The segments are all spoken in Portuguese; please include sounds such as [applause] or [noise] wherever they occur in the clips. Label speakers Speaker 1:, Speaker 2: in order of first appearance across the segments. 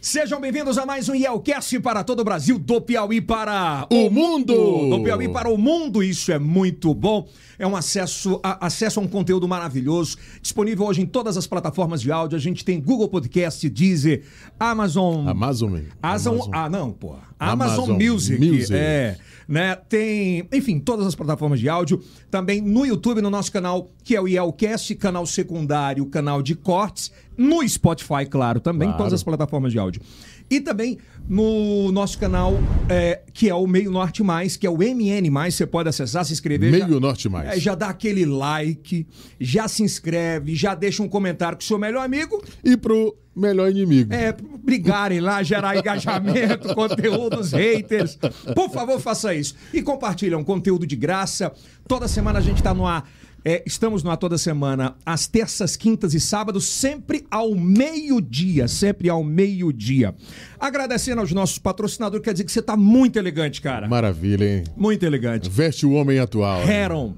Speaker 1: Sejam bem-vindos a mais um Yelcast para todo o Brasil, do Piauí para o mundo. Do Piauí para o mundo, isso é muito bom. É um acesso a, acesso a um conteúdo maravilhoso, disponível hoje em todas as plataformas de áudio. A gente tem Google Podcast, Deezer, Amazon.
Speaker 2: Amazon.
Speaker 1: Amazon, Ah, não, pô. Amazon, Music,
Speaker 2: Music.
Speaker 1: É. Né? Tem, enfim, todas as plataformas de áudio. Também no YouTube, no nosso canal, que é o Yelcast, canal secundário, canal de cortes. No Spotify, claro, também,
Speaker 2: Claro.
Speaker 1: todas as plataformas de áudio. E também no nosso canal, é, que é o Meio Norte Mais, que é o MN Mais. Você pode acessar, se inscrever.
Speaker 2: Meio Norte Mais.
Speaker 1: É, já dá aquele like, já se inscreve, já deixa um comentário com o seu melhor amigo
Speaker 2: E pro melhor inimigo.
Speaker 1: é, brigarem lá, gerar engajamento, [laughs] conteúdos haters. Por favor, faça isso. E compartilha um conteúdo de graça. Toda semana a gente está no ar. É, estamos no ar toda semana, às terças, quintas e sábados, sempre ao meio-dia. Sempre ao meio-dia. Agradecendo aos nossos patrocinadores, quer dizer que você está muito elegante, cara.
Speaker 2: Maravilha, hein?
Speaker 1: Muito elegante.
Speaker 2: Veste o homem atual. né?
Speaker 1: Heron.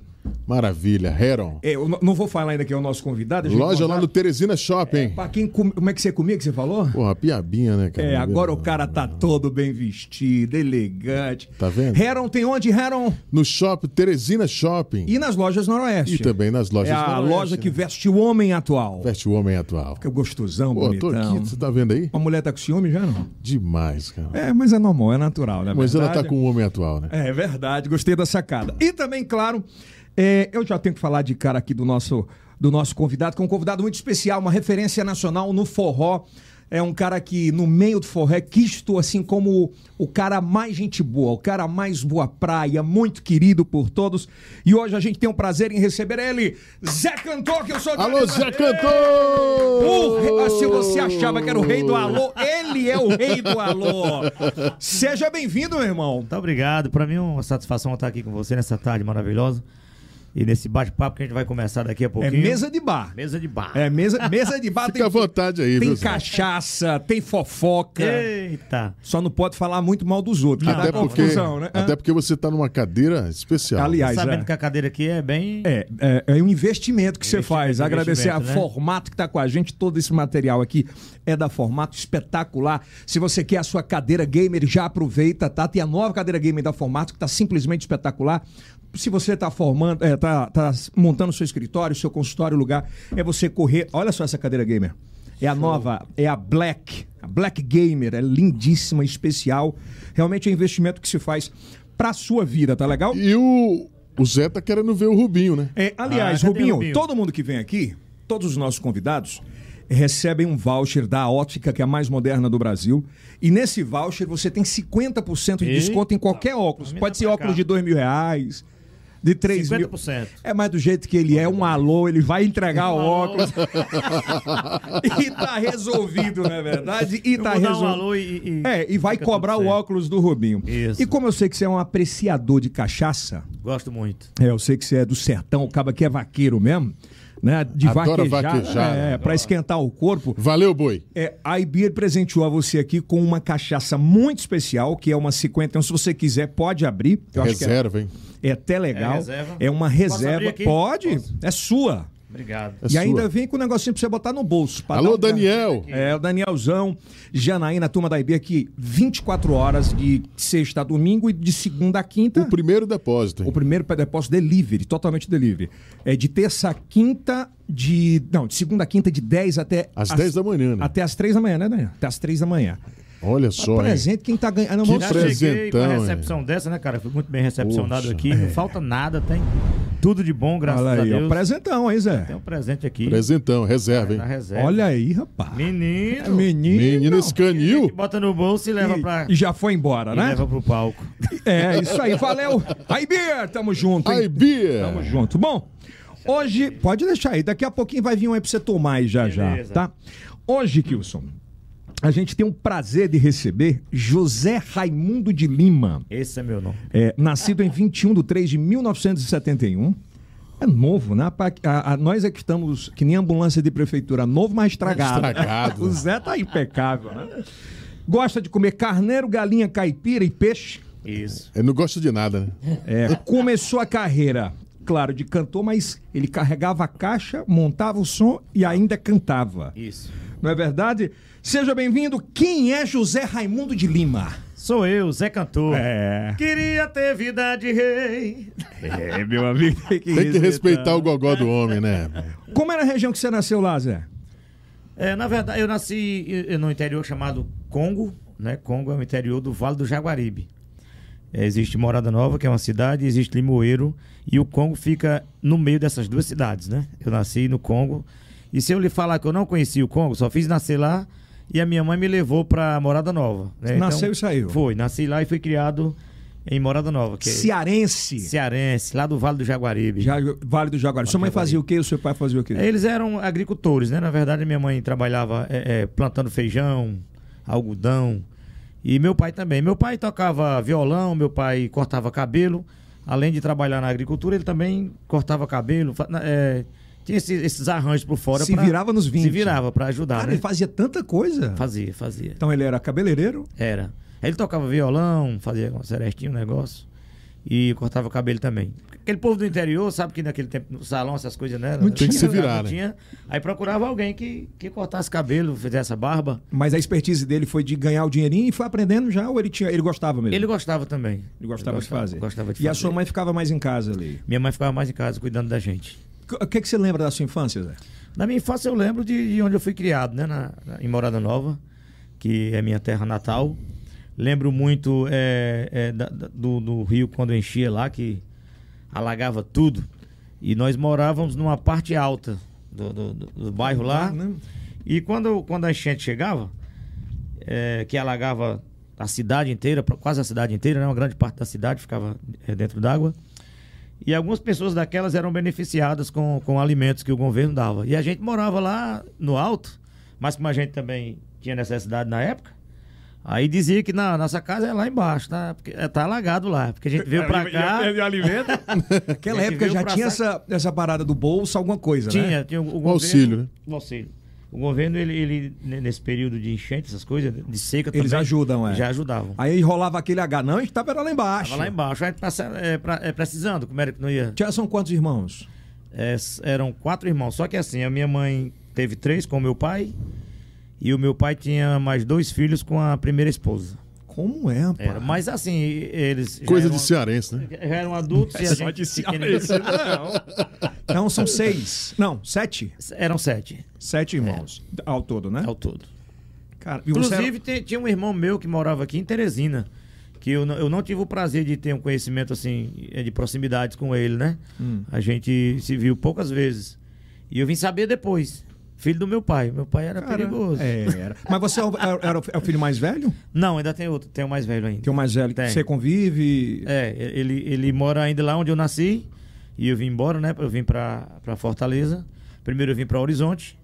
Speaker 2: Maravilha, Heron.
Speaker 1: É, eu n- não vou falar ainda que é o nosso convidado. deixa eu
Speaker 2: Loja
Speaker 1: contar.
Speaker 2: lá no Teresina Shopping.
Speaker 1: Pra quem come- Como é que você comia que você falou?
Speaker 2: Porra, piabinha, né, cara?
Speaker 1: É, agora o cara tá todo bem vestido, elegante.
Speaker 2: Tá vendo?
Speaker 1: Heron tem onde, Heron?
Speaker 2: No shopping, Teresina Shopping.
Speaker 1: E nas lojas Noroeste.
Speaker 2: E também nas
Speaker 1: É
Speaker 2: lojas.
Speaker 1: a
Speaker 2: Noroeste,
Speaker 1: loja que
Speaker 2: né?
Speaker 1: veste o homem atual.
Speaker 2: Veste o homem atual.
Speaker 1: Que é gostosão,
Speaker 2: Pô, tô
Speaker 1: bonitão.
Speaker 2: aqui, você tá vendo aí?
Speaker 1: A mulher tá com ciúme já, não?
Speaker 2: Demais, cara.
Speaker 1: É, mas é normal, é natural, né?
Speaker 2: Mas ela tá com o homem atual, né?
Speaker 1: É verdade, gostei da sacada. E também, claro, é, eu já tenho que falar de cara aqui do nosso, do nosso convidado, que é um convidado muito especial, uma referência nacional no forró. É um cara que, no meio do forró, é quisto assim como o cara mais gente boa, o cara mais boa praia, muito querido por todos. E hoje a gente tem o prazer em receber ele, Zé Cantor, que eu sou
Speaker 2: Alô, Zé Cantor!
Speaker 1: o re- ah, se você achava que era o rei do alô, ele é o rei do
Speaker 2: [laughs]
Speaker 1: alô. Seja bem-vindo, meu irmão.
Speaker 2: Tá
Speaker 3: Muito obrigado. Pra mim é uma satisfação estar aqui com você nessa tarde maravilhosa. E nesse bate-papo que a gente vai começar daqui a
Speaker 2: um
Speaker 1: É
Speaker 3: pouquinho.
Speaker 1: mesa de bar.
Speaker 3: Mesa de bar.
Speaker 1: É, mesa, mesa de bar
Speaker 2: Fica à vontade aí,
Speaker 1: tem
Speaker 2: viu? Zé?
Speaker 1: cachaça, tem fofoca.
Speaker 3: Eita.
Speaker 1: Só não pode falar muito mal dos outros. que
Speaker 2: Até
Speaker 1: dá
Speaker 2: porque,
Speaker 1: confusão, né?
Speaker 2: até porque você tá numa cadeira especial.
Speaker 1: Aliás, Pois
Speaker 3: Sabendo
Speaker 1: é.
Speaker 3: que a cadeira aqui é bem.
Speaker 1: É, é, é um investimento que você
Speaker 3: Investimento,
Speaker 1: faz. Agradecer a
Speaker 3: investimento, né?
Speaker 1: Formato que está com a gente. Todo esse material aqui é da Formato, espetacular. Se você quer a sua cadeira gamer, já aproveita, tá? Tem a nova cadeira gamer da Formato que está simplesmente espetacular. Se você está formando, é, tá, tá montando seu escritório, seu consultório, lugar, é você correr. Olha só essa cadeira gamer. É a nova, é a Black, a Black Gamer, é lindíssima, especial. Realmente é um investimento que se faz para sua vida, tá legal?
Speaker 2: E o, o Zé tá querendo ver o Rubinho, né?
Speaker 1: É, aliás,
Speaker 3: Ah, cadê
Speaker 1: Rubinho,
Speaker 3: o Rubinho?
Speaker 1: todo mundo que vem aqui, todos os nossos convidados, recebem um voucher da Ótica, que é a mais moderna do Brasil. E nesse voucher você tem 50% de
Speaker 3: Eita,
Speaker 1: desconto em qualquer óculos.
Speaker 3: pra mim
Speaker 1: Pode
Speaker 3: dá
Speaker 1: ser
Speaker 3: pra
Speaker 1: óculos
Speaker 3: cá.
Speaker 1: de dois mil reais. De 3 mil.
Speaker 3: 50%.
Speaker 1: É, mas do jeito que ele é, um alô, ele vai entregar
Speaker 3: Um
Speaker 1: o óculos. [laughs] e tá resolvido, não é verdade? E
Speaker 3: Eu
Speaker 1: tá
Speaker 3: vou dar um
Speaker 1: resolvido.
Speaker 3: alô e- e-
Speaker 1: É, e vai
Speaker 3: fica tudo
Speaker 1: cobrar o
Speaker 3: certo.
Speaker 1: óculos do Rubinho.
Speaker 3: Isso.
Speaker 1: E como eu sei que você é um apreciador de cachaça,
Speaker 3: Gosto muito.
Speaker 1: é, eu sei que você é do sertão, o caba que é vaqueiro mesmo, né? De
Speaker 2: Adora
Speaker 1: vaquejar,
Speaker 2: vaquejar,
Speaker 1: é,
Speaker 2: né?
Speaker 1: para esquentar o corpo.
Speaker 2: Valeu, boi.
Speaker 1: É, a Ibir presenteou a você aqui com uma cachaça muito especial, que é uma 50. Então, se você quiser, pode abrir. Eu acho que é-
Speaker 2: Reserva, hein?
Speaker 1: é, até legal.
Speaker 3: É reserva?
Speaker 1: É, uma
Speaker 3: abrir
Speaker 1: reserva.
Speaker 3: aqui?
Speaker 1: Pode?
Speaker 3: Posso.
Speaker 1: É sua.
Speaker 3: Obrigado.
Speaker 2: É
Speaker 1: e
Speaker 2: sua.
Speaker 1: ainda vem com um negocinho pra você botar no bolso. pra dar
Speaker 2: Alô,
Speaker 1: um-
Speaker 2: Daniel.
Speaker 1: é, o Danielzão, Janaína, turma da IB aqui, 24 horas de sexta a domingo e de segunda a quinta.
Speaker 2: O primeiro depósito.
Speaker 1: O
Speaker 2: hein?
Speaker 1: primeiro depósito delivery, totalmente delivery. É de terça a quinta, de. Não, de segunda a quinta, de 10 até.
Speaker 2: Às
Speaker 1: as-
Speaker 2: 10 da manhã, né?
Speaker 1: Até as 3 da manhã, né, Daniel? Até as 3 da manhã.
Speaker 2: Olha só, hein?
Speaker 1: Presente quem tá ganhando. Não,
Speaker 2: Que
Speaker 1: vamos-
Speaker 3: Já
Speaker 2: presente.
Speaker 3: cheguei com a
Speaker 1: é.
Speaker 2: Presentão,
Speaker 3: recepção dessa, né, cara? Fui muito bem recepcionado
Speaker 2: Poxa.
Speaker 3: aqui. Não falta nada, tem tudo de bom, graças
Speaker 1: Olha
Speaker 3: a
Speaker 1: é. aí, ó,
Speaker 3: Deus.
Speaker 1: presentão, hein,
Speaker 3: Tem
Speaker 1: Zé?
Speaker 3: um presente aqui
Speaker 2: Presentão, reserva, hein?
Speaker 1: Tá
Speaker 3: na reserva.
Speaker 1: Olha aí, rapaz. É
Speaker 3: Menino.
Speaker 1: Menino.
Speaker 2: Menino escanil.
Speaker 3: Bota no bolso e leva pra.
Speaker 1: E, e já foi embora,
Speaker 3: e
Speaker 1: né?
Speaker 3: leva pro palco.
Speaker 1: É, isso aí. Valeu. Aí, Beer, tamo junto, hein?
Speaker 2: Ai, Bia.
Speaker 1: Tamo junto. Bom, hoje, pode deixar aí, daqui a pouquinho vai vir um aí pra você tomar aí já já,
Speaker 3: Beleza.
Speaker 1: tá? Hoje, Kilson, a gente tem o prazer de receber José Raimundo de Lima,
Speaker 3: Esse é meu nome.
Speaker 1: é, nascido em 21 de 3 de 1971. É novo, né? Pa- a- a- nós é que estamos, que nem ambulância de prefeitura, novo, mas estragado. [laughs]
Speaker 2: Estragado.
Speaker 1: o Zé tá impecável, né? Gosta de comer carneiro, galinha, caipira e peixe.
Speaker 3: Isso.
Speaker 2: Ele não gosta de nada, né?
Speaker 1: É, começou a carreira, claro, de cantor, mas ele carregava a caixa, montava o som e ainda cantava.
Speaker 3: Isso.
Speaker 1: Não é verdade? Seja bem-vindo. Quem é José Raimundo de Lima?
Speaker 3: Sou eu, Zé Cantor.
Speaker 1: É.
Speaker 3: Queria ter vida de rei.
Speaker 1: É, meu amigo. Tem que,
Speaker 2: Tem que respeitar o gogó do
Speaker 1: [laughs]
Speaker 2: homem, né?
Speaker 1: Como era a região que você nasceu lá, Zé?
Speaker 3: É, na verdade, eu nasci eh, no interior chamado Congo, né? Congo é o interior do Vale do Jaguaribe. É, existe Morada Nova, que é uma cidade, existe Limoeiro, e o Congo fica no meio dessas duas cidades, né? Eu nasci no Congo, e se eu lhe falar que eu não conhecia o Congo, só fiz nascer lá, e a minha mãe me levou pra Morada Nova. né?
Speaker 1: Nasceu e saiu.
Speaker 3: Foi, nasci lá e fui criado em Morada Nova, que é
Speaker 1: Cearense.
Speaker 3: cearense, lá do Vale do Jaguaribe.
Speaker 1: Já- Vale do Jaguaribe. Sua mãe fazia o quê? O seu pai fazia o quê?
Speaker 3: É, Eles eram agricultores, né? Na verdade, minha mãe trabalhava é, é, plantando feijão, algodão. E meu pai também. Meu pai tocava violão, meu pai cortava cabelo. Além de trabalhar na agricultura, ele também cortava cabelo. fa- na- é, tinha esses, esses arranjos por fora.
Speaker 1: Se
Speaker 3: pra-
Speaker 1: virava nos 20.
Speaker 3: Se virava para ajudar,
Speaker 1: Cara,
Speaker 3: né?
Speaker 1: ele fazia tanta coisa.
Speaker 3: Fazia, fazia.
Speaker 1: Então ele era cabeleireiro?
Speaker 3: Era. Aí Ele tocava violão, fazia uma cerestinha, um negócio. E cortava o cabelo também. Aquele povo do interior, sabe que naquele tempo, no salão, essas coisas, né?
Speaker 1: Não tinha. Tem que
Speaker 2: se
Speaker 3: lugar,
Speaker 2: virar,
Speaker 3: não
Speaker 2: né?
Speaker 3: tinha. Aí procurava alguém que, que cortasse cabelo, fizesse a barba.
Speaker 1: Mas a expertise dele foi de ganhar o dinheirinho e foi aprendendo já, ou ele tinha, ele gostava mesmo?
Speaker 3: Ele gostava também.
Speaker 1: Ele gostava, de fazer.
Speaker 3: Gostava de
Speaker 1: e
Speaker 3: fazer.
Speaker 1: a sua mãe ficava mais em casa ali.
Speaker 3: Minha mãe ficava mais em casa cuidando da gente.
Speaker 1: C- O que, que você lembra da sua infância, Zé?
Speaker 3: Na minha infância eu lembro de, de onde eu fui criado, né? Na, na- em Morada Nova, que é minha terra natal. Lembro muito é, é, da- da- do, do rio quando enchia lá, que alagava tudo. E nós morávamos numa parte alta do, do- do- do bairro lá.
Speaker 1: Né?
Speaker 3: E quando, quando a enchente chegava, é, que alagava a cidade inteira, pra- quase a cidade inteira, né? uma grande parte da cidade ficava é, dentro d'água. E algumas pessoas daquelas eram beneficiadas com, com alimentos que o governo dava. E a gente morava lá no alto, mas como a gente também tinha necessidade na época, aí dizia que na nossa casa é lá embaixo, tá? Porque é, tá alagado lá, porque a gente
Speaker 1: É,
Speaker 3: veio pra cá.
Speaker 4: [laughs] alimento.
Speaker 1: Naquela
Speaker 3: Ele
Speaker 1: época
Speaker 3: veio
Speaker 1: já
Speaker 3: pra
Speaker 1: tinha
Speaker 3: sa-
Speaker 1: essa, essa parada do bolso, alguma coisa, né?
Speaker 3: Tinha, tinha o, o governo,
Speaker 2: auxílio, né?
Speaker 3: O auxílio. O governo, ele, ele, ne- nesse período de enchente, essas coisas, de seca
Speaker 1: Eles
Speaker 3: também,
Speaker 1: ajudam, é.
Speaker 3: Já ajudavam.
Speaker 1: Aí rolava aquele H, não, a gente tava era lá embaixo.
Speaker 3: Tava lá embaixo, aí passa- é, pra- é, precisando, como era que não ia?
Speaker 1: Tinha, são quantos irmãos?
Speaker 3: É, s- eram quatro irmãos, só que assim, a minha mãe teve três com o meu pai, e o meu pai tinha mais dois filhos com a primeira esposa.
Speaker 1: Como é, rapaz?
Speaker 3: Era, mas assim, eles...
Speaker 1: um
Speaker 3: já
Speaker 2: Coisa
Speaker 3: eram-
Speaker 2: de cearense, né?
Speaker 3: já eram adultos
Speaker 1: É
Speaker 3: e a
Speaker 4: Só de
Speaker 3: gente
Speaker 4: cigarro
Speaker 3: pequenininho.
Speaker 4: esse,
Speaker 3: Não,
Speaker 1: Então são seis. Não, sete.
Speaker 3: [laughs] Eram sete
Speaker 1: Sete irmãos. Ao todo, né?
Speaker 3: É. ao todo.
Speaker 1: Cara, e você era-
Speaker 3: Inclusive, tem- tinha um irmão meu que morava aqui em Teresina, que eu não, eu não tive o prazer de ter um conhecimento assim, eh, de proximidade com ele, né?
Speaker 1: Hum.
Speaker 3: A gente se viu poucas vezes. E eu vim saber depois. Filho do meu pai. Meu pai era
Speaker 1: Cara,
Speaker 3: tá perigoso.
Speaker 1: é, era. Mas você é o- era, era o- é o filho mais velho?
Speaker 3: [laughs] Não, ainda tem outro, tem o mais velho ainda.
Speaker 1: Tem o mais velho que
Speaker 3: Tem.
Speaker 1: você convive.
Speaker 3: É, ele, ele mora ainda lá onde eu nasci. E eu vim embora, né? Eu vim pra, pra Fortaleza. Primeiro eu vim pra Horizonte,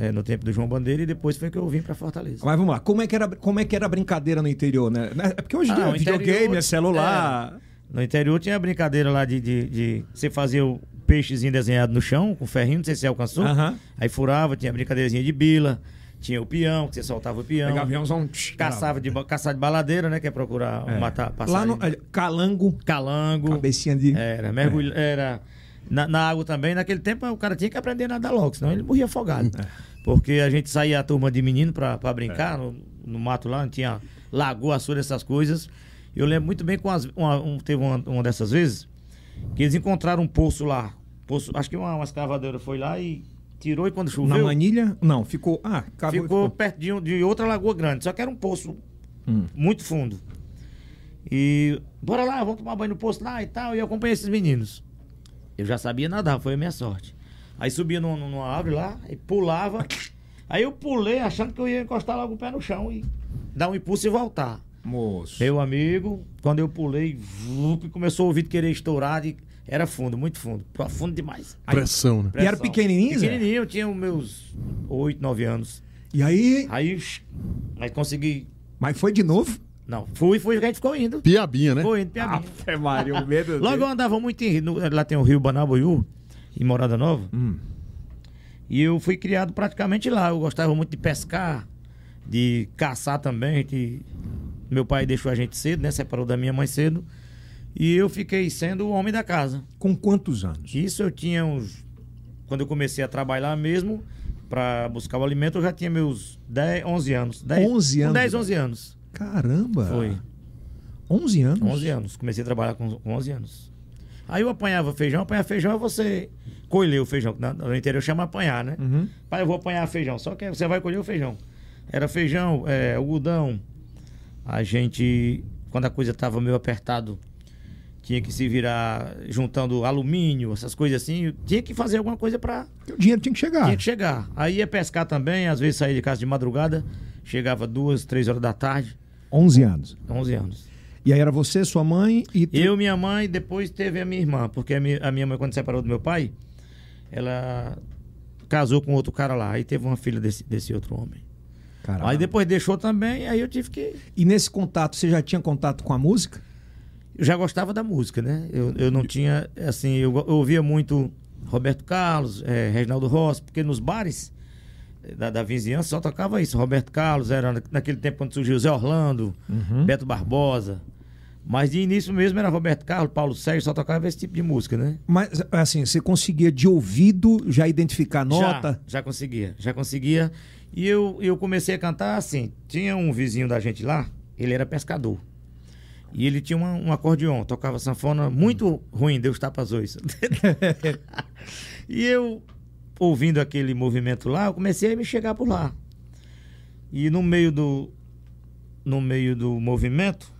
Speaker 3: eh, no tempo do João Bandeira, e depois foi que eu vim pra Fortaleza.
Speaker 1: Mas vamos lá, como é que era, como é que era a brincadeira no interior, né? Né? É porque hoje em
Speaker 3: Ah,
Speaker 1: dia é
Speaker 3: o interior-
Speaker 1: videogame, é celular.
Speaker 3: No interior tinha a brincadeira lá de, de, de você fazer o peixezinho desenhado no chão, com ferrinho, não sei se você alcançou.
Speaker 1: Aham.
Speaker 3: Aí furava, tinha a brincadeirazinha de bila, tinha o peão, que você soltava o peão.
Speaker 1: Pegava aviãozão,
Speaker 3: Então, Caçava de, ba- caçar de baladeira, né? Que é procurar
Speaker 1: né? É.
Speaker 3: matar
Speaker 1: Lá
Speaker 3: passarinho.
Speaker 1: no eh, Calango,
Speaker 3: Calango.
Speaker 1: cabecinha de. É.
Speaker 3: Era, mergulho, era na, na água também. Naquele tempo o cara tinha que aprender a nadar logo, senão ele morria afogado.
Speaker 1: É.
Speaker 3: Porque a gente saía a turma de menino pra, pra brincar no, no mato lá, não tinha lagoa, açude, essas coisas. Eu lembro muito bem que umas- uma- um- teve uma, uma dessas vezes que eles encontraram um poço lá. Poço, acho que uma, uma escavadeira foi lá e tirou e quando
Speaker 1: Na
Speaker 3: choveu
Speaker 1: manilha? Não, ficou. Ah, acabou.
Speaker 3: ficou perto de, um- de outra lagoa grande, só que era um poço
Speaker 1: Hum.
Speaker 3: muito fundo. E bora lá, vamos tomar banho no poço lá e tal. E eu acompanhei esses meninos. Eu já sabia nadar, foi a minha sorte. Aí subia num- numa, árvore lá e pulava. Aí eu pulei achando que eu ia encostar logo o pé no chão e dar um impulso e voltar.
Speaker 1: Moço.
Speaker 3: Meu amigo, quando eu pulei, vup, começou o ouvido querer estourar. E era fundo, muito fundo, profundo demais.
Speaker 2: Pressão, né?
Speaker 1: E era pequenininho, Zé?
Speaker 3: Pequenininho, eu tinha os meus 8, 9 anos.
Speaker 1: E aí?
Speaker 3: Aí, sh- aí consegui.
Speaker 1: Mas foi de novo?
Speaker 3: Não, fui, fui, a gente ficou indo.
Speaker 2: Piabinha, né?
Speaker 3: Ficou indo, piabinha.
Speaker 1: É Mário, medo.
Speaker 3: Logo eu andava muito em. no- lá tem o Rio Banabuiú, em Morada Nova. E eu fui criado praticamente lá. Eu gostava muito de pescar, de caçar também. a gente- meu pai deixou a gente cedo, né? Separou da minha mãe cedo. E eu fiquei sendo o homem da casa.
Speaker 1: Com quantos anos?
Speaker 3: Isso eu tinha uns. Quando eu comecei a trabalhar mesmo, pra buscar o alimento, eu já tinha meus 10, 11 anos. 10,
Speaker 5: 11 anos,
Speaker 3: Com 10,
Speaker 5: velho.
Speaker 3: 11 anos.
Speaker 5: Caramba!
Speaker 3: Foi.
Speaker 5: 11 anos?
Speaker 3: 11 anos. Comecei a trabalhar com com 11 anos. Aí eu apanhava feijão, apanhar feijão é você colher o feijão. que na- No interior chama apanhar, né?
Speaker 5: Uhum.
Speaker 3: Pai, eu vou apanhar feijão. Só que você vai colher o feijão. Era feijão, é, algodão. A gente, quando a coisa tava meio apertado, tinha que se virar juntando alumínio, essas coisas assim. Tinha que fazer alguma coisa para
Speaker 5: O dinheiro tinha que
Speaker 1: Ah.
Speaker 5: chegar.
Speaker 3: tinha que chegar. Aí ia pescar também, às vezes saía de casa de madrugada, chegava duas, três horas da tarde,
Speaker 5: 11 anos.
Speaker 3: 11 anos.
Speaker 5: E aí era você, sua mãe e. tu-
Speaker 3: Eu, minha mãe, depois teve a minha irmã, porque a minha, a minha mãe, quando separou do meu pai, ela casou com outro cara lá. Aí teve uma filha desse, desse outro homem.
Speaker 5: Caralho.
Speaker 3: Aí depois deixou também, aí eu tive que.
Speaker 5: E nesse contato, você já tinha contato com a música?
Speaker 3: Eu já gostava da música, né? Eu, eu não tinha, assim, eu, go- eu ouvia muito Roberto Carlos, eh, Reginaldo Rossi, porque nos bares eh, da, da vizinhança só tocava isso. Roberto Carlos era na- naquele tempo quando surgiu Zé Orlando, Beto Barbosa. Mas de início mesmo era Roberto Carlos, Paulo Sérgio, só tocava esse tipo de música, né?
Speaker 5: Mas, assim, você conseguia de ouvido já identificar a nota?
Speaker 3: Já, já conseguia, já conseguia. E eu, eu comecei a cantar assim. Tinha um vizinho da gente lá, ele era pescador. E ele tinha uma- um acordeon, tocava sanfona muito ruim, Deus tapa as ois. e eu, ouvindo aquele movimento lá, eu comecei a me chegar por lá. E no meio do, no meio do movimento,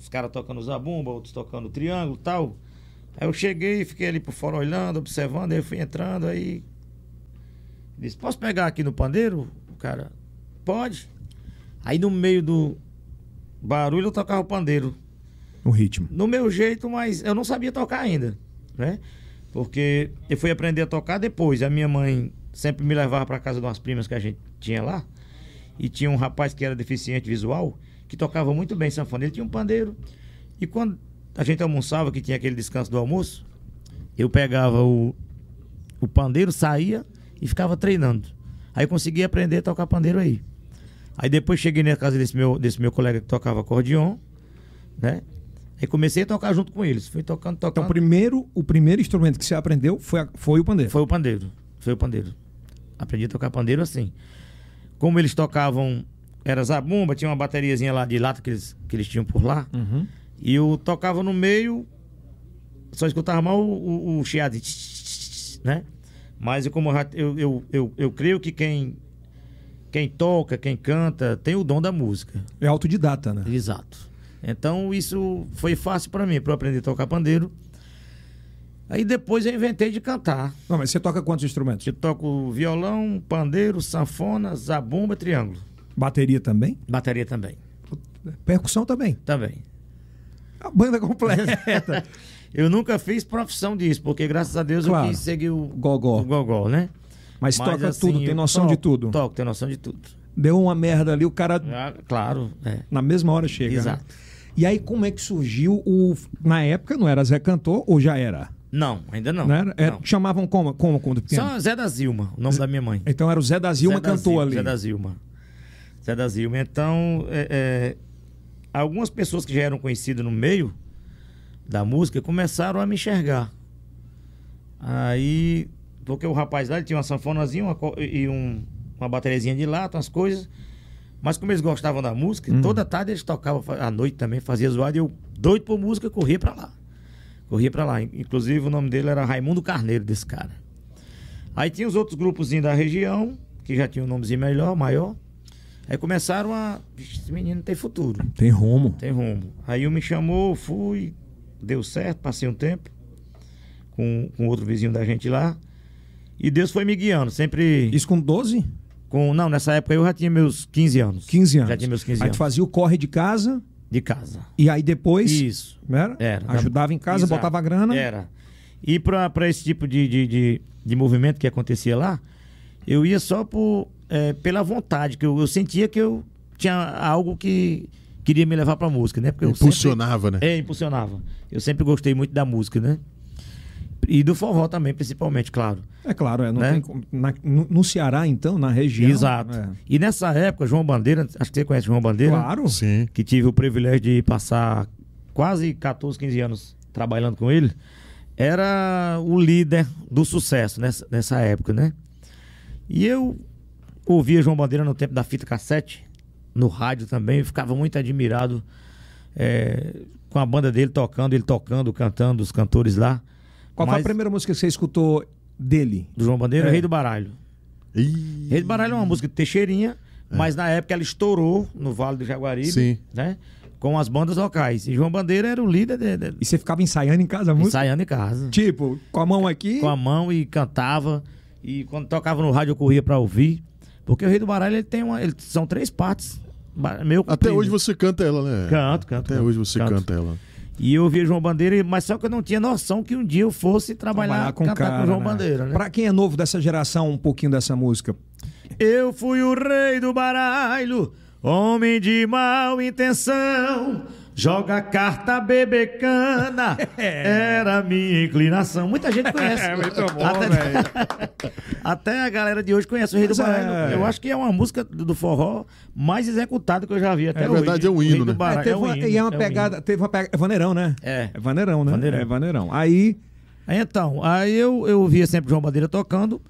Speaker 3: os caras tocando zabumba, outros tocando triângulo e tal. Aí eu cheguei, fiquei ali por fora olhando, observando, aí eu fui entrando, aí disse, posso pegar aqui no pandeiro? O cara, pode. Aí no meio do barulho eu tocava o pandeiro.
Speaker 5: O ritmo.
Speaker 3: No meu jeito, mas eu não sabia tocar ainda, né? Porque eu fui aprender a tocar depois. A minha mãe sempre me levava para casa de umas primas que a gente tinha lá. E tinha um rapaz que era deficiente visual, que tocava muito bem sanfona. Ele tinha um pandeiro. E quando a gente almoçava, que tinha aquele descanso do almoço, eu pegava o, o pandeiro, saía e ficava treinando. Aí eu consegui aprender a tocar pandeiro aí. Aí depois cheguei na casa desse meu, desse meu colega que tocava acordeon, né? Aí comecei a tocar junto com eles. Fui tocando,
Speaker 5: Então,
Speaker 3: tocando.
Speaker 5: primeiro, o primeiro instrumento que você aprendeu foi, a- foi o pandeiro.
Speaker 3: Foi o pandeiro. Foi o pandeiro. Aprendi a tocar pandeiro assim. Como eles tocavam, era zabumba, tinha uma bateriazinha lá de lata que eles, que eles tinham por lá.
Speaker 5: Uhum.
Speaker 3: E eu tocava no meio, só escutava mal o, o, o chiado, de tch, tch, tch, tch, né? Mas eu, como eu, já- eu, eu, eu, eu creio que quem, quem toca, quem canta, tem o dom da música.
Speaker 5: É autodidata, né?
Speaker 3: Exato. Então isso foi fácil pra mim, pra eu aprender a tocar pandeiro. Aí depois eu inventei de cantar.
Speaker 5: Não, mas você toca quantos instrumentos?
Speaker 3: Eu toco violão, pandeiro, sanfona, zabumba, triângulo.
Speaker 5: Bateria também?
Speaker 3: Bateria também.
Speaker 5: Percussão também.
Speaker 3: Também.
Speaker 5: A banda
Speaker 3: [laughs]
Speaker 5: completa.
Speaker 3: Eu nunca fiz profissão disso, porque graças a Deus
Speaker 5: Claro.
Speaker 3: eu quis seguir o
Speaker 5: Gogó.
Speaker 3: o gogó né?
Speaker 5: Mas toca tudo, tem
Speaker 3: eu
Speaker 5: noção de tudo.
Speaker 3: assim, Toco, tem noção de tudo.
Speaker 5: Deu uma merda ali, o cara
Speaker 3: Ah, claro, é.
Speaker 5: na mesma hora chega. né?
Speaker 3: Exato.
Speaker 5: E aí, como é que surgiu o. Na época não era Zé Cantor ou já era?
Speaker 3: Não, ainda não.
Speaker 5: Não era? Era-
Speaker 3: não.
Speaker 5: Chamavam como, como quando pequeno?
Speaker 3: Só Zé da Zilma, o nome da minha mãe.
Speaker 5: Então era o Zé da Zilma
Speaker 3: Zé da
Speaker 5: cantou
Speaker 3: Zilma,
Speaker 5: ali.
Speaker 3: Zé da Zilma. Zé da Zilma. Então, é, é, algumas pessoas que já eram conhecidas no meio da música começaram a me enxergar. Aí, porque o rapaz lá ele tinha uma sanfonazinha uma co- e um- uma bateriazinha de lata, umas coisas. Mas como eles gostavam da música,
Speaker 5: Uhum.
Speaker 3: toda tarde eles tocavam, fa- à noite também fazia zoada e eu, doido por música, corria pra lá. Corria pra lá. In- Inclusive o nome dele era Raimundo Carneiro, desse cara. Aí tinha os outros grupozinhos da região, que já tinham um nomezinho melhor, maior. Aí começaram a. "Vixe, Esse menino tem futuro,
Speaker 5: Tem rumo.
Speaker 3: tem rumo. Aí um me chamou, fui, deu certo, passei um tempo com, com outro vizinho da gente lá. E Deus foi me guiando, sempre.
Speaker 5: Isso com 12?
Speaker 3: Com, não, nessa época eu já tinha meus 15 anos.
Speaker 5: 15 anos.
Speaker 3: Já tinha meus 15
Speaker 5: Aí tu
Speaker 3: anos.
Speaker 5: fazia o corre de casa
Speaker 3: De casa.
Speaker 5: e aí depois.
Speaker 3: Isso.
Speaker 5: não Era?
Speaker 3: Era.
Speaker 5: Ajudava em casa,
Speaker 3: Exato. É.
Speaker 5: botava grana.
Speaker 3: Era. E pra, pra esse tipo de, de, de, de movimento que acontecia lá, eu ia só por, eh, pela vontade, que eu, eu sentia que eu tinha algo que queria me levar pra música, né? Porque eu
Speaker 2: Impulsionava, né?
Speaker 3: sempre- é, impulsionava. Eu sempre gostei muito da música, né? E do forró também, principalmente, claro.
Speaker 5: É claro, é, não
Speaker 3: Né?
Speaker 5: tem como- na- no, no Ceará, então, na região.
Speaker 3: Exato.
Speaker 5: é.
Speaker 3: E nessa época, João Bandeira, acho que você conhece João Bandeira.
Speaker 5: Claro.
Speaker 2: Sim.
Speaker 3: que tive o privilégio de passar quase 14, 15 anos trabalhando com ele, era o líder do sucesso nessa, nessa época, né? E eu ouvia João Bandeira no tempo da fita cassete, no rádio também, e ficava muito admirado é, com a banda dele tocando, ele tocando, cantando, os cantores lá.
Speaker 1: Qual foi
Speaker 3: Mas-
Speaker 1: a primeira música que você escutou dele?
Speaker 3: Do João Bandeira,
Speaker 1: É.
Speaker 3: Rei do Baralho.
Speaker 2: Ih,
Speaker 3: Rei do Baralho é uma música de Teixeirinha, mas na época ela estourou no Vale do Jaguaribe,
Speaker 2: Sim.
Speaker 3: né? Com as bandas locais. E João Bandeira era o líder de, de-
Speaker 1: E você ficava ensaiando em casa a música?
Speaker 3: ensaiando em casa.
Speaker 1: Tipo, com a mão aqui.
Speaker 3: Com a mão e cantava. E quando tocava no rádio eu corria pra ouvir. Porque o Rei do Baralho ele tem uma. ele- são três partes. Ba- Meu
Speaker 2: Até
Speaker 3: comprido.
Speaker 2: hoje você canta ela, né?
Speaker 3: Canto, canto.
Speaker 2: Até
Speaker 3: canto,
Speaker 2: hoje você
Speaker 3: canto.
Speaker 2: canta ela.
Speaker 3: E eu ouvia João Bandeira, mas só que eu não tinha noção que um dia eu fosse trabalhar,
Speaker 1: com
Speaker 3: cantar
Speaker 1: cara,
Speaker 3: com João
Speaker 1: né?
Speaker 3: Bandeira, né?
Speaker 1: Pra quem é novo dessa geração, um pouquinho dessa música.
Speaker 3: Eu fui o rei do baralho, homem de mal intenção. Joga carta, bebê
Speaker 1: [laughs]
Speaker 3: cana, era a minha inclinação. Muita gente conhece.
Speaker 1: É, muito bom,
Speaker 3: até, [laughs] até a galera de hoje conhece o Rei do
Speaker 1: Mas é.
Speaker 3: Baralho. Eu acho que é uma música do do forró mais executada que eu já vi até
Speaker 2: É verdade,
Speaker 3: hoje.
Speaker 2: é um
Speaker 3: O Rei
Speaker 2: hino,
Speaker 3: do
Speaker 2: né?
Speaker 3: Baralho
Speaker 1: teve
Speaker 3: é um
Speaker 1: uma,
Speaker 3: hino,
Speaker 1: e é
Speaker 3: é
Speaker 1: uma
Speaker 3: um
Speaker 1: pegada. teve uma pegada. É Vaneirão, né?
Speaker 3: É.
Speaker 1: É Vaneirão, né?
Speaker 3: Vaneirão.
Speaker 1: É Vaneirão. Aí.
Speaker 3: Aí, Então, aí eu, eu via sempre João Bandeira tocando.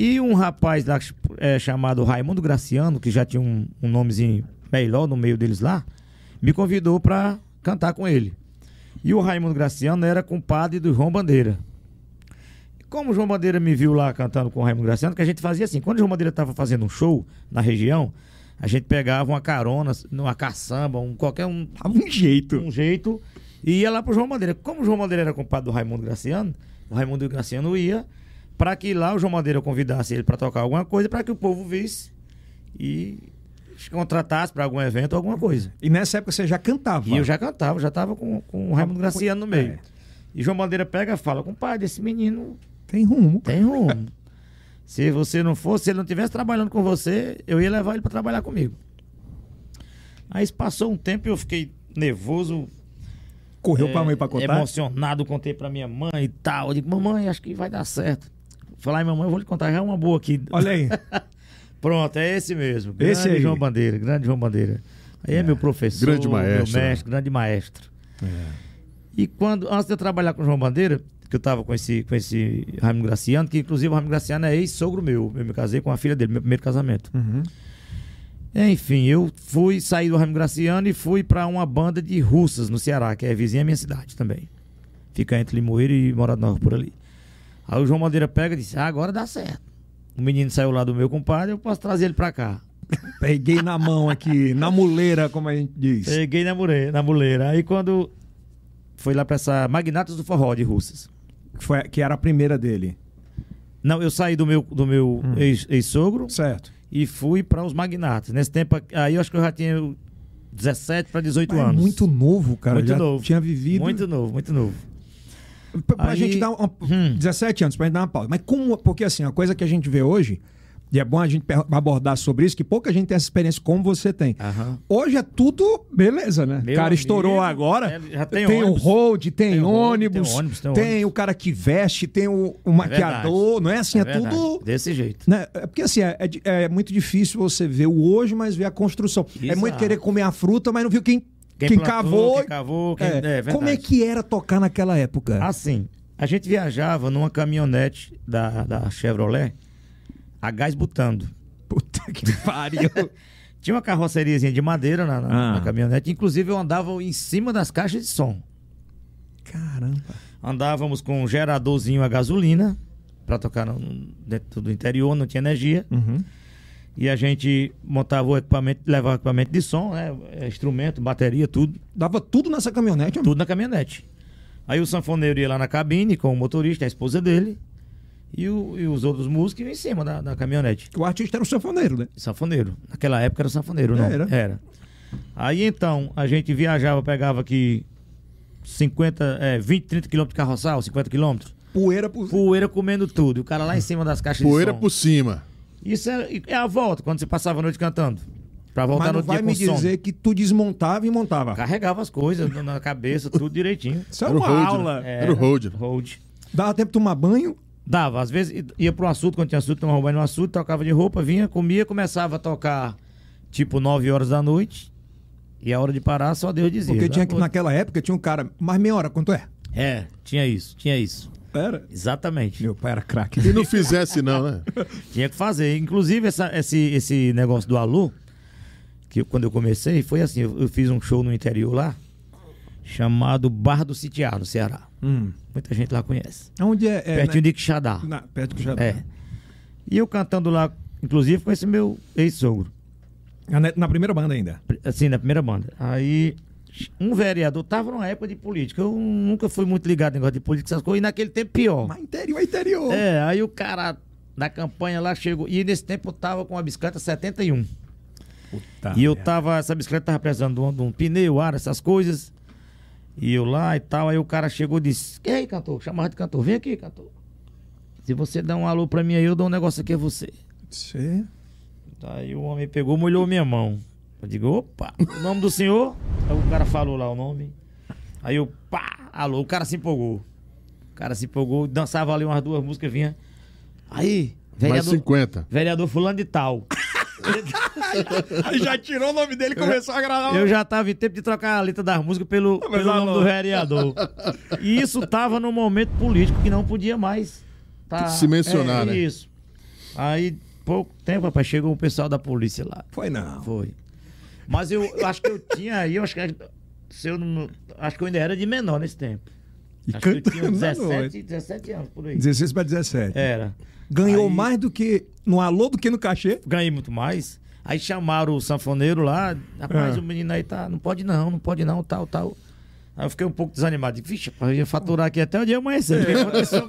Speaker 3: E um rapaz lá é, chamado Raimundo Graciano, que já tinha um, um nomezinho melhor no meio deles lá, me convidou pra cantar com ele. E o Raimundo Graciano era compadre do João Bandeira. Como o João Bandeira me viu lá cantando com o Raimundo Graciano, que a gente fazia assim, quando o João Bandeira estava fazendo um show na região, a gente pegava uma carona, uma caçamba, um, qualquer um
Speaker 1: Tava um jeito.
Speaker 3: um jeito e ia lá pro João Bandeira. Como o João Bandeira era compadre do Raimundo Graciano, o Raimundo Graciano ia para que lá o João Bandeira convidasse ele para tocar alguma coisa, para que o povo visse e contratasse para algum evento alguma coisa.
Speaker 1: E nessa época você já cantava.
Speaker 3: E eu já cantava, já tava com, com o Raimundo Graciano no meio. E João Bandeira pega e fala: compadre, esse menino
Speaker 1: Tem rumo.
Speaker 3: tem rumo. se você não fosse, se ele não estivesse trabalhando com você, eu ia levar ele para trabalhar comigo. Aí isso passou um tempo e eu fiquei nervoso,
Speaker 1: Correu
Speaker 3: é,
Speaker 1: pra mãe pra contar.
Speaker 3: Emocionado, contei pra minha mãe e tal. Eu digo, mamãe, acho que vai dar certo. Falar, "Ai, mamãe, eu vou lhe contar, já é uma boa aqui.
Speaker 1: Olha aí.
Speaker 3: Pronto, é esse mesmo. Grande
Speaker 1: Esse aí.
Speaker 3: João Bandeira, grande João Bandeira. Aí é, meu professor,
Speaker 2: Grande maestro,
Speaker 3: meu mestre, grande maestro.
Speaker 1: É.
Speaker 3: E quando, antes de eu trabalhar com o João Bandeira, que eu tava com esse, com esse Raimundo Graciano, que inclusive o Raimundo Graciano é ex-sogro meu. Eu me casei com a filha dele, meu primeiro casamento. Enfim, eu fui saí do Raimundo Graciano e fui pra uma banda de russas no Ceará, que é vizinha à minha cidade também. Fica entre Limoeiro e Morada Nova por ali. Aí o João Bandeira pega e disse: ah, agora dá certo. O menino saiu lá do meu compadre, eu posso trazer ele pra cá.
Speaker 1: Peguei na mão aqui, na muleira, como a gente diz.
Speaker 3: Peguei na muleira, na muleira. Aí quando foi lá pra essa Magnatos do Forró de Russas.
Speaker 1: Que, foi, que era a primeira dele.
Speaker 3: Não, eu saí do meu, do meu
Speaker 1: Hum.
Speaker 3: ex- ex-sogro
Speaker 1: Certo.
Speaker 3: e fui pra os Magnatos. Nesse tempo, aqui- aí eu acho que eu já tinha 17 pra 18
Speaker 1: Mas é
Speaker 3: anos.
Speaker 1: muito novo, cara.
Speaker 3: Muito
Speaker 1: já
Speaker 3: novo.
Speaker 1: Tinha vivido.
Speaker 3: Muito novo, muito novo.
Speaker 1: Pra, pra
Speaker 3: Aí-
Speaker 1: gente dar uma,
Speaker 3: Hum.
Speaker 1: 17 anos, pra gente dar uma pausa. Mas como. Porque assim, a coisa que a gente vê hoje, e é bom a gente per- abordar sobre isso, que pouca gente tem essa experiência como você tem.
Speaker 3: Aham.
Speaker 1: Hoje é tudo beleza, né?
Speaker 3: Meu
Speaker 1: cara
Speaker 3: amigo,
Speaker 1: estourou agora.
Speaker 3: é, já tem
Speaker 1: o
Speaker 3: ônibus.
Speaker 1: road, tem,
Speaker 3: Tem road,
Speaker 1: ônibus,
Speaker 3: tem ônibus,
Speaker 1: tem,
Speaker 3: tem
Speaker 1: o
Speaker 3: ônibus. É
Speaker 1: cara que veste, tem o, o maquiador, não é assim? É,
Speaker 3: verdade,
Speaker 1: tudo.
Speaker 3: Desse jeito.
Speaker 1: Né? É porque assim, é, é di- é muito difícil você ver o hoje, mas ver a construção. É
Speaker 3: Exato.
Speaker 1: muito querer comer a fruta, mas não viu quem, quem,
Speaker 3: Quem plantou,
Speaker 1: cavou.
Speaker 3: quem cavou, quem- é verdade.
Speaker 1: Como é que era tocar naquela época?
Speaker 3: Assim, a gente viajava numa caminhonete da, da Chevrolet a gás butando.
Speaker 1: Puta
Speaker 3: [laughs]
Speaker 1: que pariu.
Speaker 3: Tinha uma carroceriazinha de madeira na, na-
Speaker 1: Ah.
Speaker 3: na caminhonete. Inclusive, eu andava em cima das caixas de som.
Speaker 1: Caramba.
Speaker 3: Andávamos com um geradorzinho a gasolina para tocar no- no- dentro do interior, não tinha energia. E a gente montava o equipamento, levava o equipamento de som, né? eh, Instrumento, bateria, tudo,
Speaker 1: Dava tudo nessa caminhonete, amigo.
Speaker 3: tudo na caminhonete. Aí o sanfoneiro ia lá na cabine com o motorista, a esposa dele, e, o- e os outros músicos iam em cima da- da caminhonete.
Speaker 1: O artista era o sanfoneiro, né?
Speaker 3: Sanfoneiro. Naquela época era sanfoneiro, não?
Speaker 1: Era.
Speaker 3: Aí então, a gente viajava, pegava aqui 50, é, 20, 30 quilômetros de carroçal, 50 quilômetros.
Speaker 1: Poeira por.
Speaker 3: Poeira comendo tudo. E o cara lá em cima das caixas
Speaker 2: Poeira
Speaker 3: de som.
Speaker 2: por cima.
Speaker 3: Isso é, é a volta, quando você passava a noite cantando. Pra
Speaker 1: Mas
Speaker 3: voltar
Speaker 1: não
Speaker 3: no dia
Speaker 1: vai
Speaker 3: com
Speaker 1: me
Speaker 3: sono.
Speaker 1: dizer que tu desmontava e montava.
Speaker 3: Carregava as coisas na- na cabeça, tudo direitinho.
Speaker 1: Isso é
Speaker 2: Era o
Speaker 1: uma
Speaker 2: road, né?
Speaker 1: aula.
Speaker 2: É. Era o road.
Speaker 3: Road.
Speaker 1: Dava tempo de tomar banho.
Speaker 3: Dava, às vezes i- ia pro açude, quando tinha açude, tomava banho no açude, trocava de roupa, vinha, comia, começava a tocar tipo 9 horas da noite. E a hora de parar, só Deus dizia.
Speaker 1: Porque
Speaker 3: né?
Speaker 1: tinha que, naquela época tinha um cara. Mas meia hora, quanto é?
Speaker 3: É, tinha isso, tinha isso.
Speaker 1: Era?
Speaker 3: Exatamente.
Speaker 1: Meu pai era craque.
Speaker 2: E não fizesse, não, né?
Speaker 3: Tinha que fazer. Inclusive, essa- esse, esse negócio do Alu, que eu- quando eu comecei, foi assim: eu, eu fiz um show no interior lá, chamado Bar do Sitiar, no Ceará.
Speaker 1: Hum.
Speaker 3: Muita gente lá conhece.
Speaker 1: Onde é? é
Speaker 3: Pertinho
Speaker 1: né?
Speaker 3: de Quixadá.
Speaker 1: Na- perto que já.
Speaker 3: É. E eu cantando lá, inclusive, com esse meu ex-sogro.
Speaker 1: Na, na primeira banda ainda.
Speaker 3: assim, na primeira banda. Aí um vereador tava numa época de política. Eu nunca fui muito ligado em negócio de política, essas coisas, e naquele tempo pior.
Speaker 1: Mas interior, é interior.
Speaker 3: É, aí o cara da campanha lá chegou. E nesse tempo eu tava com uma bicicleta 71.
Speaker 1: Puta
Speaker 3: e Tá- eu
Speaker 1: merda.
Speaker 3: tava, essa bicicleta tava precisando de um, de um pneu, ar, essas coisas. E eu lá e tal. Aí o cara chegou e disse: Quem é aí, cantor? Chamava de cantor. Vem aqui, cantor. Se você dá um alô pra mim aí, eu dou um negócio aqui a você.
Speaker 1: Cê-
Speaker 3: Aí o homem pegou, molhou minha mão. Eu digo, opa, o nome do senhor? Aí o cara falou lá o nome. Aí eu, pá, alô, o cara se empolgou. O cara se empolgou, dançava ali umas duas músicas, vinha. Aí,
Speaker 2: Mais
Speaker 3: vereador,
Speaker 2: 50.
Speaker 3: vereador fulano de tal.
Speaker 1: Aí já tirou o nome dele e começou a gravar.
Speaker 3: Eu já tava em tempo de trocar a letra das músicas pelo,
Speaker 1: Mas
Speaker 3: pelo nome
Speaker 1: alô.
Speaker 3: do vereador. E isso tava num momento político que não podia mais tá-
Speaker 2: Se mencionar,
Speaker 3: é,
Speaker 2: né?
Speaker 3: Isso. Aí, pouco tempo, rapaz, chegou o pessoal da polícia lá.
Speaker 1: Foi não.
Speaker 3: Foi. Mas eu, eu acho que eu tinha aí, eu acho que se eu não, acho que eu ainda era de menor nesse tempo.
Speaker 1: E
Speaker 3: acho que eu tinha
Speaker 1: cantando
Speaker 3: uns
Speaker 1: na noite.
Speaker 3: 17, 17 anos por aí.
Speaker 1: 16 para 17.
Speaker 3: Era.
Speaker 1: Ganhou
Speaker 3: Aí-
Speaker 1: mais do que no alô do que no [laughs] cachê.
Speaker 3: Ganhei muito mais. Aí chamaram o sanfoneiro lá, rapaz,
Speaker 1: É.
Speaker 3: o menino aí tá, não pode não, não pode não, tal, tal. Aí eu fiquei um pouco desanimado. Digo, Vixe, rapaz, eu ia faturar aqui até o dia amanhecer.
Speaker 1: É.
Speaker 3: Porque Se eu-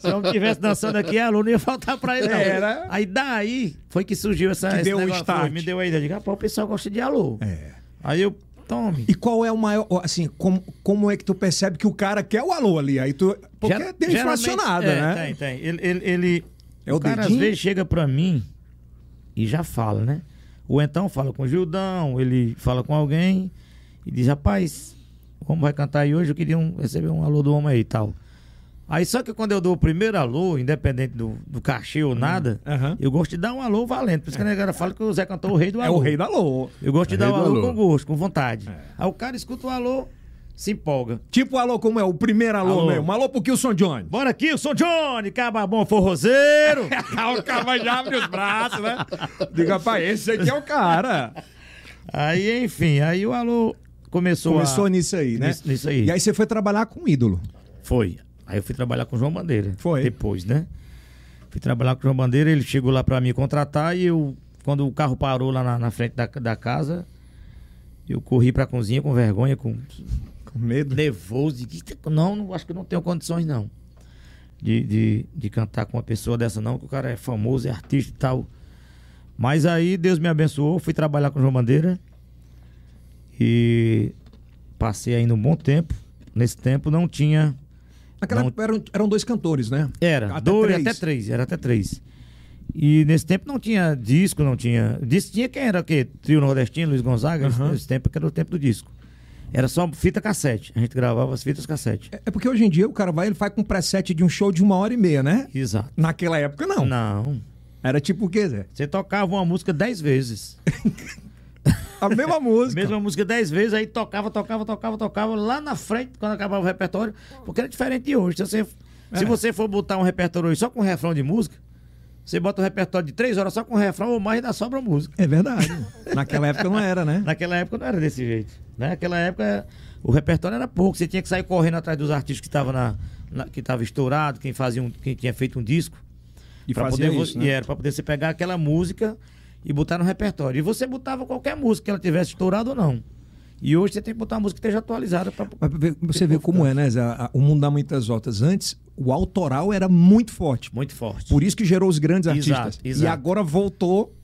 Speaker 3: se eu não estivesse dançando aqui, aluno ia faltar pra ele, não.
Speaker 1: Era.
Speaker 3: Aí daí foi que surgiu essa.
Speaker 1: Que
Speaker 3: esse
Speaker 1: deu o
Speaker 3: negócio. Foi,
Speaker 1: start.
Speaker 3: Me deu a ideia. Digo, rapaz, o pessoal gosta de alô.
Speaker 1: É.
Speaker 3: Aí eu, tome.
Speaker 1: E qual é o maior, ó, assim, como, como é que tu percebe que o cara quer o alô ali? Aí tu, porque
Speaker 3: Ger-
Speaker 1: tem
Speaker 3: geralmente-
Speaker 1: inflacionada,
Speaker 3: é,
Speaker 1: né?
Speaker 3: Tem, tem. Ele, ele, ele-
Speaker 1: É o
Speaker 3: o cara
Speaker 1: dedinho?
Speaker 3: às vezes chega pra mim e já fala, né? Ou então fala com o Gildão, ele fala com alguém e diz, rapaz, como vai cantar aí hoje? Eu queria um- receber um alô do homem aí e tal. Aí só que quando eu dou o primeiro alô, independente do, do cachê ou nada,
Speaker 1: Hum, aham.
Speaker 3: eu gosto de dar um alô valente. Por isso que a galera fala que o Zé cantou o rei do
Speaker 1: É
Speaker 3: alô.
Speaker 1: o rei da alô. É.
Speaker 3: Eu gosto de
Speaker 2: É
Speaker 3: dar
Speaker 2: rei
Speaker 3: um
Speaker 2: do
Speaker 3: alô,
Speaker 2: alô.
Speaker 3: com gosto, com vontade. Aí o cara escuta o alô, se empolga.
Speaker 1: Tipo o alô como é? O primeiro alô,
Speaker 3: Alô.
Speaker 1: mesmo. Alô pro Kilson Johnny.
Speaker 3: Bora aqui, eu sou Johnny, cababom forrozeiro.
Speaker 1: [laughs] o cara já abre os braços, né? Diga, pai, esse aqui é o cara. [laughs]
Speaker 3: aí, enfim, aí o alô começou,
Speaker 1: Começou
Speaker 3: a...
Speaker 1: nisso aí, né?
Speaker 3: Nisso, nisso aí.
Speaker 1: E aí você foi trabalhar com um ídolo.
Speaker 3: Foi. Aí eu fui trabalhar com o João Bandeira.
Speaker 1: Foi.
Speaker 3: Depois, né? Fui trabalhar com o João Bandeira, ele chegou lá pra me contratar e eu, quando o carro parou lá na, na frente da, da casa, eu corri pra cozinha com vergonha, com
Speaker 1: Com medo.
Speaker 3: nervoso. de que- tá, Não, não, acho que não tenho condições, não. De, de, de cantar com uma pessoa dessa, não, que o cara é famoso, é artista e tal. Mas aí Deus me abençoou, fui trabalhar com o João Bandeira. E passei ainda um bom tempo. Nesse tempo não tinha.
Speaker 1: Naquela
Speaker 3: Não.
Speaker 1: época eram, eram dois cantores, né?
Speaker 3: Era,
Speaker 1: Até
Speaker 3: dois,
Speaker 1: três.
Speaker 3: até três, era até três. E nesse tempo não tinha disco, não tinha. Disco tinha quem era o quê? Trio Nordestino, Luiz Gonzaga,
Speaker 1: Aham.
Speaker 3: nesse tempo que era o tempo do disco. Era só fita cassete. A gente gravava as fitas cassete.
Speaker 1: É porque hoje em dia o cara vai, ele faz com um preset de um show de uma hora e meia, né?
Speaker 3: Exato.
Speaker 1: Naquela época, não.
Speaker 3: Não.
Speaker 1: Era tipo o quê, Zé?
Speaker 3: Você tocava uma música dez vezes.
Speaker 1: A
Speaker 3: [laughs]
Speaker 1: mesma
Speaker 3: A
Speaker 1: música.
Speaker 3: mesma música dez vezes, aí tocava, tocava, tocava, tocava lá na frente, quando acabava o repertório, porque era diferente de hoje. Se você, se você for botar um repertório hoje só com refrão de música, você bota um repertório de três horas só com refrão ou mais e dá sobra música.
Speaker 1: É verdade. Naquela época não era, né?
Speaker 3: Naquela época não era desse jeito. né? Naquela época o repertório era pouco, você tinha que sair correndo atrás dos artistas que estavam na, na- que tava estourado, quem, fazia um, quem tinha feito um disco.
Speaker 1: E
Speaker 3: Pra
Speaker 1: fazia
Speaker 3: poder, vo-
Speaker 1: isso,
Speaker 3: E
Speaker 1: né?
Speaker 3: era pra poder você pegar aquela música e botar no repertório. E você botava qualquer música que ela tivesse estourado ou não. E hoje você tem que botar uma música que esteja atualizada pra.
Speaker 1: Mas pra ver- você vê como é, né, Zé? A- a- O mundo dá muitas voltas. Antes, o autoral era muito forte.
Speaker 3: Muito forte.
Speaker 1: Por isso que gerou os grandes
Speaker 3: Exato,
Speaker 1: artistas. E
Speaker 3: exato.
Speaker 1: agora voltou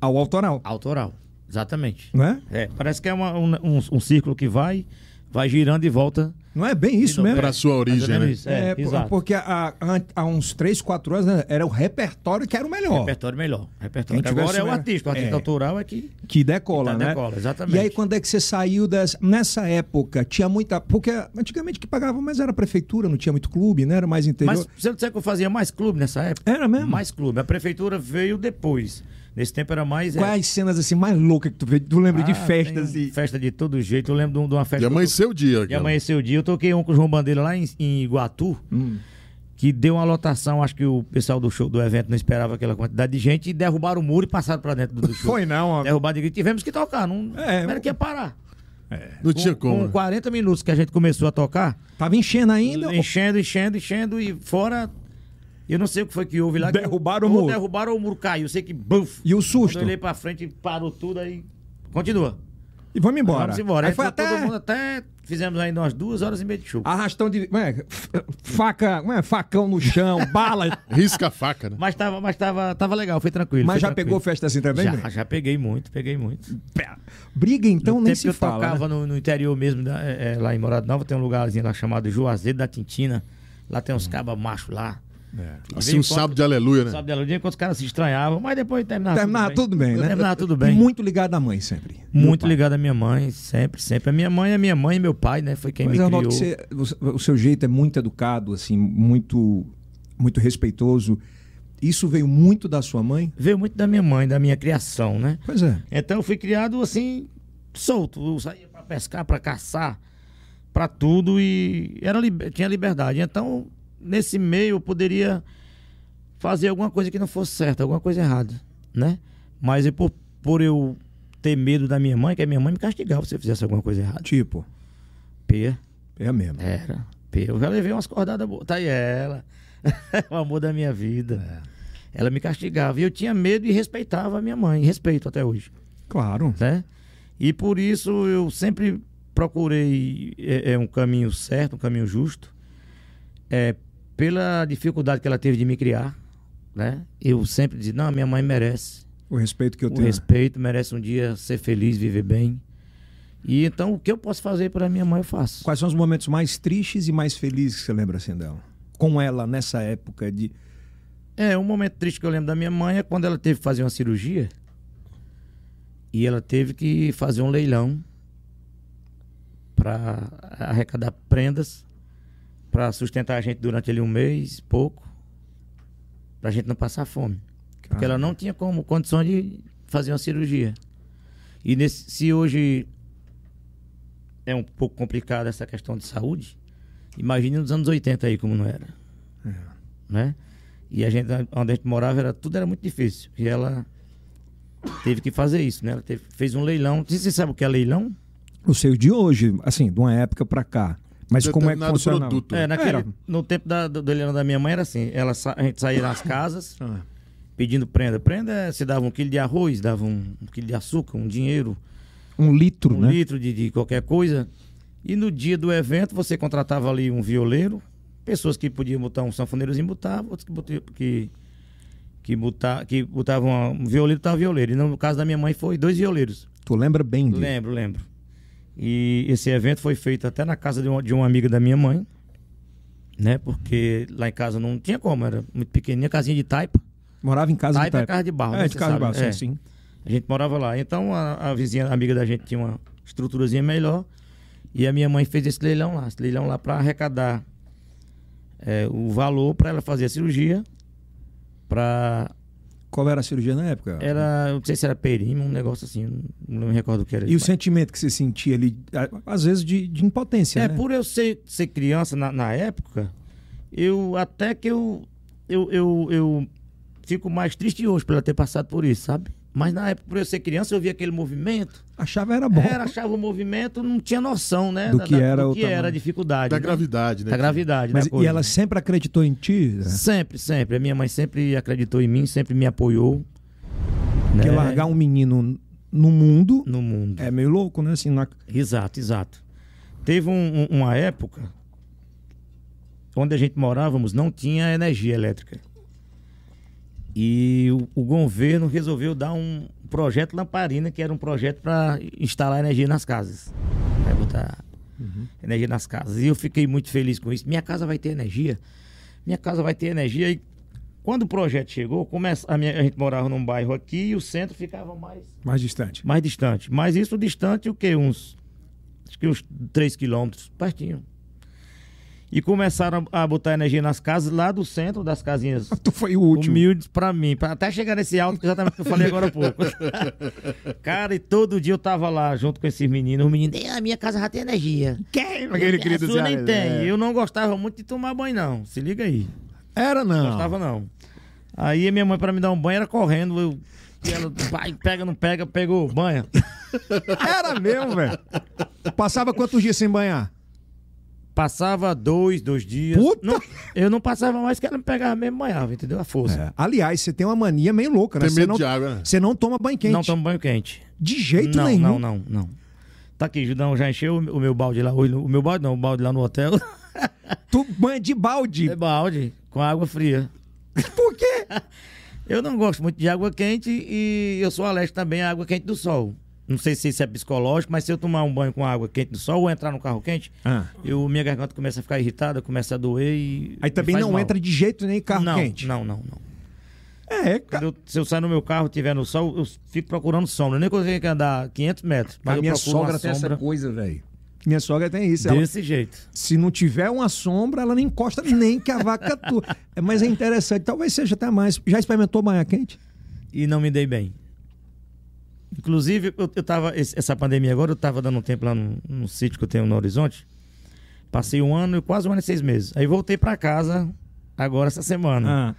Speaker 1: ao autoral,
Speaker 3: Autoral. Exatamente.
Speaker 1: não é?
Speaker 3: É, parece que é uma- um, um, um círculo que vai, vai girando e volta.
Speaker 1: Não é bem isso
Speaker 3: De novo,
Speaker 1: mesmo?
Speaker 2: Pra sua
Speaker 3: Mais ou
Speaker 2: origem,
Speaker 3: menos
Speaker 2: né?
Speaker 3: isso. É,
Speaker 1: por-
Speaker 3: exato.
Speaker 1: porque há, há- há uns 3, 4 anos né, era o repertório que era o melhor,
Speaker 3: Repertório melhor. Repertório.
Speaker 1: Quem
Speaker 3: Agora
Speaker 1: tivesse
Speaker 3: é o
Speaker 1: melhor-
Speaker 3: artista. O artista
Speaker 1: É.
Speaker 3: autoral é que.
Speaker 1: que decola,
Speaker 3: Que tá-
Speaker 1: né?
Speaker 3: decola, exatamente.
Speaker 1: E aí quando é que você saiu das nessa época tinha muita, porque antigamente que pagava, mas era prefeitura, não tinha muito clube, né? Era mais interior.
Speaker 3: Mas você não disser que eu fazia mais clube nessa época?
Speaker 1: Era É mesmo?
Speaker 3: Mais clube. A prefeitura veio depois. Nesse tempo era mais. é,
Speaker 1: Quais cenas assim mais loucas que tu vê? Tu lembra de
Speaker 3: Ah,
Speaker 1: festas
Speaker 3: tem
Speaker 1: e
Speaker 3: Festa de todo jeito. Eu lembro de um- de uma festa.
Speaker 2: E
Speaker 3: que eu-
Speaker 2: amanheceu o dia.
Speaker 3: E
Speaker 2: aquela.
Speaker 3: amanheceu o dia. Eu toquei um com o João Bandeira lá em, em Iguatu. que deu uma lotação, acho que o pessoal do show do evento não esperava aquela quantidade de gente e derrubaram o muro e passaram pra dentro
Speaker 1: [laughs]
Speaker 3: do show.
Speaker 1: Foi não, ó.
Speaker 3: Derrubaram de grito. Tivemos que tocar, não
Speaker 1: É,
Speaker 3: era
Speaker 1: eu-
Speaker 3: que ia parar.
Speaker 2: Não tinha
Speaker 3: Com, com
Speaker 2: como.
Speaker 3: 40 minutos que a gente começou a tocar,
Speaker 1: Tava enchendo ainda.
Speaker 3: enchendo, enchendo, enchendo e fora. Eu não sei o que foi que houve lá. que
Speaker 1: Derrubaram o
Speaker 3: ou
Speaker 1: muro.
Speaker 3: Derrubaram ou o muro caiu. Eu sei que buf.
Speaker 1: E o susto.
Speaker 3: Quando eu olhei pra frente, parou tudo aí. Continua.
Speaker 1: E vamos embora.
Speaker 3: Vamos embora.
Speaker 1: Aí foi
Speaker 3: Entrou
Speaker 1: até
Speaker 3: Todo mundo até. Fizemos ainda umas duas horas e meia de show.
Speaker 1: arrastão de. como é? F- faca, como é? facão no
Speaker 3: [laughs]
Speaker 1: chão, bala.
Speaker 2: Risca a faca, né?
Speaker 3: Mas tava, mas tava, tava legal, foi tranquilo.
Speaker 1: Mas
Speaker 3: foi
Speaker 1: já
Speaker 3: tranquilo.
Speaker 1: pegou festa assim também?
Speaker 3: Já,
Speaker 1: Breno?
Speaker 3: já peguei muito, peguei muito.
Speaker 1: Pera. Briga então
Speaker 3: No
Speaker 1: nem
Speaker 3: tempo que
Speaker 1: se
Speaker 3: eu
Speaker 1: fala. né?
Speaker 3: tocava no, no interior mesmo, da- é, é, lá em Morada Nova, tem um lugarzinho lá chamado Juazeiro da Tintina. Lá tem uns
Speaker 1: Hum.
Speaker 3: cabas machos lá.
Speaker 2: Assim,
Speaker 3: Veio
Speaker 2: um
Speaker 3: com-
Speaker 2: sábado de aleluia, né?
Speaker 3: Sabe dela, o dia que os caras se estranhavam, mas depois terminava,
Speaker 1: É. Terminava tudo bem, né?
Speaker 3: Terminava tudo bem.
Speaker 1: E muito ligado à mãe sempre.
Speaker 3: Muito ligado à minha mãe, sempre, sempre. A minha mãe é minha mãe e meu pai, né? Foi quem
Speaker 1: Mas
Speaker 3: me
Speaker 1: eu noto
Speaker 3: criou.
Speaker 1: que você- o o seu jeito é muito educado, assim, muito, muito respeitoso. Isso veio muito da sua mãe?
Speaker 3: Veio muito da minha mãe, da minha criação, né?
Speaker 1: Pois é.
Speaker 3: Então eu fui criado assim, solto. Eu saía pra pescar, pra caçar, pra tudo e era, liber- tinha liberdade. Então, nesse meio, eu poderia fazer alguma coisa que não fosse certa, alguma coisa errada, né? Mas e por, por eu ter medo da minha mãe, que a minha mãe me castigava se eu fizesse alguma coisa errada.
Speaker 1: Tipo,
Speaker 3: P,
Speaker 1: é mesmo.
Speaker 3: era. P, eu já levei umas cordadas boas. Tá aí ela, [laughs] o amor da minha vida. Ela me castigava e eu tinha medo e respeitava a minha mãe, respeito até hoje
Speaker 1: Claro.
Speaker 3: né? E por isso eu sempre procurei é, é, um caminho certo, um caminho justo, é, pela dificuldade que ela teve de me criar, né? Eu sempre disse, não, minha mãe merece
Speaker 1: O respeito que eu
Speaker 3: o
Speaker 1: tenho.
Speaker 3: respeito, merece um dia ser feliz, viver bem. E então o que eu posso fazer para minha mãe eu faço.
Speaker 1: Quais são os momentos mais tristes e mais felizes que você lembra assim dela? Com ela nessa época de.
Speaker 3: É, um momento triste que eu lembro da minha mãe é quando ela teve que fazer uma cirurgia e ela teve que fazer um leilão para arrecadar prendas para sustentar a gente durante ali um mês, pouco, pra gente não passar fome. Porque ela não tinha como condição de fazer uma cirurgia. E nesse- se hoje é um pouco complicada essa questão de saúde, imagine nos anos 80 aí como não era. Né? E a gente, onde a gente morava, era, tudo era muito difícil. E ela teve que fazer isso, né? Ela teve- fez um leilão. Você você sabe o que é leilão?
Speaker 1: O seu de hoje, assim, de uma época pra cá. Mas como é que
Speaker 2: Determinado
Speaker 1: funciona?
Speaker 2: produto.
Speaker 3: É, naquele,
Speaker 1: Era.
Speaker 3: No tempo da, do, do leilão da minha mãe era assim. Ela, sa- a gente saía nas casas,
Speaker 1: Ah.
Speaker 3: pedindo prenda. Prenda, eh, se dava um quilo de arroz, dava um, um quilo de açúcar, um dinheiro,
Speaker 1: Um litro,
Speaker 3: um
Speaker 1: né?
Speaker 3: litro de, de qualquer coisa. E no dia do evento, você contratava ali um violeiro, pessoas que podiam botar um sanfoneirozinho, botavam, outros que, botiam- que, que, botar, que botavam uma- um violeiro, tava violeiro. E no caso da minha mãe, foi dois violeiros.
Speaker 1: Tu lembra bem disso?
Speaker 3: Lembro, lembro. E esse evento foi feito até na casa de uma, de uma amiga da minha mãe, né? Porque lá em casa não tinha como, era muito pequenininha, casinha de taipa.
Speaker 1: Morava em casa
Speaker 3: Taipa é
Speaker 1: de
Speaker 3: casa de barro,
Speaker 1: É,
Speaker 3: né,
Speaker 1: de
Speaker 3: você
Speaker 1: casa de
Speaker 3: sabe,
Speaker 1: barro,
Speaker 3: né?
Speaker 1: sim, sim.
Speaker 3: A gente morava lá. Então a, a vizinha, a amiga da gente tinha uma estruturazinha melhor. E a minha mãe fez esse leilão lá, esse leilão lá para arrecadar é, o valor para ela fazer a cirurgia. Pra,
Speaker 1: Qual era a cirurgia na
Speaker 3: É,
Speaker 1: época?
Speaker 3: era, eu não sei se era períneo, um negócio assim, não me recordo o que era.
Speaker 1: E o
Speaker 3: Mas-
Speaker 1: sentimento que você sentia ali, a- às vezes de, de impotência,
Speaker 3: É,
Speaker 1: né?
Speaker 3: por eu ser, ser criança na, na época, eu até que eu, eu, eu, eu fico mais triste hoje por ela ter passado por isso, sabe? Mas na época, por eu ser criança, eu via aquele movimento.
Speaker 1: Achava era bom.
Speaker 3: Era, achava o movimento, não tinha noção, né?
Speaker 1: Do que era
Speaker 3: do
Speaker 1: o
Speaker 3: que
Speaker 1: tamanho.
Speaker 3: era a dificuldade.
Speaker 2: Da
Speaker 3: né?
Speaker 2: gravidade, né?
Speaker 3: Da gravidade,
Speaker 1: Mas,
Speaker 3: da
Speaker 1: e
Speaker 3: coisa.
Speaker 1: ela sempre acreditou em ti? né?
Speaker 3: Sempre, sempre. A minha mãe sempre acreditou em mim, sempre me apoiou.
Speaker 1: Porque
Speaker 3: né,
Speaker 1: largar um menino no mundo
Speaker 3: no mundo.
Speaker 1: é meio louco, né? Assim, na-
Speaker 3: Exato, exato. Teve um- um- uma época onde a gente morávamos não tinha energia elétrica. E o, o governo resolveu dar um projeto Lamparina, que era um projeto para instalar energia nas casas. Vai botar energia nas casas. E eu fiquei muito feliz com isso. Minha casa vai ter energia. Minha casa vai ter energia. E quando o projeto chegou, começa, a, minha- a gente morava num bairro aqui e o centro ficava mais
Speaker 1: mais distante.
Speaker 3: mais distante. Mas isso distante o quê? Uns. Acho que uns 3 quilômetros, pertinho. E começaram a a botar energia nas casas lá do centro das casinhas
Speaker 1: Tu foi o último.
Speaker 3: humildes pra mim, pra até chegar nesse alto que exatamente que eu falei agora há pouco. Cara, e todo dia eu tava lá junto com esses meninos, o menino, "Eh, a minha casa já tem energia.
Speaker 1: Quem?
Speaker 3: assim, "Ah,
Speaker 2: é.
Speaker 3: é, a sua nem tem. Eu não gostava muito de tomar banho não, se liga aí.
Speaker 1: Era não.
Speaker 3: Gostava não. Aí minha mãe, pra me dar um banho, era correndo. Eu, e ela, vai, pega, não pega, pegou, banha.
Speaker 1: Era mesmo, velho. Passava quantos dias sem banhar?
Speaker 3: Passava dois, dois dias.
Speaker 1: Puta!
Speaker 3: Não, eu não passava mais, que ela me pegava mesmo, banhava, entendeu? A força.
Speaker 1: É. Aliás, você tem uma mania meio louca, né?
Speaker 2: Tem
Speaker 1: Você
Speaker 2: medo
Speaker 1: não,
Speaker 2: de água, né?
Speaker 1: você não toma banho quente.
Speaker 3: Não tomo banho quente.
Speaker 1: De jeito
Speaker 3: não,
Speaker 1: nenhum.
Speaker 3: não, não, não. Tá aqui, Judão já encheu o meu- o meu balde lá. O o meu balde não, o balde lá
Speaker 1: [laughs]
Speaker 3: no hotel.
Speaker 1: Tu banha de balde.
Speaker 3: É balde com água fria.
Speaker 1: Por quê?
Speaker 3: Eu não gosto muito de água quente e eu sou alérgico também à água quente do sol. Não sei se isso é psicológico, mas se eu tomar um banho com água quente do sol ou entrar no carro quente,
Speaker 1: Ah.
Speaker 3: eu, minha garganta começa a ficar irritada, começa a doer e.
Speaker 1: Aí também
Speaker 3: me faz
Speaker 1: não
Speaker 3: mal.
Speaker 1: entra de jeito nenhum em carro
Speaker 3: não,
Speaker 1: quente.
Speaker 3: Não, não, não.
Speaker 1: É,
Speaker 3: Quando
Speaker 1: cara.
Speaker 3: eu- se eu sair no meu carro e tiver no sol, eu fico procurando sombra. Eu nem consigo andar 500 metros, mas
Speaker 5: a
Speaker 3: eu
Speaker 5: minha
Speaker 3: procuro uma
Speaker 5: sogra tem essa
Speaker 3: sombra
Speaker 5: coisa, velho.
Speaker 1: Minha sogra tem isso. Ela,
Speaker 3: desse jeito.
Speaker 1: se não tiver uma sombra, ela não encosta nem que a vaca tua. É, Mas é interessante. Talvez seja até mais. Já experimentou banhar quente?
Speaker 3: E não me dei bem. Inclusive, eu, eu tava, esse- essa pandemia agora, eu tava dando um tempo lá num, num sítio que eu tenho no Horizonte. Passei um ano, quase um ano e seis meses. Aí voltei pra casa agora essa
Speaker 5: Ah.
Speaker 3: semana.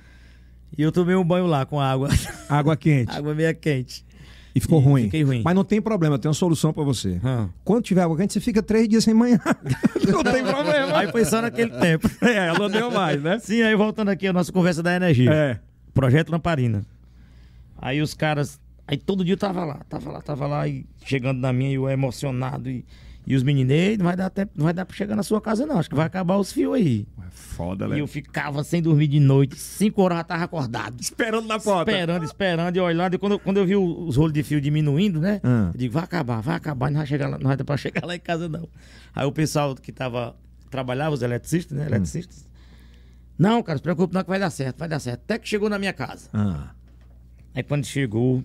Speaker 3: E eu tomei um banho lá com água,
Speaker 1: Ah,
Speaker 3: [laughs]
Speaker 1: água quente.
Speaker 3: água meia quente.
Speaker 1: E ficou
Speaker 3: E
Speaker 1: ruim.
Speaker 3: fiquei ruim.
Speaker 1: Mas não tem problema, eu tenho uma solução pra você.
Speaker 3: Ah.
Speaker 1: Quando tiver água quente, você fica três dias sem manhã. [laughs] não tem problema.
Speaker 3: Aí foi só naquele tempo. [laughs]
Speaker 1: É, ela deu mais, né?
Speaker 3: Sim, aí voltando aqui a nossa conversa da energia.
Speaker 1: É.
Speaker 3: Projeto Lamparina. Aí os caras. Aí todo dia eu tava lá, tava lá, tava lá, e chegando na minha, eu emocionado. E, e os meninos, "Ei, não vai dar tempo, não vai dar pra chegar na sua casa, não. Acho que vai acabar os fios aí.
Speaker 5: Foda,
Speaker 3: E eu ficava sem dormir de noite, cinco horas eu já tava acordado.
Speaker 5: Esperando na porta.
Speaker 3: Esperando, esperando e olhando. E quando, eu- quando eu vi o- os rolos de fio diminuindo, né?
Speaker 1: Ah.
Speaker 3: Eu digo, vai acabar, vai acabar, não vai, chegar lá, não vai dar pra chegar lá em casa, não. Aí o pessoal que tava, trabalhava, os eletricistas, né? Eletricistas. Não, cara, se preocupe não que vai dar certo, vai dar certo. Até que chegou na minha casa.
Speaker 1: Ah.
Speaker 3: Aí quando chegou,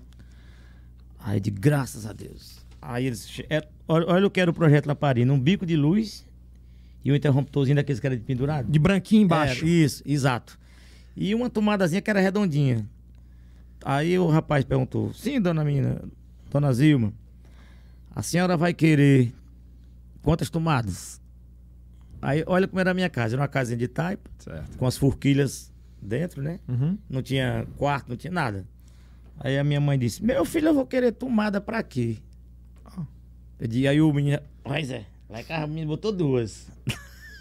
Speaker 3: aí de graças a Deus. Aí eles. che- é- olha, olha o que era o projeto Laparina: um bico de luz e um interruptorzinho daqueles que era de pendurado.
Speaker 1: De um branquinho embaixo.
Speaker 3: Era, isso, exato. E uma tomadazinha que era redondinha. Aí o rapaz perguntou: Sim, dona Mina, dona Zilma, a senhora vai querer quantas tomadas? Aí olha como era a minha casa: era uma casinha de taipa,
Speaker 5: Certo.
Speaker 3: com as forquilhas dentro, né?
Speaker 1: Uhum.
Speaker 3: Não tinha quarto, não tinha nada. Aí a minha mãe disse: Meu filho, eu vou querer tomada pra quê? Ah. Eu disse, aí o menino, pois é, lá em casa o menino botou duas.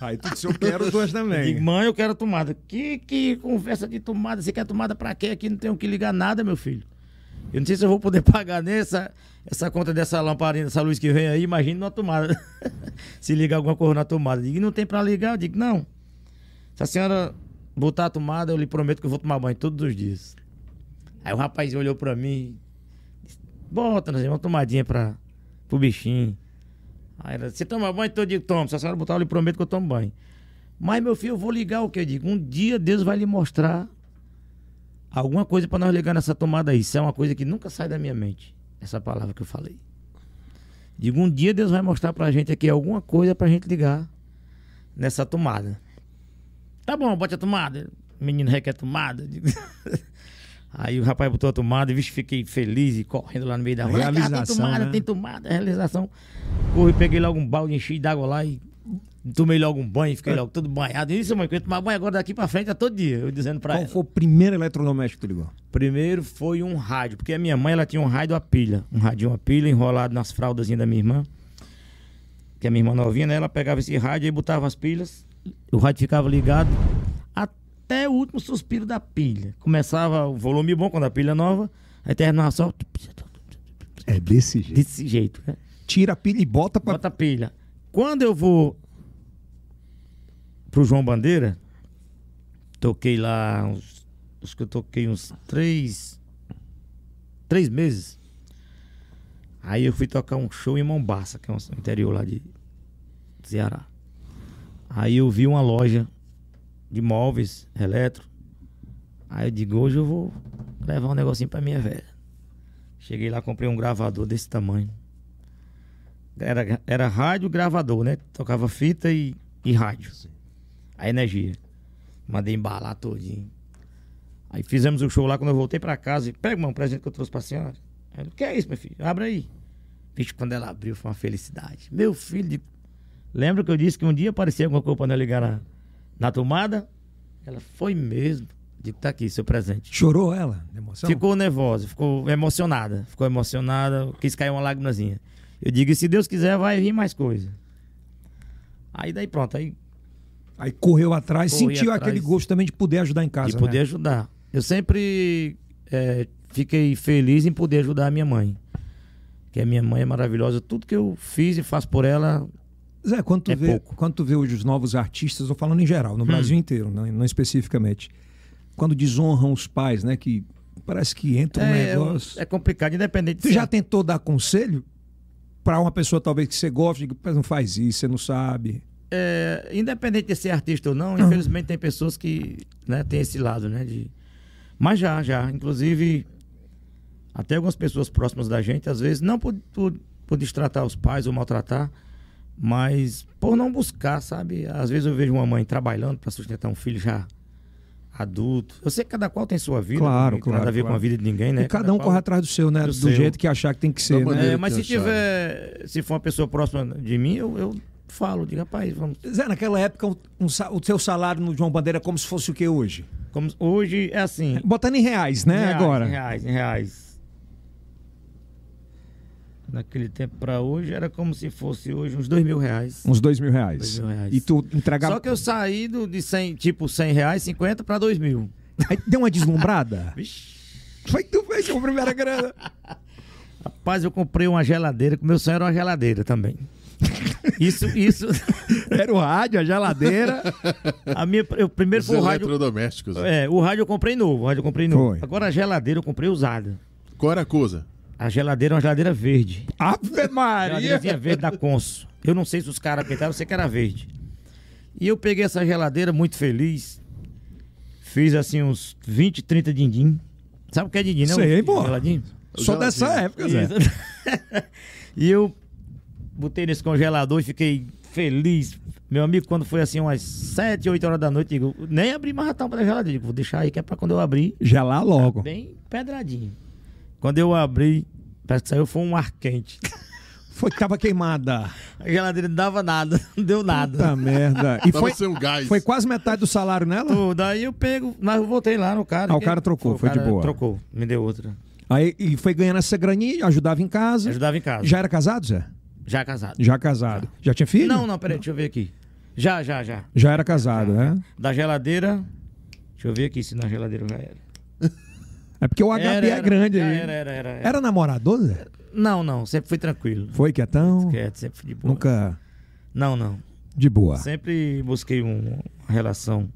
Speaker 5: Aí tu disse, eu quero duas
Speaker 3: [laughs] Eu digo,
Speaker 5: também.
Speaker 3: mãe, eu quero tomada. Que, que conversa de tomada? Você quer tomada pra quê? Aqui não tenho que ligar nada, meu filho. Eu não sei se eu vou poder [laughs] pagar nessa essa conta dessa lamparina, dessa luz que vem aí. Imagina numa tomada. [laughs] se ligar alguma coisa na tomada. Eu digo, não tem pra ligar? Eu digo, não. Se a senhora botar a tomada, eu lhe prometo que eu vou tomar banho todos os dias. Aí o rapaz olhou pra mim. disse, Bota, nós uma tomadinha pra, pro bichinho. Aí ela, você toma banho todo dia? Tomo. Se a senhora botar, eu lhe prometo que eu tomo banho. Mas, meu filho, eu vou ligar o que eu digo. Um dia Deus vai lhe mostrar alguma coisa pra nós ligar nessa tomada aí. Isso é uma coisa que nunca sai da minha mente. Essa palavra que eu falei. Digo, um dia Deus vai mostrar pra gente aqui alguma coisa pra gente ligar nessa tomada. Tá bom, bote a tomada. O menino requer tomada. Digo, [laughs] Aí o rapaz botou a tomada e, vixe, fiquei feliz e correndo lá no meio da rua. "Cara,
Speaker 1: Realização,
Speaker 3: tem tomada,
Speaker 1: né?
Speaker 3: tem tomada, realização. Corri, peguei logo um balde, enchi d'água lá e tomei logo um banho, fiquei logo todo banhado. Isso, mãe, que eu ia tomar banho agora daqui pra frente a todo dia. Eu dizendo pra
Speaker 1: Qual
Speaker 3: ela.
Speaker 1: foi o primeiro eletrodoméstico que tu ligou?
Speaker 3: Primeiro foi um rádio, porque a minha mãe ela tinha um rádio a pilha, um radinho a pilha enrolado nas fraldas da minha irmã. Que a minha irmã novinha, né, ela pegava esse rádio e botava as pilhas. O rádio ficava ligado até o último suspiro da pilha. Começava o volume bom quando a pilha é nova, aí terminava só
Speaker 1: É desse jeito.
Speaker 3: desse jeito, né?
Speaker 1: Tira a pilha e bota pra.
Speaker 3: Bota a pilha. Quando eu vou pro João Bandeira, toquei lá uns. Acho que eu toquei uns três. Três meses. Aí eu fui tocar um show em Mombaça, que é um interior lá de Ceará. Aí eu vi uma loja de móveis, eletro. Aí eu digo, hoje eu vou levar um negocinho pra minha velha. Cheguei lá, comprei um gravador desse tamanho. Era, era rádio gravador, né? Tocava fita e, e rádio. A energia. Mandei embalar todinho. Aí fizemos o show lá quando eu voltei pra casa. e, Pega, mano, um presente que eu trouxe pra senhora. Ela, o que é isso, meu filho? Abre aí. Vixe, quando ela abriu, foi uma felicidade. Meu filho, de- lembra que eu disse que um dia aparecia alguma coisa pra não ligar na, na tomada? Ela foi mesmo. Digo, tá aqui, seu presente.
Speaker 1: Chorou ela? de Emoção?
Speaker 3: Ficou nervosa, ficou emocionada. Ficou emocionada, quis cair uma lágrimazinha. Eu digo, e se Deus quiser, vai vir mais coisa. Aí daí pronto, aí
Speaker 1: Aí correu atrás,
Speaker 3: Corri
Speaker 1: sentiu
Speaker 3: atrás.
Speaker 1: aquele gosto também de poder ajudar em casa.
Speaker 3: de poder
Speaker 1: né?
Speaker 3: ajudar. Eu sempre é, fiquei feliz em poder ajudar a minha mãe. Que a minha mãe é maravilhosa. Tudo que eu fiz e faço por ela,
Speaker 1: Zé, quando tu,
Speaker 3: É
Speaker 1: vê,
Speaker 3: pouco. Hum.
Speaker 1: quando tu vê os novos artistas, eu falando em geral, no Brasil inteiro, não, não especificamente, quando desonram os pais, né? Que parece que entra um
Speaker 3: é,
Speaker 1: negócio.
Speaker 3: é complicado, independente
Speaker 1: Tu já tentou dar conselho para uma pessoa talvez que você goste, que não faz isso, você não sabe.
Speaker 3: É, independente de ser artista ou não, infelizmente tem pessoas que né, tem esse lado, né? De... Mas já, já. Inclusive, até algumas pessoas próximas da gente, às vezes, não por, por, por destratar os pais ou maltratar, mas por não buscar, sabe? Às vezes eu vejo uma mãe trabalhando para sustentar um filho já adulto. Eu sei que cada qual tem sua vida,
Speaker 1: Claro,
Speaker 3: não tem
Speaker 1: claro,
Speaker 3: nada a ver
Speaker 1: claro.
Speaker 3: com a vida de ninguém, né?
Speaker 1: e cada um
Speaker 3: qual-
Speaker 1: corre atrás do seu, né?
Speaker 2: do
Speaker 1: Do,
Speaker 2: seu.
Speaker 1: jeito que achar que tem que ser, né?
Speaker 2: maneira-
Speaker 3: É, mas se
Speaker 2: que eu
Speaker 3: tiver, se for uma pessoa próxima de mim, eu, eu falo, digo, rapaz, vamos
Speaker 1: Zé, naquela época, um- um sa- o seu salário no João Bandeira é como se fosse o que hoje?
Speaker 3: Como hoje é assim.
Speaker 1: Botando em reais, né?
Speaker 3: em reais,
Speaker 1: agora.
Speaker 3: Em reais, em reais. Naquele tempo pra hoje era como se fosse hoje uns dois mil reais.
Speaker 1: Uns dois mil reais.
Speaker 3: Dois mil reais.
Speaker 1: E tu entregava.
Speaker 3: Só que eu saí do, de 100, tipo 100 reais, 50 pra dois mil.
Speaker 1: Aí deu uma
Speaker 3: [laughs]
Speaker 1: deslumbrada?
Speaker 3: Vixe.
Speaker 1: Foi que tu fez a primeira grana.
Speaker 3: Rapaz, eu comprei uma geladeira, que meu sonho era uma
Speaker 1: [laughs]
Speaker 3: geladeira também. Isso, isso.
Speaker 1: Era o rádio, a
Speaker 3: [laughs]
Speaker 1: geladeira.
Speaker 3: A minha, eu primeiro
Speaker 2: Os
Speaker 3: foi o rádio.
Speaker 2: eletrodomésticos.
Speaker 3: É, o rádio eu comprei novo, o rádio eu comprei novo.
Speaker 1: Foi.
Speaker 3: Agora a geladeira eu comprei usada.
Speaker 2: Qual era a coisa?
Speaker 3: A geladeira é uma geladeira verde.
Speaker 1: Ave Maria.
Speaker 3: Geladeirazinha verde da Consul. Eu não sei se os caras pintaram, eu sei que era verde. E eu peguei essa geladeira muito feliz. Fiz assim uns 20, 30 dindim. Sabe o que é dindim, né?
Speaker 1: Sei, pô.
Speaker 3: Geladinho?
Speaker 1: Só dessa
Speaker 2: Geladeira.
Speaker 1: época, Zé.
Speaker 3: Isso. [laughs] e eu botei nesse congelador e fiquei feliz. Meu amigo, quando foi assim umas 7, 8 horas da noite, eu digo, nem abri mais a tampa da geladeira. Digo, vou deixar aí que é pra quando eu abrir,
Speaker 1: Gelar logo.
Speaker 3: bem pedradinho. Quando eu abri, parece que saiu foi um ar quente.
Speaker 1: Foi que tava
Speaker 3: [laughs]
Speaker 1: queimada.
Speaker 3: A geladeira não dava nada, [laughs] não deu nada.
Speaker 1: Puta merda. E
Speaker 2: Tava
Speaker 1: foi,
Speaker 2: sem um gás.
Speaker 1: foi quase metade do salário nela?
Speaker 3: Pô, Daí eu pego, mas eu voltei lá no cara.
Speaker 1: Ah, o
Speaker 3: que-
Speaker 1: cara trocou,
Speaker 3: o
Speaker 1: foi de
Speaker 3: cara
Speaker 1: boa.
Speaker 3: Trocou, me deu outra.
Speaker 1: Aí e foi ganhando essa graninha, ajudava em casa.
Speaker 3: Ajudava em casa. Já,
Speaker 1: Já era casado, Zé?
Speaker 3: casado.
Speaker 1: Já casado. Já tinha filho?
Speaker 3: Não, não, peraí, deixa eu ver aqui. Já, já, já.
Speaker 1: Já era casado, né?
Speaker 3: Da geladeira. Deixa eu ver aqui se na geladeira já era.
Speaker 1: É porque o HB
Speaker 3: Era,
Speaker 1: é
Speaker 3: era,
Speaker 1: grande
Speaker 3: já
Speaker 1: aí.
Speaker 3: Era, era, era, era.
Speaker 1: Era namorador, Zé?
Speaker 3: Não, não, sempre fui tranquilo.
Speaker 1: Foi quietão?
Speaker 3: Quieto, sempre fui de boa.
Speaker 1: Nunca.
Speaker 3: Não, não.
Speaker 1: De boa.
Speaker 3: Sempre busquei um- uma relação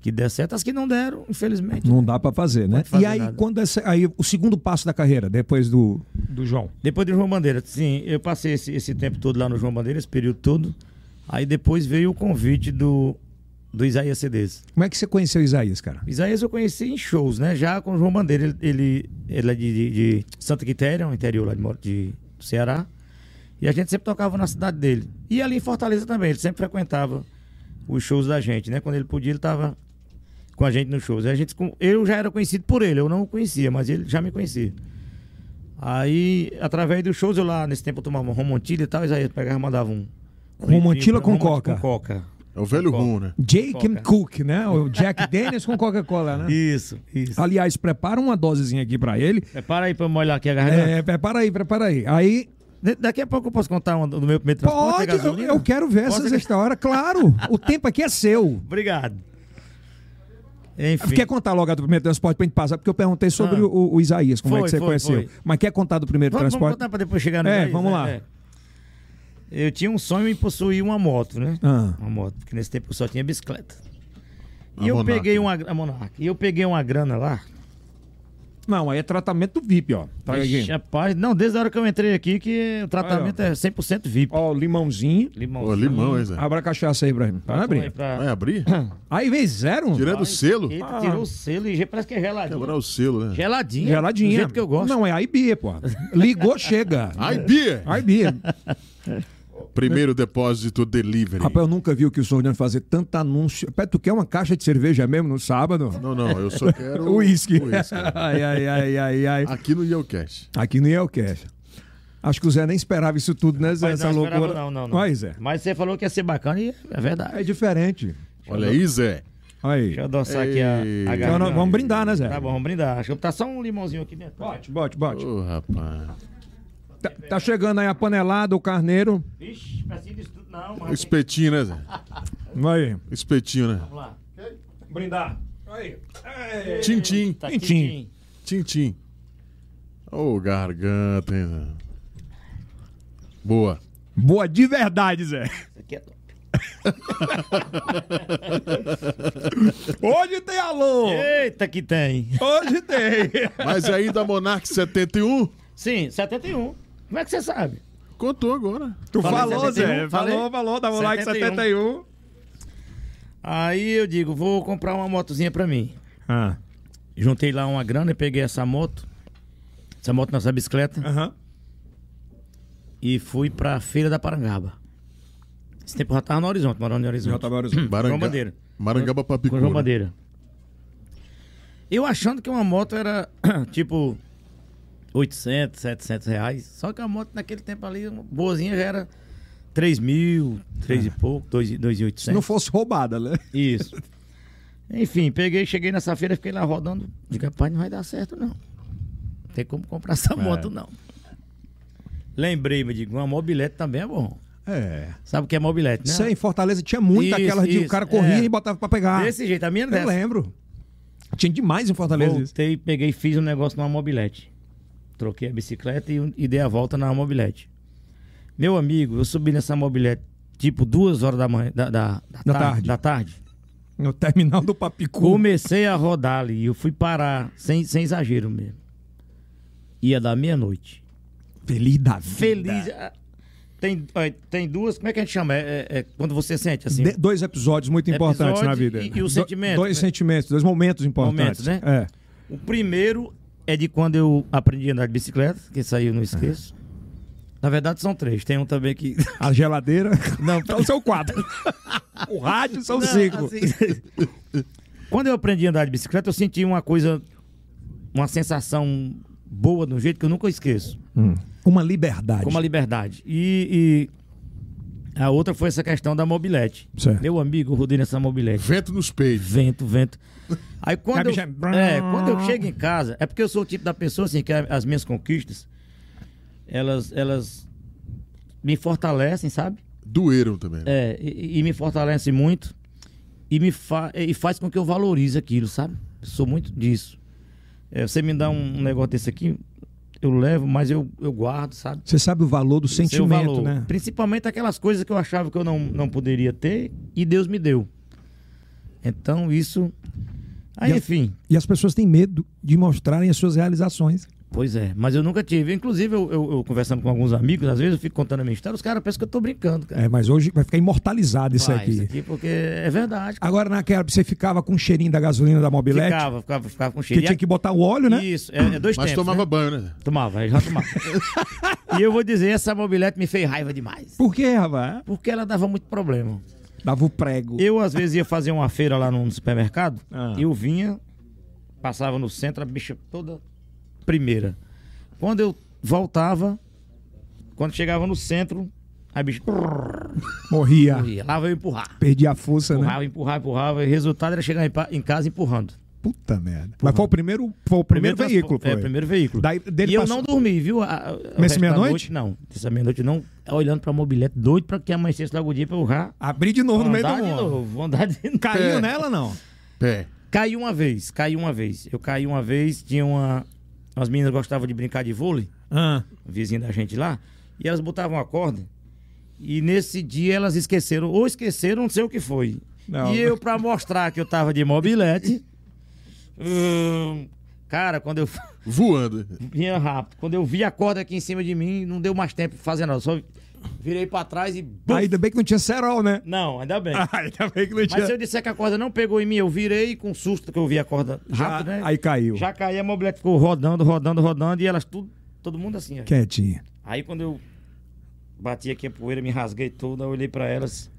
Speaker 3: que der certo. As que não deram, infelizmente.
Speaker 1: Não dá pra fazer, né?
Speaker 3: Pode fazer
Speaker 1: e aí,
Speaker 3: nada.
Speaker 1: quando essa, aí, o segundo passo da carreira, depois do. Do João.
Speaker 3: Depois do João Bandeira, sim, eu passei esse, esse tempo todo lá no João Bandeira, esse período todo. Aí depois veio o convite do, do Isaías Cedes.
Speaker 1: Como é que você conheceu o Isaías, cara?
Speaker 3: Isaías eu conheci em shows, né? Já com o João Bandeira. Ele, ele, ele é de, de- de Santa Quitéria, um interior lá de, Mor- de do Ceará. E a gente sempre tocava na cidade dele. E ali em Fortaleza também, ele sempre frequentava os shows da gente, né? Quando ele podia, ele tava com a gente nos shows. Aí A gente, com- eu já era conhecido por ele, eu não o conhecia, mas ele já me conhecia. Aí, através dos shows, eu lá, nesse tempo eu tomava Romantila e tal, Isaías pegava e mandava um.
Speaker 1: Romantila com
Speaker 3: Romantila
Speaker 1: coca.
Speaker 2: É o velho rum, né?
Speaker 1: Jacob
Speaker 3: Coca.
Speaker 1: Cook, né? O
Speaker 3: [laughs]
Speaker 1: Jack Daniels com Coca-Cola, né?
Speaker 3: Isso, isso.
Speaker 1: Aliás, prepara uma dosezinha aqui pra ele.
Speaker 3: Prepara aí pra eu molhar aqui a garganta.
Speaker 1: É, prepara aí, prepara aí. Aí,
Speaker 3: Da- Daqui a pouco eu posso contar uma do do meu primeiro transporte de
Speaker 1: pode, eu,
Speaker 3: gasolina?
Speaker 1: eu quero ver
Speaker 3: Pode
Speaker 1: essas
Speaker 3: ser-
Speaker 1: histórias, claro. O tempo aqui é seu.
Speaker 3: Obrigado. Enfim.
Speaker 1: Quer contar logo do primeiro transporte pra gente passar? Porque eu perguntei sobre
Speaker 3: Ah.
Speaker 1: o, o Isaías, como é
Speaker 3: Foi,
Speaker 1: que você
Speaker 3: foi,
Speaker 1: conheceu.
Speaker 3: foi.
Speaker 1: Mas quer contar do primeiro
Speaker 3: Vamos, vamos
Speaker 1: transporte?
Speaker 3: contar pra depois chegar no
Speaker 1: É,
Speaker 3: país,
Speaker 1: vamos
Speaker 3: né?
Speaker 1: lá.
Speaker 3: É. Eu tinha um sonho em possuir uma moto, né?
Speaker 1: Ah.
Speaker 3: Uma moto, porque nesse tempo eu só tinha bicicleta.
Speaker 2: A
Speaker 3: E eu
Speaker 2: Monarca.
Speaker 3: peguei uma gra- a Monarca. E eu peguei uma grana lá.
Speaker 1: Não, aí é tratamento do VIP, ó. Tá Traga
Speaker 3: Ixi, é
Speaker 1: aqui.
Speaker 3: rapaz, não, desde a hora que eu entrei aqui que o tratamento é 100% VIP.
Speaker 1: Ó, o limãozinho.
Speaker 3: Limão.
Speaker 2: Ô, limão, hein, Zé?
Speaker 1: Abra a cachaça aí, Ibrahim. Vai
Speaker 3: Aí
Speaker 1: é abrir.
Speaker 3: pra-
Speaker 2: Vai abrir?
Speaker 1: Aí vem zero. mano.
Speaker 2: Tirando o selo?
Speaker 3: Eita, tirou o selo e já- parece que é geladinho.
Speaker 2: Quebrar o selo, né?
Speaker 3: Geladinha.
Speaker 1: Geladinha.
Speaker 3: Do jeito que eu gosto.
Speaker 1: Não, é a IB, pô. Ligou,
Speaker 3: [laughs]
Speaker 1: chega.
Speaker 2: Ai, Bia!
Speaker 1: A IB.
Speaker 2: Primeiro depósito delivery.
Speaker 1: Rapaz, eu nunca vi o que o Sordano fazer tanto anúncio. Pé, tu quer uma caixa de cerveja mesmo no sábado?
Speaker 2: Não, não, eu só quero.
Speaker 1: Uísque.
Speaker 2: uísque.
Speaker 1: [laughs] ai, ai, ai, ai, ai.
Speaker 2: Aqui no Yelcast.
Speaker 1: Aqui no Yelcast. Acho que o Zé nem esperava isso tudo, né, Zé?
Speaker 3: Mas
Speaker 1: Essa
Speaker 3: não, esperava
Speaker 1: loucura.
Speaker 3: Não, não, não.
Speaker 1: Mas, Zé,
Speaker 3: Mas você falou que ia ser bacana e é verdade.
Speaker 1: é diferente.
Speaker 2: Olha aí, Zé.
Speaker 1: Aí.
Speaker 3: Deixa eu adoçar aqui a, a
Speaker 2: Ei.
Speaker 1: Então,
Speaker 3: garganta.
Speaker 1: nós vamos brindar, né, Zé?
Speaker 3: Tá bom, vamos brindar. Acho que tá só um limãozinho aqui dentro.
Speaker 1: Bote, bote, bote.
Speaker 2: Ô, rapaz.
Speaker 1: Tá, tá chegando aí a panelada, o carneiro.
Speaker 3: Vixe, pecinho disso tudo não, mano.
Speaker 2: Espetinho, né, Zé?
Speaker 1: Vai.
Speaker 2: Espetinho, né?
Speaker 3: Vamos lá.
Speaker 1: Brindar.
Speaker 2: Tintim,
Speaker 3: Tá
Speaker 1: Quintinho.
Speaker 2: tintim. Ô, garganta, hein, Zé? Boa.
Speaker 1: Boa de verdade, Zé.
Speaker 3: Isso aqui é top.
Speaker 1: Hoje tem alô.
Speaker 3: Eita, que tem.
Speaker 1: Hoje tem.
Speaker 2: Mas aí da Monark 71,
Speaker 3: Sim, 71. Como é que você sabe?
Speaker 2: contou agora.
Speaker 1: Tu
Speaker 3: Falei
Speaker 1: falou,
Speaker 3: 71,
Speaker 1: Zé.
Speaker 3: falei.
Speaker 1: Falou, falou. Dá um like
Speaker 3: 71.
Speaker 1: 71.
Speaker 3: Aí eu digo, vou comprar uma motozinha pra mim.
Speaker 1: Ah.
Speaker 3: Juntei lá uma grana e peguei essa moto. Essa moto nessa bicicleta.
Speaker 1: Aham.
Speaker 3: E fui pra Feira da Parangaba. Esse tempo eu já tava no Horizonte, morando no Horizonte.
Speaker 1: Já tá tava horizonte.
Speaker 2: Baranga-
Speaker 3: Hum, Bandeira.
Speaker 2: Marangaba
Speaker 3: Com
Speaker 2: Papicura.
Speaker 3: João Bandeira. Eu achando que uma moto era [clears throat] tipo 800, 700 reais. Só que a moto naquele tempo ali, uma boazinha, já era 3 mil, 3 e pouco, 2
Speaker 1: Se
Speaker 3: 2,800.
Speaker 1: não fosse roubada, né?
Speaker 3: [laughs] Isso. Enfim, peguei, cheguei nessa feira, fiquei lá rodando. Digo, rapaz, não vai dar certo não. Não tem como comprar essa moto não. Lembrei, me digo, uma mobilete também é bom.
Speaker 1: É.
Speaker 3: Sabe o que é mobilete, né?
Speaker 1: Isso aí, em Fortaleza tinha muito
Speaker 3: Isso,
Speaker 1: aquelas de o
Speaker 3: isso,
Speaker 1: cara corria
Speaker 3: é.
Speaker 1: e botava pra pegar.
Speaker 3: Desse jeito, a minha é
Speaker 1: Eu
Speaker 3: dessa.
Speaker 1: lembro. Tinha demais em Fortaleza isso.
Speaker 3: Voltei, peguei, fiz um negócio numa mobilete. Troquei a bicicleta e, e dei a volta na mobilete. Meu amigo, eu subi nessa mobilete tipo duas horas da manhã, da, da, da
Speaker 1: Da
Speaker 3: tarde,
Speaker 1: tarde.
Speaker 3: da tarde.
Speaker 1: No terminal do Papicu.
Speaker 3: Comecei a rodar ali e eu fui parar, sem, sem exagero mesmo. Ia dar meia-noite.
Speaker 1: Feliz da vida.
Speaker 3: Feliz. ah, Tem, ah, tem duas, como é que a gente chama? É, é- é quando você sente assim.
Speaker 1: De- dois episódios muito importantes
Speaker 3: Episódio
Speaker 1: na vida.
Speaker 3: e- e o
Speaker 1: Do-
Speaker 3: sentimento,
Speaker 1: dois
Speaker 3: né?
Speaker 1: sentimentos, dois momentos importantes.
Speaker 3: Momentos, né?
Speaker 1: É.
Speaker 3: O primeiro é de quando eu aprendi a andar de bicicleta, que isso aí eu não esqueço. Na verdade são três. Tem um também que. [laughs]
Speaker 1: A geladeira. [laughs] Não, então são quatro. o rádio são cinco.
Speaker 3: assim, quando eu aprendi a andar de bicicleta, eu senti uma coisa, uma sensação boa de um jeito que eu nunca esqueço.
Speaker 1: Hum. Uma liberdade.
Speaker 3: Como a liberdade. E, e a outra foi essa questão da mobilete.
Speaker 1: Certo.
Speaker 3: Meu amigo, eu rodei nessa mobilete.
Speaker 2: Vento nos peitos.
Speaker 3: Vento, vento. Aí quando
Speaker 1: A
Speaker 3: eu,
Speaker 1: bicha-
Speaker 3: é, quando eu chego em casa, é porque eu sou o tipo da pessoa assim que a- as minhas conquistas elas elas me fortalecem, sabe?
Speaker 2: Doeram também. né?
Speaker 3: É, e, e me fortalece muito e me fa e faz com que eu valorize aquilo, sabe? Eu sou muito disso. É, você me dá um, um negócio desse aqui, eu levo, mas eu, eu guardo, sabe?
Speaker 1: Você sabe o valor do
Speaker 3: Seu
Speaker 1: sentimento,
Speaker 3: é valor.
Speaker 1: né?
Speaker 3: Principalmente aquelas coisas que eu achava que eu não, não poderia ter e Deus me deu. Então isso. Aí,
Speaker 1: E a-
Speaker 3: enfim.
Speaker 1: E as pessoas têm medo de mostrarem as suas realizações.
Speaker 3: Pois é, mas eu nunca tive. Inclusive, eu, eu- eu conversando com alguns amigos, às vezes eu fico contando a minha história, os caras pensam que eu tô brincando, cara.
Speaker 1: É, mas hoje vai ficar imortalizado isso
Speaker 3: Ah,
Speaker 1: aqui.
Speaker 3: porque é verdade. cara.
Speaker 1: Agora, naquela época, você ficava com o cheirinho da gasolina da mobilete,
Speaker 3: Ficava, ficava, ficava com
Speaker 1: é que
Speaker 3: cheiro.
Speaker 1: tinha que botar o óleo, né?
Speaker 3: Isso, é, é dois
Speaker 2: Mas
Speaker 3: tempos.
Speaker 2: tomava
Speaker 3: né?
Speaker 2: banho, né?
Speaker 3: Tomava, aí já tomava. [laughs] e eu vou dizer, essa mobilete me fez raiva demais.
Speaker 1: Por quê, rapaz?
Speaker 3: Porque ela dava muito problema.
Speaker 1: Dava o prego.
Speaker 3: Eu, às vezes, ia fazer uma feira lá num supermercado.
Speaker 1: Ah.
Speaker 3: Eu vinha, passava no centro, a bicha toda primeira. Quando eu voltava, quando chegava no centro, a bicha
Speaker 1: Morria.
Speaker 3: corria. Lá vai eu empurrar.
Speaker 1: Perdi a força, né?
Speaker 3: Empurrava, empurrava, empurrava. E o resultado era chegar em, pa- em casa empurrando.
Speaker 1: Puta merda. Mas foi o primeiro, foi o primeiro,
Speaker 3: transporte-
Speaker 1: veículo, foi.
Speaker 3: É, primeiro veículo.
Speaker 1: Daí, dele
Speaker 3: e eu
Speaker 1: passou-
Speaker 3: não dormi, viu? A- a- o resto da
Speaker 1: meia-noite?
Speaker 3: noite, Não. Essa meia-noite não. Olhando pra mobilete, doido pra que amanhecesse logo o dia pra eu já
Speaker 1: Abri de novo no meio do
Speaker 3: andar de
Speaker 1: mundo.
Speaker 3: novo. vou andar de novo.
Speaker 1: Caiu
Speaker 2: É.
Speaker 1: nela, não?
Speaker 2: Pé.
Speaker 3: Caí uma vez, caí uma vez. Eu caí uma vez, tinha uma. As meninas gostavam de brincar de vôlei,
Speaker 1: Ah.
Speaker 3: vizinho da gente lá, e elas botavam a corda. E nesse dia elas esqueceram, ou esqueceram, não sei o que foi.
Speaker 1: Não.
Speaker 3: E eu, pra mostrar que eu tava de mobilete. hum, cara, quando eu.
Speaker 2: Voando.
Speaker 3: Vinha rápido. Quando eu vi a corda aqui em cima de mim, não deu mais tempo de fazer nada. Só virei pra trás e. bum!
Speaker 1: Ainda bem que não tinha cerol, né? [laughs]
Speaker 3: Não, ainda bem.
Speaker 1: Ainda bem que não
Speaker 3: Mas se eu disser que a corda não pegou em mim, eu virei com susto que eu vi a corda
Speaker 1: Já-
Speaker 3: rápido, né?
Speaker 1: Aí caiu.
Speaker 3: Já caí, a mobilete ficou rodando, rodando, rodando e elas tudo, todo mundo assim. ó.
Speaker 1: Quietinha.
Speaker 3: Aí quando eu bati aqui a poeira, me rasguei toda, eu olhei pra elas.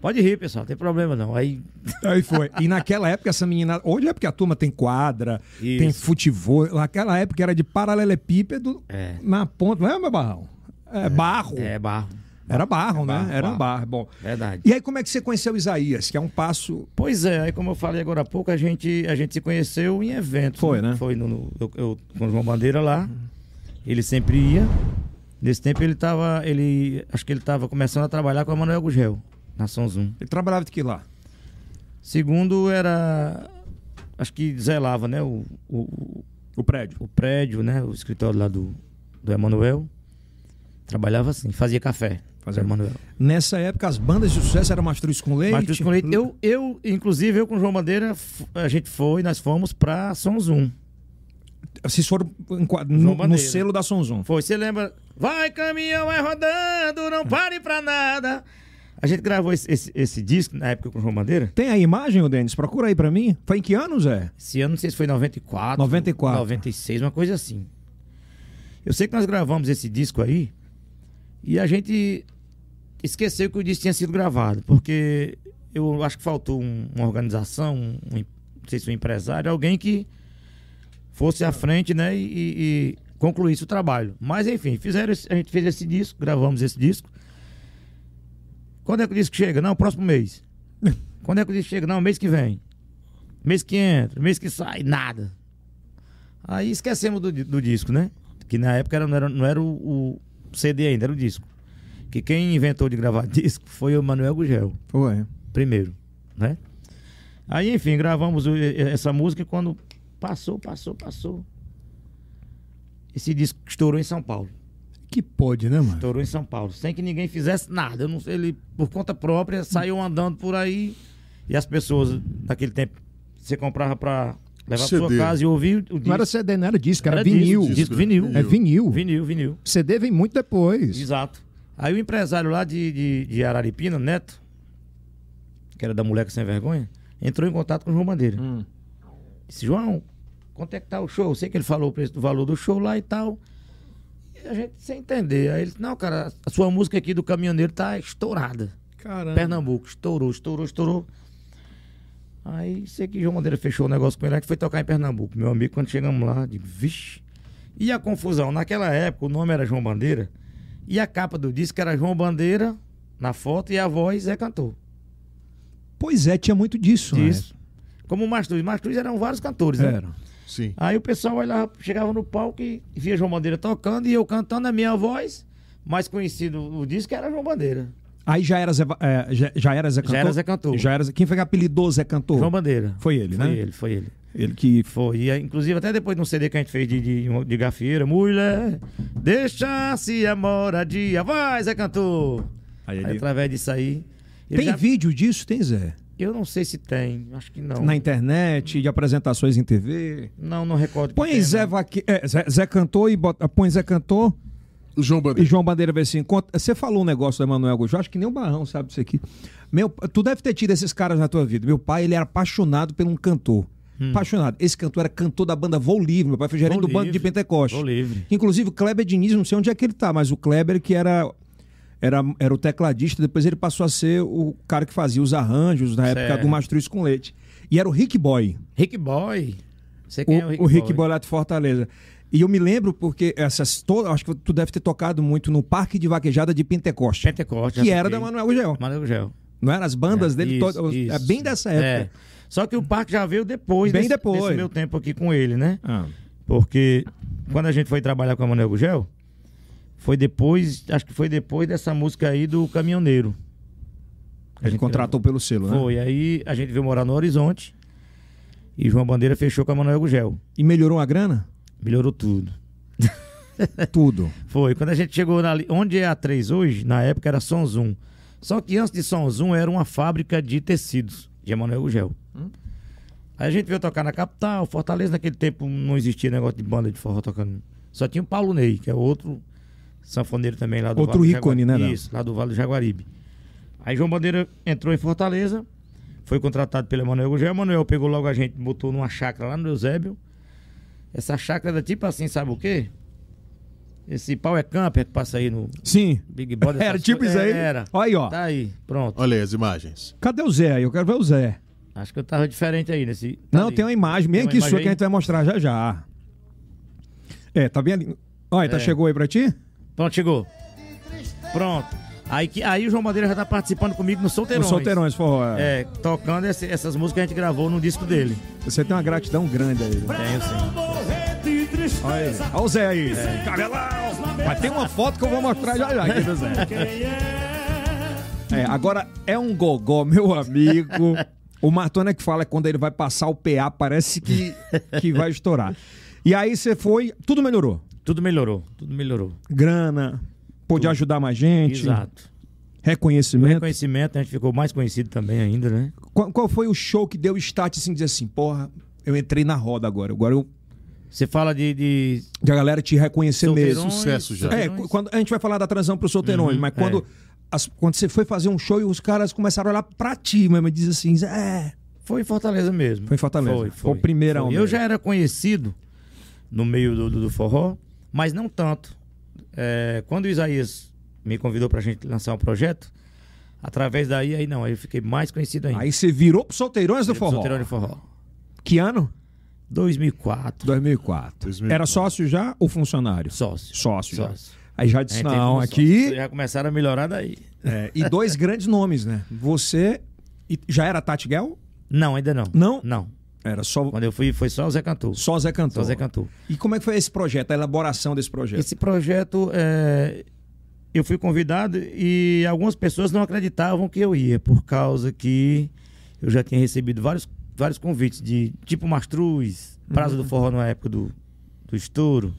Speaker 3: Pode rir, pessoal, não tem problema não. Aí
Speaker 1: Aí foi. E naquela época, essa menina. Hoje é porque a turma tem quadra,
Speaker 3: Isso.
Speaker 1: tem futebol. Naquela época era de paralelepípedo
Speaker 3: É.
Speaker 1: na ponta. Não é, meu barrão? É, barro.
Speaker 3: é barro.
Speaker 1: Era barro, né?
Speaker 3: barro,
Speaker 1: Era
Speaker 3: barro.
Speaker 1: barro. Bom.
Speaker 3: Verdade.
Speaker 1: E aí, como é que você conheceu Isaías? Que é um passo.
Speaker 3: Pois é, aí como eu falei agora há pouco, a gente, a gente se conheceu em evento.
Speaker 1: Foi, né?
Speaker 3: Foi no, no- eu, eu- com o João Bandeira lá. Ele sempre ia. Nesse tempo ele tava. Ele, acho que ele tava começando a trabalhar com a Manuel Gugel, na São Zoom.
Speaker 1: Ele trabalhava de que lá?
Speaker 3: Segundo era. Acho que zelava, né? O, o,
Speaker 1: O prédio.
Speaker 3: o prédio, né? O escritório lá do, do Emanuel. Trabalhava assim, fazia café.
Speaker 1: Fazia-
Speaker 3: Fazia Emanuel.
Speaker 1: Nessa época, as bandas de sucesso eram Mastruz com Leite.
Speaker 3: Mastruz com leite. Eu, eu, inclusive, eu com o João Bandeira, f- a gente foi, nós fomos pra São Zoom.
Speaker 1: Vocês foram enqua- no, no
Speaker 3: Bandeira.
Speaker 1: selo da Sonzon.
Speaker 3: Foi, você lembra? Vai caminhão, vai rodando, não pare pra nada. A gente gravou esse, esse, esse disco na época com o João Bandeira.
Speaker 1: Tem a imagem, ô Denis? Procura aí pra mim. Foi em que ano, Zé?
Speaker 3: Esse ano, não sei se foi 94,
Speaker 1: 94.
Speaker 3: 96, uma coisa assim. Eu sei que nós gravamos esse disco aí e a gente esqueceu que o disco tinha sido gravado, porque eu acho que faltou um- uma organização, um, um em- não sei se um empresário, alguém que fosse à frente, né, e, e- e concluísse o trabalho. Mas enfim, fizeram esse- a gente fez esse disco, gravamos esse disco. Quando é que o disco chega? Não, próximo mês. Quando é que o disco chega? Não, mês que vem. Mês que entra, mês que sai, nada. Aí esquecemos do, di- do disco, né? Que na época era- não era, não era o, o CD ainda, era o disco. Que quem inventou de gravar [laughs] disco foi o Manuel Gugel,
Speaker 1: Foi.
Speaker 3: primeiro, né? Aí, enfim, gravamos o- e- essa música e quando passou, passou, passou. Esse disco estourou em São Paulo.
Speaker 1: Que pode, né, mano?
Speaker 3: Estourou em São Paulo, sem que ninguém fizesse nada. Eu não sei, ele, por conta própria, saiu andando por aí. E as pessoas, naquele tempo, você comprava pra levar pra sua
Speaker 2: CD.
Speaker 3: casa e ouvir o disco.
Speaker 6: Não era CD, não era disco, era,
Speaker 3: Era
Speaker 6: vinil.
Speaker 3: disco, disco, vinil.
Speaker 6: É vinil.
Speaker 3: Vinil, vinil.
Speaker 6: CD vem muito depois.
Speaker 3: Exato. Aí o empresário lá de, de, de Araripina, Neto, que era da Moleca Sem Vergonha, entrou em contato com o João Bandeira. Disse, João, quanto é que tá o show? Eu sei que ele falou o preço do valor do show lá e tal. E a gente sem entender. Aí ele disse, não, cara, a sua música aqui do caminhoneiro tá estourada.
Speaker 1: Caramba.
Speaker 3: Pernambuco, estourou, estourou, estourou. Aí sei que João Bandeira fechou o negócio com ele, a gente foi tocar em Pernambuco. Meu amigo, quando chegamos lá, digo, vixe. E a confusão? Naquela época o nome era João Bandeira e a capa do disco era João Bandeira na foto e a voz é cantor.
Speaker 1: Pois é, tinha muito disso, né? É.
Speaker 3: Isso. Como Mastruz. Mastruz eram vários cantores, né?
Speaker 1: Era.
Speaker 2: Sim.
Speaker 3: Aí o pessoal olhava, chegava no palco e via João Bandeira tocando e eu cantando a minha voz. Mais conhecido o disco era João Bandeira.
Speaker 1: Aí já era Zé, Va- é, já, já era Zé Cantor.
Speaker 3: era Zé Cantor.
Speaker 1: Já era Zé- Quem foi que apelidou Zé Cantor?
Speaker 3: João Bandeira.
Speaker 1: Foi ele,
Speaker 3: Foi
Speaker 1: né?
Speaker 3: ele, foi ele.
Speaker 1: Ele que.
Speaker 3: Foi, e, eh, inclusive até depois de um CD que a gente fez de, de, de gafieira, mulher, deixa-se a moradia, vai Zé Cantor.
Speaker 1: Aí
Speaker 3: Aí,
Speaker 1: ele-
Speaker 3: através disso aí, ele
Speaker 1: Tem
Speaker 3: já-
Speaker 1: vídeo disso, tem, Zé?
Speaker 3: eu não sei se tem, acho que não.
Speaker 1: Na internet, de apresentações em TV.
Speaker 3: Não, não recordo. que
Speaker 1: Põe aí
Speaker 3: tenha,
Speaker 1: Zé,
Speaker 3: não.
Speaker 1: Vaque... é, Zé, Zé Cantor e bota... põe Zé Cantor
Speaker 2: O João
Speaker 1: e
Speaker 2: Bandeira.
Speaker 1: João Bandeira vê se encontra. Você falou um negócio do Emanuel Gugel, acho que nem o Barrão sabe disso aqui. Meu, tu deve ter tido esses caras na tua vida. Meu pai, ele era apaixonado por um cantor.
Speaker 3: Hum.
Speaker 1: Apaixonado. Esse cantor era cantor da banda Voo Livre. Meu pai foi gerente
Speaker 3: Voo
Speaker 1: do bando de
Speaker 3: Livre.
Speaker 1: Pentecoste.
Speaker 3: Vou livre.
Speaker 1: Inclusive, o Kleber Diniz, não sei onde é que ele tá, mas o Kleber que era, era, era o tecladista, depois ele passou a ser o cara que fazia os arranjos na época
Speaker 3: Certo.
Speaker 1: do Mastruz com Leite. E era o Rick Boy,
Speaker 3: Rick Boy. Você
Speaker 1: o,
Speaker 3: quem é o Rick,
Speaker 1: o Rick Boy lá de Fortaleza. E eu me lembro porque essas todas, acho que tu deve ter tocado muito no Parque de Vaquejada de Pentecoste,
Speaker 3: Pentecoste.
Speaker 1: que
Speaker 3: já
Speaker 1: era
Speaker 3: toquei.
Speaker 1: da Manuel Gugel.
Speaker 3: Manuel Gel.
Speaker 1: Não eram as bandas dele
Speaker 3: Isso,
Speaker 1: todas, é
Speaker 3: isso.
Speaker 1: bem dessa época.
Speaker 3: É. Só que o parque já veio depois,
Speaker 1: Bem
Speaker 3: desse-
Speaker 1: depois.
Speaker 3: desse meu tempo aqui com ele, né?
Speaker 1: Ah,
Speaker 3: Porque quando a gente foi trabalhar com a Manuel Gugel, foi depois, acho que foi depois dessa música aí do Caminhoneiro.
Speaker 1: ele contratou pelo selo, né?
Speaker 3: Foi, aí a gente veio morar no Horizonte e João Bandeira fechou com a Manuel Gugel.
Speaker 1: E melhorou a grana?
Speaker 3: Melhorou tudo. É.
Speaker 1: Tudo.
Speaker 3: Foi, quando a gente chegou ali, onde é a 3 hoje, na época era São Zoom. Só que antes de São Zoom era uma fábrica de tecidos, de Emanuel Gugel.
Speaker 1: Hum?
Speaker 3: Aí a gente veio tocar na capital, Fortaleza, naquele tempo não existia negócio de banda de forró tocando. Só tinha o Paulo Ney, que é outro sanfoneiro também lá do
Speaker 1: Outro
Speaker 3: Vale
Speaker 1: ícone,
Speaker 3: do Jaguaribe.
Speaker 1: né, Léo?
Speaker 3: Isso, lá do Vale do Jaguaribe. Aí João Bandeira entrou em Fortaleza, foi contratado pelo Emanuel Gugel. Emanuel pegou logo a gente, botou numa chácara lá no Eusébio. Essa chácara era tipo assim, sabe o quê? Esse pau é camper que passa aí no
Speaker 1: Sim.
Speaker 3: Big Brother.
Speaker 1: Era
Speaker 3: essas
Speaker 1: tipo
Speaker 3: coisas.
Speaker 1: isso aí.
Speaker 3: É, Era.
Speaker 1: Olha aí, ó.
Speaker 3: Tá aí, pronto.
Speaker 2: Olha aí as imagens.
Speaker 1: Cadê o Zé? aí? Eu quero ver o Zé.
Speaker 3: Acho que eu tava diferente aí nesse. tá
Speaker 1: Não,
Speaker 3: ali.
Speaker 1: tem uma imagem,
Speaker 3: Tem
Speaker 1: bem
Speaker 3: uma
Speaker 1: que sua
Speaker 3: imagem
Speaker 1: que a
Speaker 3: aí?
Speaker 1: gente vai mostrar já já. É, tá bem ali. Olha, tá
Speaker 3: É.
Speaker 1: chegou aí pra ti?
Speaker 3: Pronto, chegou. Pronto. Aí, que, aí o João Bandeira já tá participando comigo no Solteirões.
Speaker 1: Os solteirões, forró. é.
Speaker 3: É, tocando esse- essas músicas que a gente gravou no disco dele.
Speaker 1: Você tem uma gratidão grande aí.
Speaker 3: É, eu sei.
Speaker 1: Olha ele. Olha o Zé aí. Cabelão. Mas tem uma foto que eu vou mostrar já já aqui do Zé. É, agora é um gogó, meu amigo. O Martona que fala que quando ele vai passar o PA, parece que, que vai estourar. E aí você foi, tudo melhorou.
Speaker 3: Tudo melhorou, tudo melhorou.
Speaker 1: Grana, pôde ajudar mais gente,
Speaker 3: Exato.
Speaker 1: reconhecimento.
Speaker 3: Conhecimento, a gente ficou mais conhecido também ainda, né?
Speaker 1: Qual, qual foi o show que deu start assim, dizer assim, porra, eu entrei na roda agora, agora eu,
Speaker 3: Você fala de. de
Speaker 1: de a galera te reconhecer mesmo.
Speaker 3: solteirões,
Speaker 2: sucesso já.
Speaker 1: É,
Speaker 3: solteirões.
Speaker 1: qu- quando, a gente vai falar da transão pro solteirões, mas quando,
Speaker 3: é.
Speaker 1: as- quando você foi fazer um show e os caras começaram a olhar pra ti mesmo, e diz assim, é,
Speaker 3: Foi em Fortaleza mesmo.
Speaker 1: Foi em Fortaleza.
Speaker 3: Foi,
Speaker 1: Foi o primeirão
Speaker 3: Foi.
Speaker 1: mesmo.
Speaker 3: Eu já era conhecido no meio do, do- do forró, mas não tanto. É, quando o Isaías me convidou pra gente lançar um projeto, através daí, aí não, aí eu fiquei mais conhecido ainda.
Speaker 1: aí você virou pro solteirões do forró.
Speaker 3: Solteirão de forró.
Speaker 1: Que ano?
Speaker 3: 2004.
Speaker 1: 2004.
Speaker 2: 2004.
Speaker 1: Era sócio já ou funcionário?
Speaker 3: Sócio.
Speaker 1: Sócio. já.
Speaker 3: Sócio.
Speaker 1: Aí já disse,
Speaker 3: Aí teve
Speaker 1: não,
Speaker 3: um
Speaker 1: aqui...
Speaker 3: sócio. Já começaram a melhorar daí.
Speaker 1: É, e dois grandes nomes, né? Você... e- já era Tati Gell?
Speaker 3: Não, ainda não.
Speaker 1: Não?
Speaker 3: Não.
Speaker 1: Era só,
Speaker 3: Quando eu fui, foi só o Zé Cantor. Só,
Speaker 1: só Zé Cantor.
Speaker 3: o Zé Cantor.
Speaker 1: E como é que foi esse projeto, a elaboração desse projeto?
Speaker 3: Esse projeto, é, eu fui convidado e algumas pessoas não acreditavam que eu ia, por causa que eu já tinha recebido vários, vários convites de tipo Mastruz, Prazo do Forró na época do, do estouro.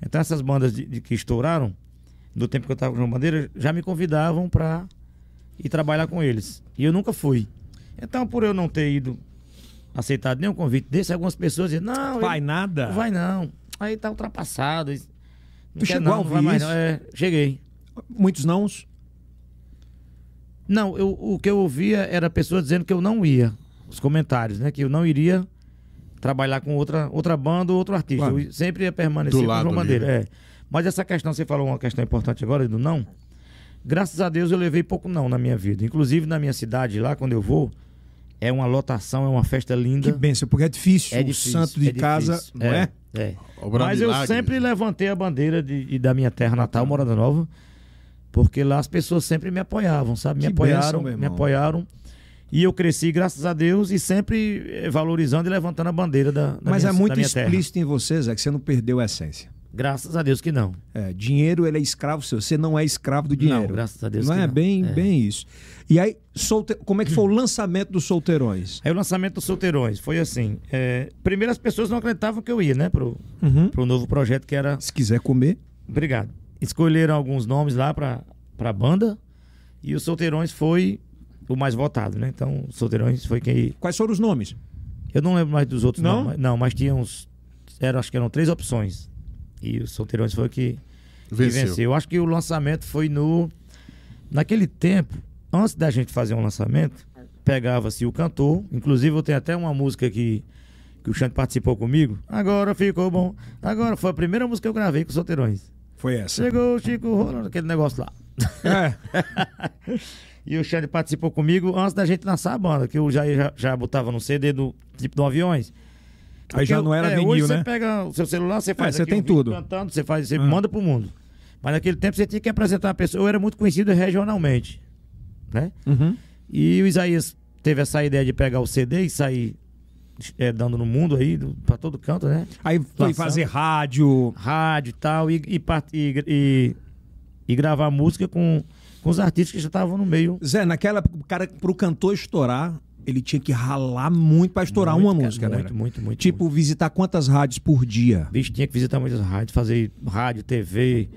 Speaker 3: Então essas bandas de, de que estouraram, do tempo que eu tava com o João Bandeira, já me convidavam pra ir trabalhar com eles. E eu nunca fui. Então, por eu não ter ido aceitado nenhum convite desse, algumas pessoas diziam, não,
Speaker 1: Vai
Speaker 3: ele-
Speaker 1: nada?
Speaker 3: não vai não. Aí tá ultrapassado. isso- Não
Speaker 1: Tu
Speaker 3: quer
Speaker 1: chegou a
Speaker 3: não, não vai
Speaker 1: ouvir
Speaker 3: mais
Speaker 1: isso?
Speaker 3: não. É, cheguei.
Speaker 1: Muitos nãos?
Speaker 3: Não, eu, o que eu ouvia era pessoas dizendo que eu não ia. Os comentários, né? Que eu não iria trabalhar com outra, outra banda ou outro artista.
Speaker 1: Claro.
Speaker 3: Eu sempre ia permanecer
Speaker 2: Do
Speaker 3: com o
Speaker 2: lado
Speaker 3: João
Speaker 2: ali,
Speaker 3: Bandeira.
Speaker 2: né?
Speaker 3: é. Mas essa questão, você falou uma questão importante agora do não. Graças a Deus eu levei pouco não na minha vida. Inclusive na minha cidade, lá quando eu vou, é uma lotação, é uma festa linda.
Speaker 1: Que bênção, porque é difícil,
Speaker 3: É difícil,
Speaker 1: o santo de
Speaker 3: é
Speaker 1: casa,
Speaker 3: difícil.
Speaker 1: não é?
Speaker 3: É. é.
Speaker 2: Obra um
Speaker 3: Mas eu
Speaker 2: milagre. né?
Speaker 3: sempre levantei a bandeira de, de- da minha terra natal, Morada Nova, porque lá as pessoas sempre me apoiavam, sabe? Me
Speaker 1: Que bênção,
Speaker 3: apoiaram,
Speaker 1: meu
Speaker 3: me
Speaker 1: irmão.
Speaker 3: apoiaram. E eu cresci, graças a Deus, e sempre eh, valorizando e levantando a bandeira da, da
Speaker 1: Mas
Speaker 3: minha,
Speaker 1: é
Speaker 3: da
Speaker 1: muito
Speaker 3: minha terra.
Speaker 1: explícito em você, Zé, que você não perdeu a essência.
Speaker 3: Graças a Deus que não.
Speaker 1: É, dinheiro, ele é escravo seu, você não é escravo do dinheiro.
Speaker 3: Não, graças a Deus
Speaker 1: Não
Speaker 3: que
Speaker 1: é
Speaker 3: não.
Speaker 1: Bem,
Speaker 3: É.
Speaker 1: bem isso. E aí, solte... como é que foi o lançamento dos solteirões?
Speaker 3: Aí o lançamento dos Solteirões foi assim. eh, primeiro as pessoas não acreditavam que eu ia, né? Pro, pro novo projeto que era
Speaker 1: Se quiser comer,
Speaker 3: Obrigado. Escolheram alguns nomes lá pra, pra banda e o Solteirões foi o mais votado, né? Então, o Solteirões foi quem.
Speaker 1: quais foram os nomes?
Speaker 3: Eu não lembro mais dos outros,
Speaker 1: Não?
Speaker 3: não. mas- Não, mas tinha uns. Eram, acho que eram três opções. E o Solteirões foi o que, que
Speaker 2: Venceu.
Speaker 3: venceu. Eu acho que o lançamento foi no. Naquele tempo, antes da gente fazer um lançamento, pegava-se o cantor. Inclusive, eu tenho até uma música que, que o Xande participou comigo. Agora ficou bom. Agora foi a primeira música que eu gravei com os Solteirões.
Speaker 1: Foi essa.
Speaker 3: Chegou o Chico Roland, aquele negócio lá.
Speaker 1: É,
Speaker 3: E o Xande participou comigo antes da gente lançar a banda, que eu já, já, já botava no CD do tipo do Aviões.
Speaker 1: aí já
Speaker 3: Porque
Speaker 1: não
Speaker 3: eu-
Speaker 1: era
Speaker 3: é,
Speaker 1: vinil,
Speaker 3: hoje
Speaker 1: né? É,
Speaker 3: você pega o seu celular, você faz
Speaker 1: você
Speaker 3: aqui
Speaker 1: tem
Speaker 3: um vídeo
Speaker 1: tudo. Ah.
Speaker 3: cantando, você faz, você manda pro mundo. Mas naquele tempo você tinha que apresentar a pessoa. Eu era muito conhecido regionalmente, né?
Speaker 1: Uhum.
Speaker 3: E o Isaías teve essa ideia de pegar o CD e sair é, dando no mundo aí, do, pra todo canto, né?
Speaker 1: Aí foi
Speaker 3: Lançando.
Speaker 1: fazer rádio.
Speaker 3: rádio e tal, e, e, part- e, e, e gravar música com, com os artistas que já estavam no meio.
Speaker 1: Zé, naquela época, o cara, pro cantor estourar, ele tinha que ralar muito pra estourar
Speaker 3: Muito,
Speaker 1: uma
Speaker 3: cara,
Speaker 1: música, né?
Speaker 3: Muito, muito, muito.
Speaker 1: Tipo,
Speaker 3: muito.
Speaker 1: visitar quantas rádios por dia?
Speaker 3: bicho tinha que visitar muitas rádios, fazer rádio, TV.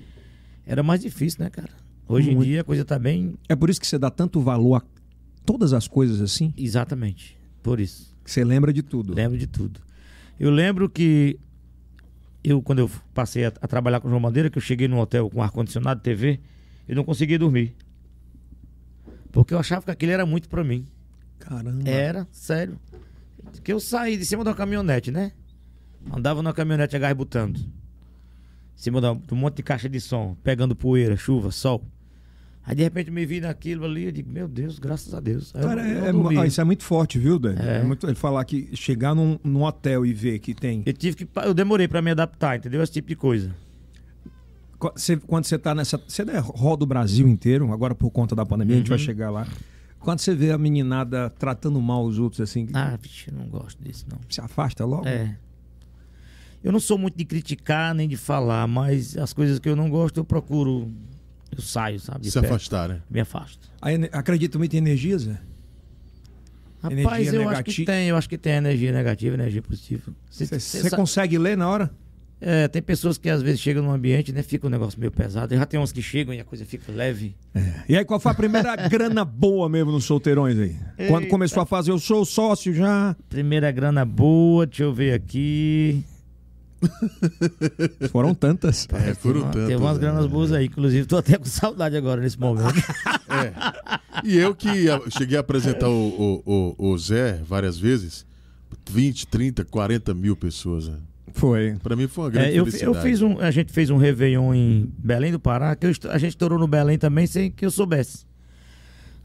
Speaker 3: Era mais difícil, né, cara? Hoje em
Speaker 1: Muito.
Speaker 3: dia a coisa tá bem.
Speaker 1: É por isso que você dá tanto valor a todas as coisas assim?
Speaker 3: Exatamente. Por isso.
Speaker 1: Que você lembra de tudo.
Speaker 3: Lembro de tudo. Eu lembro que eu, quando eu passei a, a trabalhar com o João Bandeira, que eu cheguei num hotel com ar-condicionado, TV, eu não conseguia dormir. Porque eu achava que aquilo era muito pra mim.
Speaker 1: Caramba.
Speaker 3: Era, sério. Que eu saí de cima de uma caminhonete, né? Andava numa caminhonete agarributando. Em cima da- de um monte de caixa de som, pegando poeira, chuva, sol. Aí de repente eu me vi naquilo ali, eu digo, meu Deus, graças a Deus. Aí eu-
Speaker 1: Cara,
Speaker 3: eu
Speaker 1: é- é-
Speaker 3: dormi.
Speaker 1: ó, isso é muito forte, viu, Dani?
Speaker 3: É.
Speaker 1: É muito- ele falar que chegar num, num hotel e ver que tem.
Speaker 3: Eu tive que. pa- Eu demorei pra me adaptar, entendeu? Esse tipo de coisa.
Speaker 1: co- cê- quando você tá nessa. Você né, roda o Brasil inteiro, agora por conta da pandemia, a gente vai
Speaker 3: Uhum.
Speaker 1: chegar lá. Quando você vê a meninada tratando mal os outros assim,
Speaker 3: Ah, vixe, eu não gosto disso, não.
Speaker 1: se afasta logo.
Speaker 3: É. Eu não sou muito de criticar nem de falar, mas as coisas que eu não gosto eu procuro. Eu saio, sabe? de
Speaker 2: Se
Speaker 3: perto,
Speaker 2: afastar, né?
Speaker 3: Me afasto.
Speaker 1: A ene- acredito muito em energia, Zé.
Speaker 3: Rapaz,
Speaker 1: Energia
Speaker 3: eu acho que
Speaker 1: negati-
Speaker 3: tem, eu acho que tem energia negativa, energia positiva. Cê-
Speaker 1: Você
Speaker 3: cê
Speaker 1: você
Speaker 3: sa-
Speaker 1: consegue ler na hora?
Speaker 3: É, tem pessoas que às vezes chegam num ambiente, né? Fica um negócio meio pesado. Já tem uns que chegam e a coisa fica leve.
Speaker 1: E aí, qual foi a [laughs] primeira grana boa mesmo nos solteirões aí? Quando começou a fazer, eu sou sócio já.
Speaker 3: Primeira grana boa, deixa eu ver aqui.
Speaker 1: Foram tantas.
Speaker 2: É, foram tantas.
Speaker 3: Tem umas
Speaker 2: né?
Speaker 3: granas boas aí, inclusive. Tô até com saudade agora nesse momento.
Speaker 2: E eu que a- cheguei a apresentar o, o, o, o Zé várias vezes, 20, 30, 40 mil pessoas. Né?
Speaker 1: Foi.
Speaker 2: Pra mim foi uma grande
Speaker 3: É, eu, eu
Speaker 2: felicidade.
Speaker 3: fiz um, a gente fez um Réveillon em Belém do Pará, que eu est- a gente estourou no Belém também sem que eu soubesse.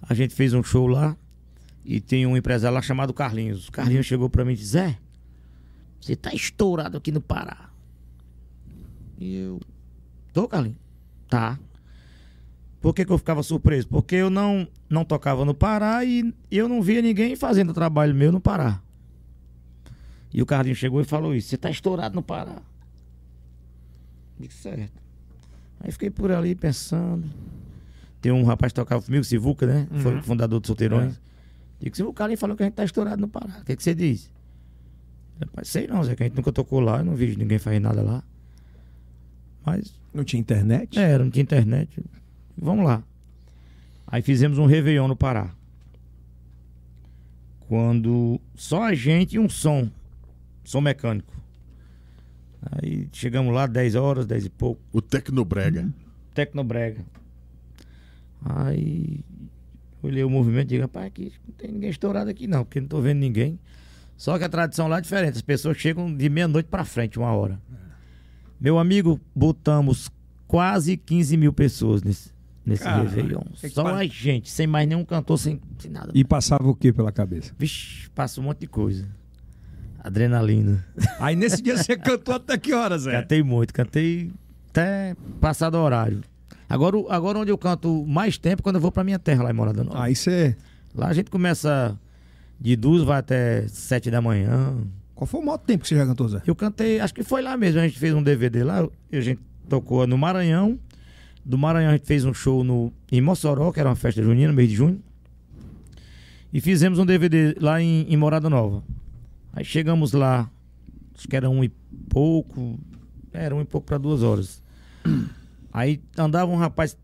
Speaker 3: A gente fez um show lá e tem um empresário lá chamado Carlinhos. O Carlinhos chegou pra mim e disse: Zé, você tá estourado aqui no Pará. E eu. Tô, Carlinhos? Tá. Por que, que eu ficava surpreso? Porque eu não, não tocava no Pará e eu não via ninguém fazendo trabalho meu no Pará. E o Carlinhos chegou e falou isso: Você tá estourado no Pará. Digo, certo. Aí fiquei por ali pensando. Tem um rapaz que tocava comigo, Sivuca, né? Foi o fundador do Solteirões. Digo, Sivuca ali falou que a gente tá estourado no Pará. O que, que você diz? Rapaz, sei não, Zé, que a gente nunca tocou lá, eu não vi ninguém fazer nada lá. Mas
Speaker 1: Não tinha internet?
Speaker 3: é, não tinha internet. Vamos lá. Aí fizemos um Réveillon no Pará. Quando só a gente e um som. Som mecânico. Aí chegamos lá 10 horas, 10 e pouco.
Speaker 2: O Tecnobrega.
Speaker 3: Uhum. Tecnobrega. Aí olhei o movimento e digo, rapaz, aqui não tem ninguém estourado aqui não, porque não tô vendo ninguém. Só que a tradição lá é diferente, as pessoas chegam de meia-noite pra frente, uma hora.
Speaker 1: É.
Speaker 3: Meu amigo, botamos quase 15 mil pessoas nesse, nesse
Speaker 1: Caralho,
Speaker 3: Réveillon.
Speaker 1: que que
Speaker 3: Só
Speaker 1: pare-
Speaker 3: a gente, sem mais nenhum cantor, sem, sem nada.
Speaker 1: E passava o que pela cabeça?
Speaker 3: Vixe, passa um monte de coisa. Adrenalina.
Speaker 1: Aí nesse dia você cantou até que horas, Zé?
Speaker 3: Cantei muito, cantei até passado o horário. Agora, o- agora onde eu canto mais tempo é quando eu vou pra minha terra lá em Morada Nova.
Speaker 1: Aí você.
Speaker 3: Lá a gente começa de duas, vai até sete da manhã.
Speaker 1: Qual foi o maior tempo que você já cantou, [laughs] Zé?
Speaker 3: Eu cantei, acho que foi lá mesmo, a gente fez um DVD lá, eu- a gente tocou no Maranhão. Do Maranhão a gente fez um show no, em Mossoró, que era uma festa junina, mês de junho. E fizemos um DVD lá em, em Morada Nova. Aí chegamos lá, acho que era um e pouco, era um e pouco para duas horas. Aí andava um rapaz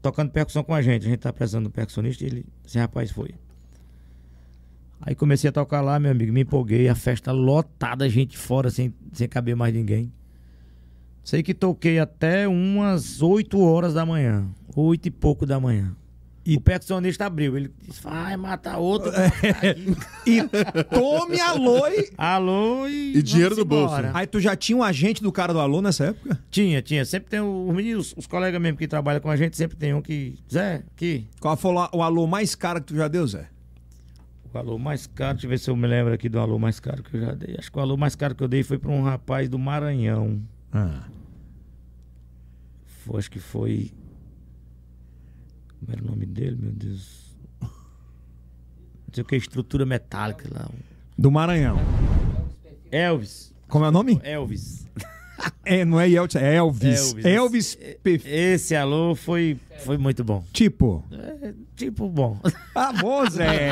Speaker 3: tocando percussão com a gente, a gente tá precisando de um percussionista e ele, esse rapaz foi. Aí comecei a tocar lá, meu amigo, me empolguei, a festa lotada, gente fora, sem, sem caber mais ninguém. Sei que toquei até umas 8 horas da manhã, oito e pouco da manhã. E o percussionista abriu, ele disse, vai matar outro.
Speaker 2: É.
Speaker 3: vai matar aqui."
Speaker 1: E tome alô e.
Speaker 3: Alô e...
Speaker 2: E dinheiro no
Speaker 3: vamos
Speaker 2: bolso,
Speaker 3: embora.
Speaker 2: né?
Speaker 1: Aí tu já tinha um agente do cara do alô nessa época?
Speaker 3: Tinha, tinha. Sempre tem o- os meninos, os colegas mesmo que trabalham com a gente, sempre tem um que. Zé, aqui.
Speaker 1: Qual foi o alô mais caro que tu já deu, Zé?
Speaker 3: O alô mais caro, deixa eu ver se eu me lembro aqui do alô mais caro que eu já dei. Acho que o alô mais caro que eu dei foi pra um rapaz do Maranhão.
Speaker 1: Ah.
Speaker 3: Foi- acho que foi. Como era o nome dele, meu Deus? Não sei o que, estrutura metálica lá.
Speaker 1: Do Maranhão.
Speaker 3: Elvis.
Speaker 1: Como é o nome?
Speaker 3: Elvis.
Speaker 1: É, não é Yeltsin, é Elvis.
Speaker 3: Elvis.
Speaker 1: Elvis, Pef-
Speaker 3: Esse alô foi, foi muito bom.
Speaker 1: Tipo.
Speaker 3: É, tipo, bom.
Speaker 1: Ah, bom, Zé!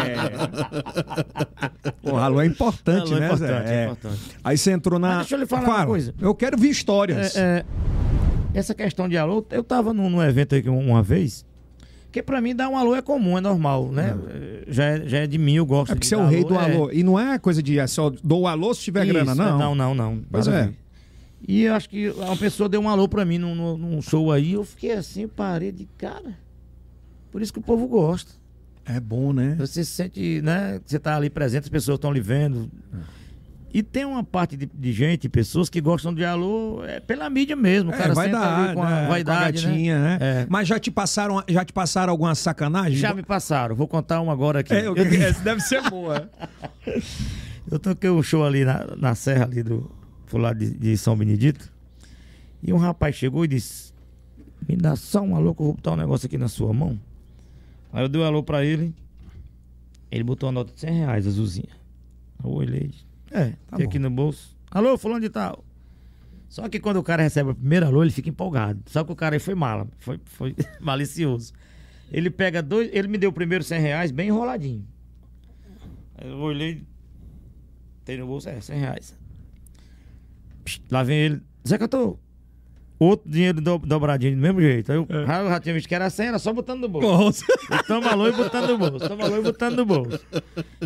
Speaker 1: Pô, alô é importante,
Speaker 3: Alô,
Speaker 1: né,
Speaker 3: importante,
Speaker 1: Zé? É.
Speaker 3: importante.
Speaker 1: Aí você entrou na.
Speaker 3: Mas deixa eu lhe falar uma
Speaker 1: Fala.
Speaker 3: coisa.
Speaker 1: Eu quero ver histórias.
Speaker 3: É, é, essa questão de alô, eu tava num, num evento aqui uma vez, que pra mim dar um alô é comum, é normal, né? É, Já, é, já é de mim, eu gosto
Speaker 1: É
Speaker 3: de
Speaker 1: porque você é o
Speaker 3: dar
Speaker 1: rei do
Speaker 3: é.
Speaker 1: alô. E não é coisa de é só dou o alô se tiver
Speaker 3: Isso,
Speaker 1: grana, não.
Speaker 3: é, Não, não, não.
Speaker 1: Pois
Speaker 3: nada
Speaker 1: é.
Speaker 3: a ver. E eu acho que uma pessoa deu um alô pra mim num, num- num show aí, eu fiquei assim, eu parei de cara. Por isso que o povo gosta.
Speaker 1: É bom, né?
Speaker 3: Você se sente, né? que Você tá ali presente, as pessoas estão lhe vendo. E tem uma parte de, de gente, pessoas que gostam de alô é, pela mídia mesmo. O
Speaker 1: É,
Speaker 3: cara
Speaker 1: vai
Speaker 3: senta
Speaker 1: dar,
Speaker 3: ali com a
Speaker 1: né?
Speaker 3: vaidade,
Speaker 1: com a gatinha,
Speaker 3: né?
Speaker 1: né?
Speaker 3: É.
Speaker 1: Mas já te passaram, já te passaram alguma sacanagem?
Speaker 3: Já me passaram, vou contar uma agora aqui.
Speaker 1: É, eu-
Speaker 3: eu, eu,
Speaker 1: essa deve ser
Speaker 3: [laughs]
Speaker 1: boa.
Speaker 3: toquei um show ali na, na serra ali do. Fui lá de, de São Benedito. E um rapaz chegou e disse: Me dá só um alô que eu vou botar um negócio aqui na sua mão. Aí eu dei um alô pra ele. Ele botou uma nota de 100 reais, azulzinha. Eu olhei. É, tá aqui no bolso. Alô, fulano de tal. Só que quando o cara recebe o primeiro alô, ele fica empolgado. Só que o cara aí foi mala, foi, foi [laughs] malicioso. Ele pega dois, ele me deu o primeiro 100 reais bem enroladinho. Aí Eu olhei, tem no bolso, é, 100 reais. Psh, Lá vem ele, Zé Cantor, outro dinheiro do- dobradinho, do mesmo jeito. Aí eu,
Speaker 1: É.
Speaker 3: ah, eu já tinha visto que era 100, era só botando no bolso. E Toma alô e botando no bolso, toma alô e botando no bolso.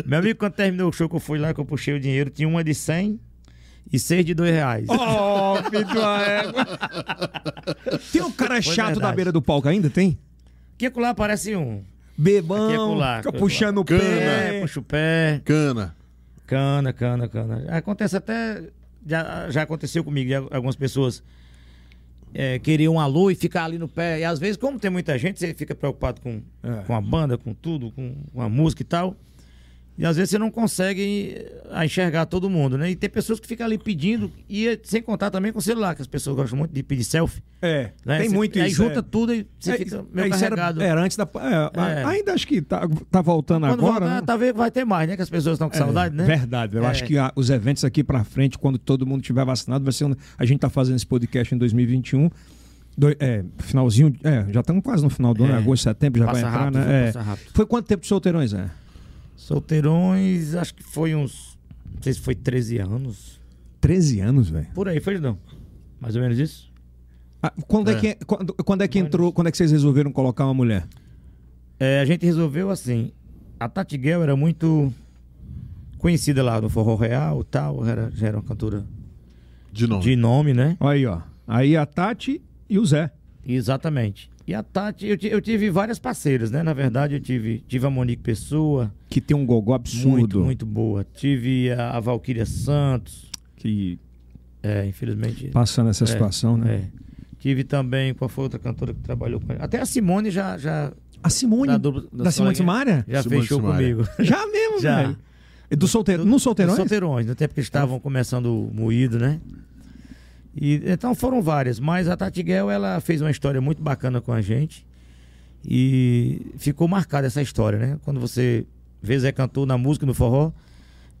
Speaker 3: Meu amigo, quando terminou o show que eu fui lá, que eu puxei o dinheiro, tinha uma de 100 e seis de dois reais.
Speaker 5: Oh, filho de uma égua.
Speaker 1: Tem um cara
Speaker 3: Foi
Speaker 1: chato da
Speaker 3: verdade.
Speaker 1: beira do palco ainda? Tem?
Speaker 3: Aqui e acolá aparece um.
Speaker 1: Bebão,
Speaker 3: Aqui e acolá,
Speaker 1: fica
Speaker 3: aqui e acolá.
Speaker 1: puxando o
Speaker 2: Cana.
Speaker 3: É,
Speaker 1: pé. né?
Speaker 3: puxa o pé.
Speaker 2: Cana.
Speaker 3: Cana, cana, cana. Acontece até. Já, já aconteceu comigo, já algumas pessoas é, queriam um alô e ficar ali no pé. E às vezes, como tem muita gente, você fica preocupado com,
Speaker 1: É.
Speaker 3: com a banda, com tudo, com, com a música e tal. E às vezes você não consegue eh, enxergar todo mundo, né? E tem pessoas que ficam ali pedindo, e eh, sem contar também com o celular, que as pessoas gostam muito de pedir selfie.
Speaker 1: É,
Speaker 3: né?
Speaker 1: tem
Speaker 3: Você-
Speaker 1: muito
Speaker 3: aí
Speaker 1: isso.
Speaker 3: junta
Speaker 1: é.
Speaker 3: tudo e você
Speaker 1: É,
Speaker 3: fica
Speaker 1: é,
Speaker 3: meio
Speaker 1: isso era-
Speaker 3: carregado.
Speaker 1: Era, antes da. é,
Speaker 3: É.
Speaker 1: a- Ainda acho que tá, tá voltando
Speaker 3: Quando
Speaker 1: agora.
Speaker 3: voltar,
Speaker 1: né? É,
Speaker 3: talvez vai ter mais, né? Que as pessoas estão com saudade, né?
Speaker 1: Verdade, eu
Speaker 3: É.
Speaker 1: acho que a- os eventos aqui pra frente, quando todo mundo tiver vacinado, vai ser. um- a gente tá fazendo esse podcast em 2021. do- é, finalzinho. É, já estamos quase no final do ano,
Speaker 3: É.
Speaker 1: agosto, setembro, já
Speaker 3: Passa
Speaker 1: vai entrar,
Speaker 3: rápido,
Speaker 1: né?
Speaker 3: vai
Speaker 1: É.
Speaker 3: passar rápido.
Speaker 1: Foi quanto tempo de solteirões, é?
Speaker 3: Solteirões, acho que foi uns. Não sei se foi 13 anos.
Speaker 1: 13 anos, velho.
Speaker 3: Por aí, foi, não? Mais ou menos isso?
Speaker 1: Ah, quando, é.
Speaker 2: É.
Speaker 1: que, quando, quando é que entrou, quando é que vocês resolveram colocar uma mulher?
Speaker 3: É, a gente resolveu assim. A Tati Guel era muito conhecida lá no Forró Real e tal. Era, já era uma cantora
Speaker 2: De nome.
Speaker 3: de nome, né?
Speaker 1: Olha aí, ó. Aí a Tati e o Zé.
Speaker 3: Exatamente. E a Tati, eu, ti- eu tive várias parceiras, né? Na verdade, eu tive, tive a Monique Pessoa,
Speaker 1: Que tem um gogó absurdo.
Speaker 3: muito, muito boa. Tive a, a Valquíria Santos,
Speaker 1: Que
Speaker 3: é, infelizmente.
Speaker 1: passando essa situação, né?
Speaker 3: É. Tive também, qual foi a outra cantora que trabalhou com ele? Até a Simone já. já
Speaker 1: A Simone.
Speaker 3: da
Speaker 1: Da,
Speaker 3: dupla- da
Speaker 1: Simone
Speaker 3: Solinha.
Speaker 1: Simaria?
Speaker 3: Já
Speaker 2: Simone
Speaker 3: fechou
Speaker 2: Simaria.
Speaker 3: comigo.
Speaker 1: [laughs] Já mesmo,
Speaker 3: Já.
Speaker 1: velho. É, Do solteiro, no solteirões?
Speaker 3: Solteirões, no tempo que
Speaker 1: É.
Speaker 3: eles estavam começando o moído, né? E, então foram várias, mas a Tati Guel, ela fez uma história muito bacana com a gente e ficou marcada essa história, né? Quando você vê Zé Cantor na música, no forró,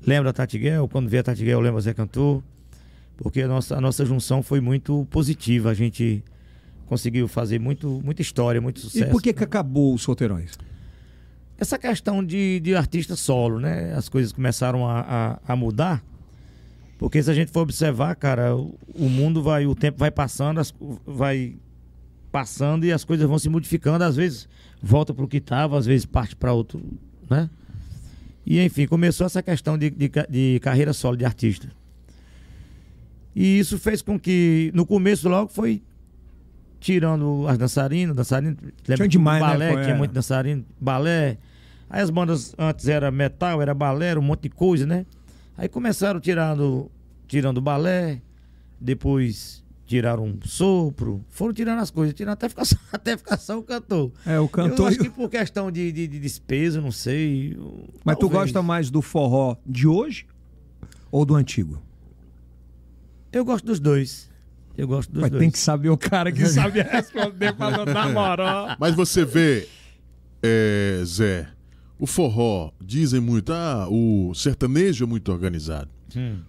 Speaker 3: lembra a Tati Guel, quando vê a Tati Guel, lembra Zé Cantor, porque a nossa, a nossa junção foi muito positiva, a gente conseguiu fazer muito, muita história, muito
Speaker 1: E
Speaker 3: sucesso. né?
Speaker 1: por que, que acabou os solteirões?
Speaker 3: Essa questão de, de artista solo, né? As coisas começaram a, a, a mudar. Porque se a gente for observar, cara, o, o mundo vai, o tempo vai passando, as- vai passando e as coisas vão se modificando. Às vezes volta para o que estava, às vezes parte para outro, né? E enfim, começou essa questão de, de, ca- de carreira solo de artista. E isso fez com que, no começo logo, foi tirando as dançarinas, dançarina, lembra
Speaker 1: Tinha
Speaker 3: que
Speaker 1: demais, né,
Speaker 3: balé,
Speaker 1: qual
Speaker 3: tinha
Speaker 1: era?
Speaker 3: muito dançarino, balé. Aí as bandas antes era metal, era balé, era um monte de coisa, né? Aí começaram tirando, tirando balé, depois tiraram um sopro, foram tirando as coisas, tiraram até ficar só, [laughs] até ficar só o cantor.
Speaker 1: É, o
Speaker 3: Eu
Speaker 1: cantor.
Speaker 3: acho que por questão de, de, de despesa, não sei.
Speaker 1: Mas tu
Speaker 3: talvez.
Speaker 1: gosta mais do forró de hoje ou do antigo?
Speaker 3: Eu gosto dos dois. Eu gosto dos
Speaker 1: Mas
Speaker 3: dois.
Speaker 1: tem que saber o cara
Speaker 3: [laughs]
Speaker 1: que sabe responder pra não dar moral.
Speaker 2: Mas você vê, é, Zé, o forró, dizem muito, ah, o sertanejo é muito organizado.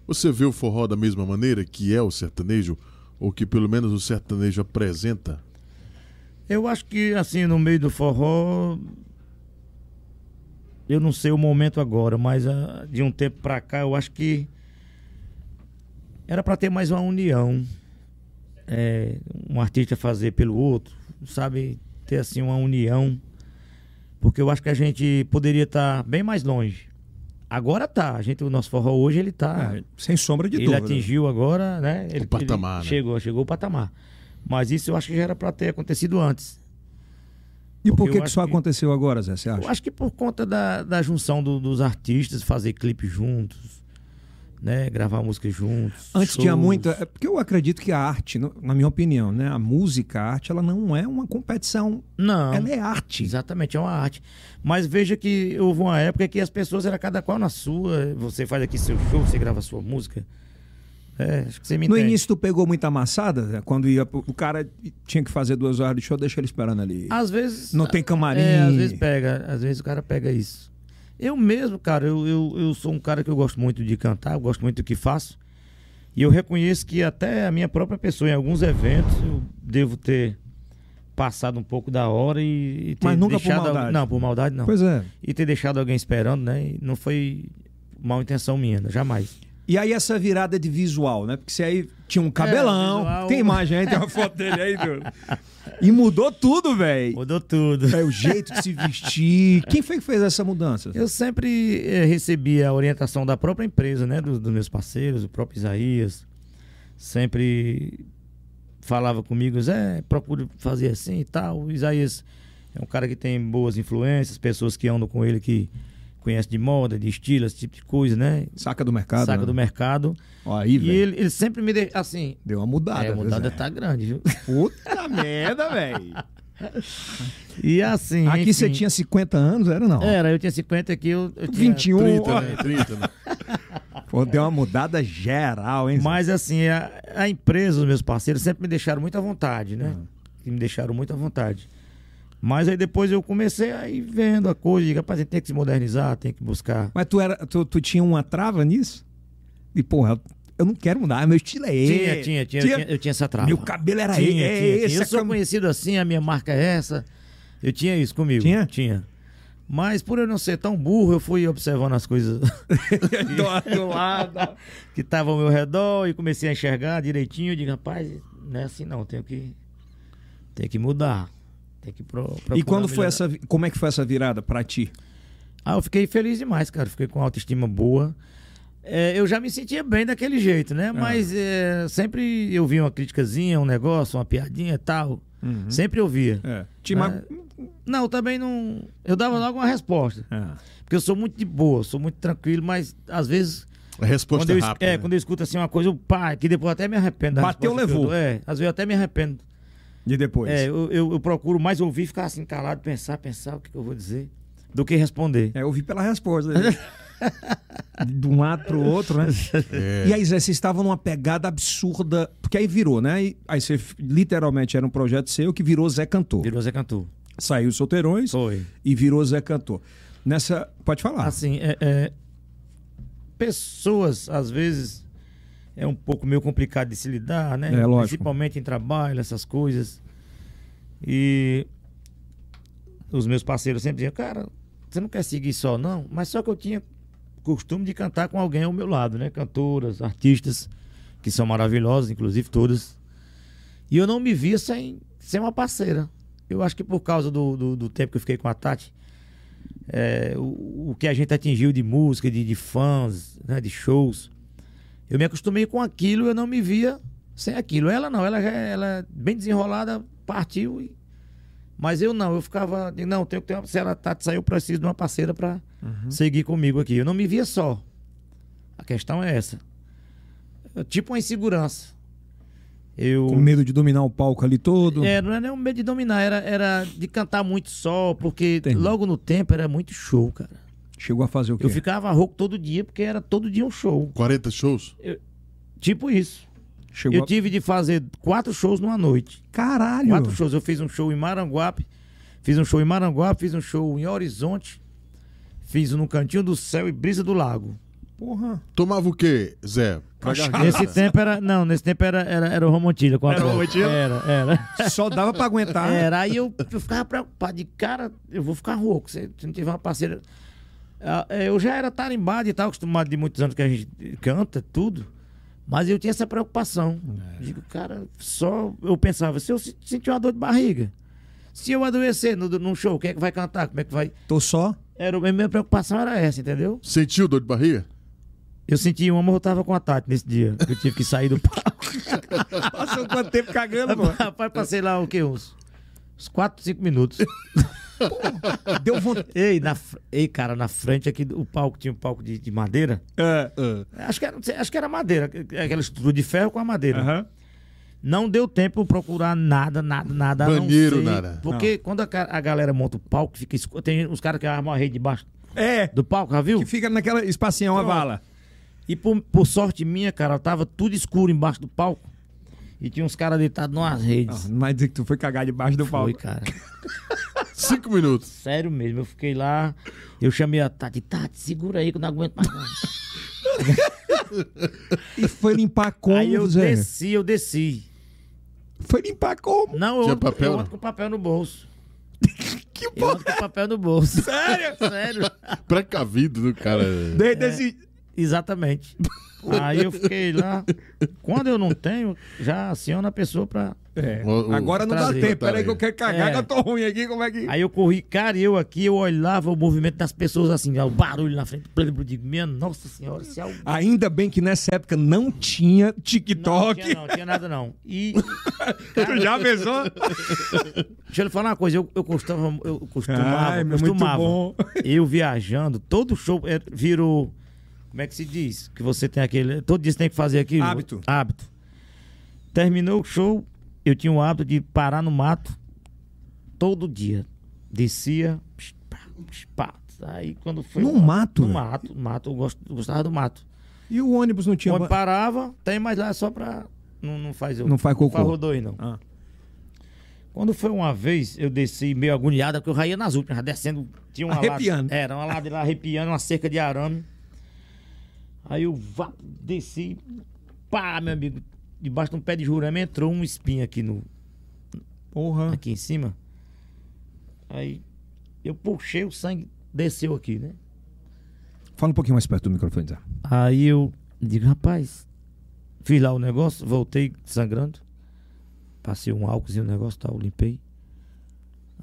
Speaker 2: Você vê o forró da mesma maneira que é o sertanejo, ou que pelo menos o sertanejo apresenta?
Speaker 3: Eu acho que, assim, no meio do forró. Eu não sei o momento agora, mas ah, de um tempo pra cá, eu acho que. Era pra ter mais uma união. É, um artista fazer pelo outro, sabe? Ter, assim, uma união. Porque eu acho que a gente poderia estar bem mais longe. Agora tá. A gente, o nosso forró hoje, ele tá
Speaker 1: É, sem sombra de
Speaker 3: ele
Speaker 1: dúvida.
Speaker 3: atingiu agora, né? Ele,
Speaker 2: patamar,
Speaker 3: ele
Speaker 2: né?
Speaker 3: Chegou, chegou o patamar. Mas isso eu acho que já era para ter acontecido antes.
Speaker 1: E por
Speaker 3: Porque
Speaker 1: que,
Speaker 3: eu
Speaker 1: que só
Speaker 3: acho que-
Speaker 1: aconteceu agora, Zé? Você
Speaker 3: Eu
Speaker 1: acha?
Speaker 3: acho que por conta da, da junção do- dos artistas, fazer clipe juntos, né? Gravar música juntos.
Speaker 1: Antes tinha
Speaker 3: shows.
Speaker 1: muita. é Porque eu acredito que a arte, no- na minha opinião, né? A música, a arte, ela não é uma competição.
Speaker 3: Não.
Speaker 1: Ela é arte.
Speaker 3: Exatamente, é uma arte. Mas veja que houve uma época que as pessoas eram cada qual na sua. Você faz aqui seu show, você grava sua música, É, acho que você me
Speaker 1: No
Speaker 3: entende.
Speaker 1: início tu pegou muita amassada, né? quando ia, pro- o cara tinha que fazer duas horas de show, deixa ele esperando ali.
Speaker 3: Às vezes.
Speaker 1: Não tem camarim.
Speaker 3: É, às vezes pega. Às vezes o cara pega isso. Eu mesmo, cara, eu, eu, eu sou um cara que eu gosto muito de cantar, eu gosto muito do que faço. E eu reconheço que até a minha própria pessoa, em alguns eventos, eu devo ter passado um pouco da hora e, e ter
Speaker 1: Mas nunca por
Speaker 3: deixado. al-
Speaker 1: maldade.
Speaker 3: Não, por maldade não.
Speaker 1: Pois é.
Speaker 3: E ter deixado alguém esperando, né? E não foi mal intenção minha, né? jamais.
Speaker 1: E aí essa virada de visual, né? Porque você aí tinha um cabelão,
Speaker 3: É, visual.
Speaker 1: tem imagem aí, tem uma foto dele aí, do... E mudou tudo, velho.
Speaker 3: Mudou tudo.
Speaker 1: É o jeito de se vestir. Quem foi que fez essa mudança?
Speaker 3: Eu sempre eh, recebi a orientação da própria empresa, né? Dos, dos meus parceiros, o próprio Isaías. Sempre falava comigo, Zé, procure fazer assim e tal. O Isaías é um cara que tem boas influências, pessoas que andam com ele que conhecem de moda, de estilo, esse tipo de coisa, né?
Speaker 1: Saca do mercado.
Speaker 3: Saca
Speaker 1: né?
Speaker 3: do mercado.
Speaker 1: Ó, aí,
Speaker 3: E
Speaker 1: velho.
Speaker 3: ele, ele sempre me deixa assim.
Speaker 1: Deu uma mudada.
Speaker 3: é, a
Speaker 1: viu,
Speaker 3: mudada
Speaker 1: Zé?
Speaker 3: tá grande, viu? [laughs]
Speaker 1: Puta [laughs] merda, velho.
Speaker 3: E assim.
Speaker 1: Aqui você
Speaker 3: enfim.
Speaker 1: tinha 50 anos, era não?
Speaker 3: Era, eu tinha 50 aqui, eu, eu tinha
Speaker 1: 21.
Speaker 2: 30, né? 30, né?
Speaker 1: Pô, deu uma mudada geral, hein? Zé?
Speaker 3: Mas assim, a, a empresa, os meus parceiros, sempre me deixaram muito à vontade, né?
Speaker 1: É.
Speaker 3: Que Me deixaram muito à vontade. Mas aí depois eu comecei a ir vendo a coisa, digo, rapaz, a gente tem que se modernizar, tem que buscar.
Speaker 1: Mas tu, era, tu, tu tinha uma trava nisso? E, porra, eu não quero mudar, meu estilo é
Speaker 3: Tinha,
Speaker 1: esse.
Speaker 3: tinha, tinha, eu tinha, eu tinha essa trava.
Speaker 1: Meu cabelo era
Speaker 3: tinha,
Speaker 1: e-
Speaker 3: tinha,
Speaker 1: é
Speaker 3: tinha.
Speaker 1: esse.
Speaker 3: Eu
Speaker 1: a
Speaker 3: sou
Speaker 1: cam-
Speaker 3: conhecido assim, a minha marca é essa. Eu tinha isso comigo.
Speaker 1: Tinha?
Speaker 3: Tinha. Mas por eu não ser tão burro, eu fui observando as
Speaker 1: [laughs]
Speaker 3: coisas
Speaker 1: do, do lado.
Speaker 3: [laughs] que estavam ao meu redor e comecei a enxergar direitinho. Eu digo, rapaz, não é assim não, tenho que, tenho que mudar. Tem que pro,
Speaker 1: E
Speaker 3: procurar
Speaker 1: quando foi
Speaker 3: melhorar.
Speaker 1: essa, vi- como é que foi essa virada pra ti?
Speaker 3: Ah, eu fiquei feliz demais, cara. Fiquei com autoestima boa. É, eu já me sentia bem daquele jeito,
Speaker 1: Ah.
Speaker 3: né? Mas é, sempre eu via uma criticazinha, um negócio, uma piadinha e tal. Sempre eu via.
Speaker 1: É. Te ma-
Speaker 3: É. Não, também não. Eu dava logo uma resposta.
Speaker 1: Ah.
Speaker 3: Porque eu sou muito de boa, sou muito tranquilo, mas às vezes.
Speaker 2: A resposta
Speaker 3: quando eu, es-
Speaker 2: rápida.
Speaker 3: é,
Speaker 2: né?
Speaker 3: quando eu escuto assim uma coisa, eu pá, que depois eu até me arrependo. da
Speaker 1: Bateu,
Speaker 3: resposta que eu
Speaker 1: levou.
Speaker 3: dou. É, às vezes eu até me arrependo.
Speaker 1: E depois?
Speaker 3: É, eu, eu- eu procuro mais ouvir, ficar assim calado, pensar, pensar o que, que eu vou dizer, do que responder.
Speaker 1: É, eu vi pela resposta. [laughs] De um lado pro outro, né?
Speaker 3: É.
Speaker 2: É,
Speaker 1: E aí, Zé, vocês estavam numa pegada absurda. Porque aí virou, né? E- aí você f- literalmente era um projeto seu que virou Zé Cantor.
Speaker 3: Virou Zé Cantor.
Speaker 1: Saiu Solteirões
Speaker 3: Foi.
Speaker 1: e virou Zé Cantor. Nessa. Pode falar.
Speaker 3: Assim, é, é, pessoas, às vezes, é um pouco meio complicado de se lidar, né?
Speaker 1: É, lógico.
Speaker 3: Principalmente em trabalho, essas coisas. E os meus parceiros sempre diziam, cara, você não quer seguir só, não? Mas só que eu tinha costume de cantar com alguém ao meu lado, né? Cantoras, artistas, que são maravilhosas, inclusive todas. E eu não me via sem, sem uma parceira. Eu acho que por causa do, do, do tempo que eu fiquei com a Tati, é, o, o que a gente atingiu de música, de, de fãs, né, de shows, eu me acostumei com aquilo, eu não me via sem aquilo. Ela não, ela já ela bem desenrolada, partiu. e- Mas eu não, eu ficava. Não, tenho que ter uma, se ela tá, saiu, eu preciso de uma parceira para
Speaker 1: Uhum.
Speaker 3: seguir comigo aqui. Eu não me via só. A questão é essa. Eu- tipo uma insegurança. Eu.
Speaker 1: Com medo de dominar o palco ali todo.
Speaker 3: É, não era nem um medo de dominar, era, era de cantar muito só, porque
Speaker 1: Entendi.
Speaker 3: logo no tempo era muito show, cara.
Speaker 1: Chegou a fazer o quê?
Speaker 3: Eu ficava rouco todo dia, porque era todo dia um show.
Speaker 2: 40 shows?
Speaker 3: Tipo isso.
Speaker 1: Chegou
Speaker 3: Eu tive de fazer quatro shows numa noite.
Speaker 1: a... Caralho!
Speaker 3: Quatro shows. Eu fiz um show em Maranguape, fiz um show em Maranguape, fiz um show em Horizonte, fiz um no Cantinho do Céu e Brisa do Lago. [laughs]
Speaker 1: Porra.
Speaker 2: Tomava o quê, Zé? Pra
Speaker 3: Nesse
Speaker 2: garganta.
Speaker 3: tempo era. Não, nesse tempo era, era, era o Romontilha. Era o Romontilha? Era, era.
Speaker 1: Só dava pra aguentar.
Speaker 3: Era, aí eu, eu ficava preocupado, de cara, eu vou ficar rouco, se se não tiver uma parceira. Ah, eh, Eu já era tarimbado e tal, acostumado de muitos anos que a gente canta, tudo, mas eu tinha essa preocupação. Digo, cara, só eu pensava, se eu se- sentir uma dor de barriga, se eu adoecer no, num show, quem é que vai cantar, como é que vai?
Speaker 1: Tô só.
Speaker 3: Era, a minha preocupação era essa, entendeu?
Speaker 2: Sentiu dor de barriga?
Speaker 3: Eu senti uma, mas eu tava com a Tati nesse dia, que eu tive que sair do [laughs] palco.
Speaker 1: Passou quanto tempo cagando,
Speaker 3: Rapaz, passei lá, o quê, uns, uns 4, 5 minutos.
Speaker 1: Deu vontade.
Speaker 3: Ei, na, fr- ei, cara, na frente aqui do palco tinha um palco de, de madeira.
Speaker 1: É.
Speaker 3: Acho que, era, não sei, acho que era madeira, aquela estrutura de ferro com a madeira.
Speaker 1: Aham.
Speaker 3: Não deu tempo de procurar nada, nada, nada. a não
Speaker 2: Banheiro,
Speaker 3: ser-
Speaker 2: nada.
Speaker 3: Porque quando a, ca- a galera monta o palco, fica escuro. Tem uns caras que armam a rede debaixo
Speaker 1: É.
Speaker 3: do palco, já viu?
Speaker 1: Que fica naquela espacinha, uma vala.
Speaker 3: E por, por sorte minha, cara, tava tudo escuro embaixo do palco. E tinha uns caras deitados numas redes.
Speaker 1: Mas dizer que tu foi cagar debaixo do
Speaker 3: Foi,
Speaker 1: palco.
Speaker 3: cara.
Speaker 2: Cinco minutos.
Speaker 3: Sério mesmo, eu fiquei lá. Eu chamei a Tati, Tati, segura aí que eu não aguento mais. não."
Speaker 1: E foi limpar
Speaker 3: Aí eu
Speaker 1: como, Zé?
Speaker 3: desci, eu desci.
Speaker 1: Foi limpar como?
Speaker 3: Não, eu,
Speaker 2: Tinha
Speaker 3: ando,
Speaker 2: papel,
Speaker 3: eu
Speaker 2: não?
Speaker 3: ando com papel no bolso. [laughs] que porra? Eu ando com papel no bolso. Sério? [laughs] Sério.
Speaker 2: Precavido do cara.
Speaker 3: É.
Speaker 1: Desde esse...
Speaker 3: Exatamente. Aí eu fiquei lá. Quando eu não tenho, já aciona a pessoa pra.
Speaker 1: É.
Speaker 2: O- o-
Speaker 1: Agora não dá
Speaker 3: Trazer.
Speaker 1: tempo. Peraí que eu quero cagar,
Speaker 3: É.
Speaker 1: que eu tô ruim aqui. Como é que...
Speaker 3: Aí eu corri, cara, e eu aqui, eu olhava o movimento das pessoas assim, ó, o barulho na frente. Eu digo, minha nossa senhora, é se alguém.
Speaker 1: Ainda bem que nessa época não tinha
Speaker 3: Não,
Speaker 1: TikTok.
Speaker 3: tinha, não, tinha nada não. E
Speaker 1: [laughs] Tu já pensou?
Speaker 3: deixa eu lhe falar uma coisa, eu, eu costumava, eu costumava,
Speaker 1: Ai, meu, muito
Speaker 3: costumava.
Speaker 1: bom.
Speaker 3: [laughs] Eu viajando, todo show é, virou, como é que se diz? Que você tem aquele, todo dia você tem que fazer aquilo.
Speaker 1: Hábito.
Speaker 3: Hábito. Terminou o show, eu tinha o hábito de parar no mato todo dia. Descia, psh, pá, psh, pá. Aí quando foi
Speaker 1: No
Speaker 3: uma-
Speaker 1: mato,
Speaker 3: No
Speaker 1: velho?
Speaker 3: mato, no mato, eu gosto- eu gostava do mato.
Speaker 1: E o ônibus não tinha...
Speaker 3: Quando
Speaker 1: ba-
Speaker 3: parava, tem, mas lá é só pra. Não, não faz o-
Speaker 1: Não faz cocô.
Speaker 3: Não faz rodoio, não.
Speaker 1: Ah.
Speaker 3: Quando foi uma vez, eu desci meio agoniada, porque eu já ia nas últimas, já descendo. Tinha uma
Speaker 1: Arrepiando.
Speaker 3: Ladeira, era uma ladeira arrepiando, uma cerca de arame. Aí eu vá, desci, pá, meu amigo, debaixo de um pé de jurama entrou um espinho aqui no,
Speaker 1: Porra.
Speaker 3: aqui em cima. Aí eu puxei, o sangue desceu aqui, né?
Speaker 1: Fala um pouquinho mais perto do microfone, Zé.
Speaker 3: Aí eu digo, rapaz, fiz lá o negócio, voltei sangrando, passei um álcoolzinho no negócio, tal, limpei.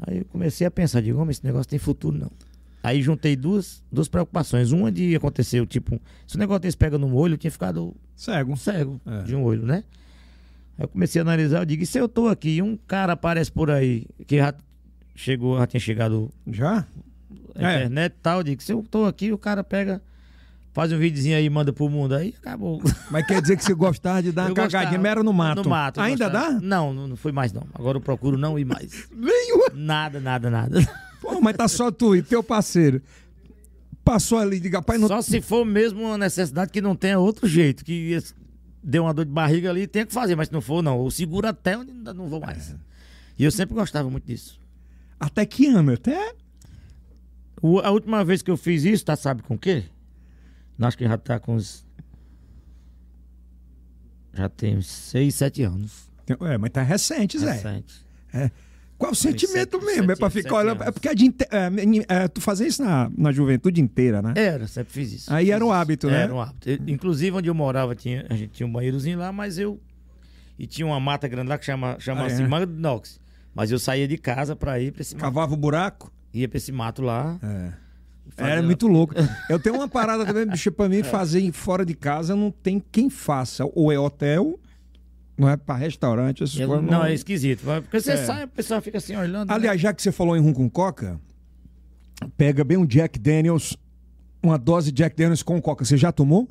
Speaker 3: Aí eu comecei a pensar, digo, homem, esse negócio tem futuro não. Aí juntei duas, duas preocupações. Uma de acontecer, tipo, se o negócio desse pega no olho, eu tinha ficado
Speaker 1: Cego.
Speaker 3: cego
Speaker 1: É.
Speaker 3: de um olho, né? Aí eu comecei a analisar, eu digo, e se eu tô aqui e um cara aparece por aí, que já chegou, já tinha chegado
Speaker 1: Já?
Speaker 3: a
Speaker 1: É.
Speaker 3: internet e tal, eu digo, se eu tô aqui, o cara pega, faz um videozinho aí e manda pro mundo, aí acabou.
Speaker 1: Mas quer dizer que você gostava de dar uma
Speaker 3: [laughs] Eu
Speaker 1: cagadinha,
Speaker 3: gostava.
Speaker 1: Tá mas era no mato.
Speaker 3: No mato. eu
Speaker 1: Ainda
Speaker 3: gostava.
Speaker 1: dá?
Speaker 3: Não, não, não fui mais não. Agora eu procuro não ir
Speaker 1: [laughs]
Speaker 3: mais.
Speaker 1: Nenhuma.
Speaker 3: Nada, nada, nada.
Speaker 1: Pô, mas tá só tu e teu parceiro. Passou ali, diga, pai, não.
Speaker 3: Só se for mesmo uma necessidade que não tenha outro jeito, que esse- deu uma dor de barriga ali, tem que fazer, mas se não for não, eu seguro até onde ainda não vou
Speaker 1: É.
Speaker 3: mais. E eu sempre gostava muito disso.
Speaker 1: Até que ano? Até.
Speaker 3: O- a última vez que eu fiz isso, tá sabe com o quê? Acho que já tá com uns já tem uns 6, 7 anos.
Speaker 1: É, mas tá recente, Zé.
Speaker 3: Recente.
Speaker 1: Qual o sentimento
Speaker 3: sete-
Speaker 1: mesmo? é
Speaker 3: sete-
Speaker 1: pra ficar
Speaker 3: sete
Speaker 1: olhando.
Speaker 3: anos.
Speaker 1: É porque é de inte- é, meni- é, tu fazia isso na, na juventude inteira, né?
Speaker 3: Era, sempre fiz isso.
Speaker 1: Aí
Speaker 3: Fiz
Speaker 1: era um
Speaker 3: isso.
Speaker 1: hábito, né?
Speaker 3: É. Era um hábito. Eu- Inclusive, onde eu morava, tinha, a gente tinha um banheirozinho lá, mas eu. E tinha uma mata grande lá que chama, chama
Speaker 1: Ah,
Speaker 3: assim
Speaker 1: é?
Speaker 3: Manga do Nox. Mas eu saía de casa pra ir pra esse mato.
Speaker 1: Cavava o buraco.
Speaker 3: Ia pra esse mato lá. Fazia-
Speaker 1: Era muito louco. Eu tenho uma parada também, bicho, pra mim fazer em- fora de casa não tem quem faça. Ou é hotel, não é pra restaurante, essas
Speaker 3: Eu-
Speaker 1: coisas.
Speaker 3: não, é esquisito. mas- Porque você
Speaker 1: É.
Speaker 3: sai, a pessoa fica assim olhando. né?
Speaker 1: Aliás, já que você falou em rum com coca, pega bem um Jack Daniels, uma dose de Jack Daniels com coca. Você já tomou?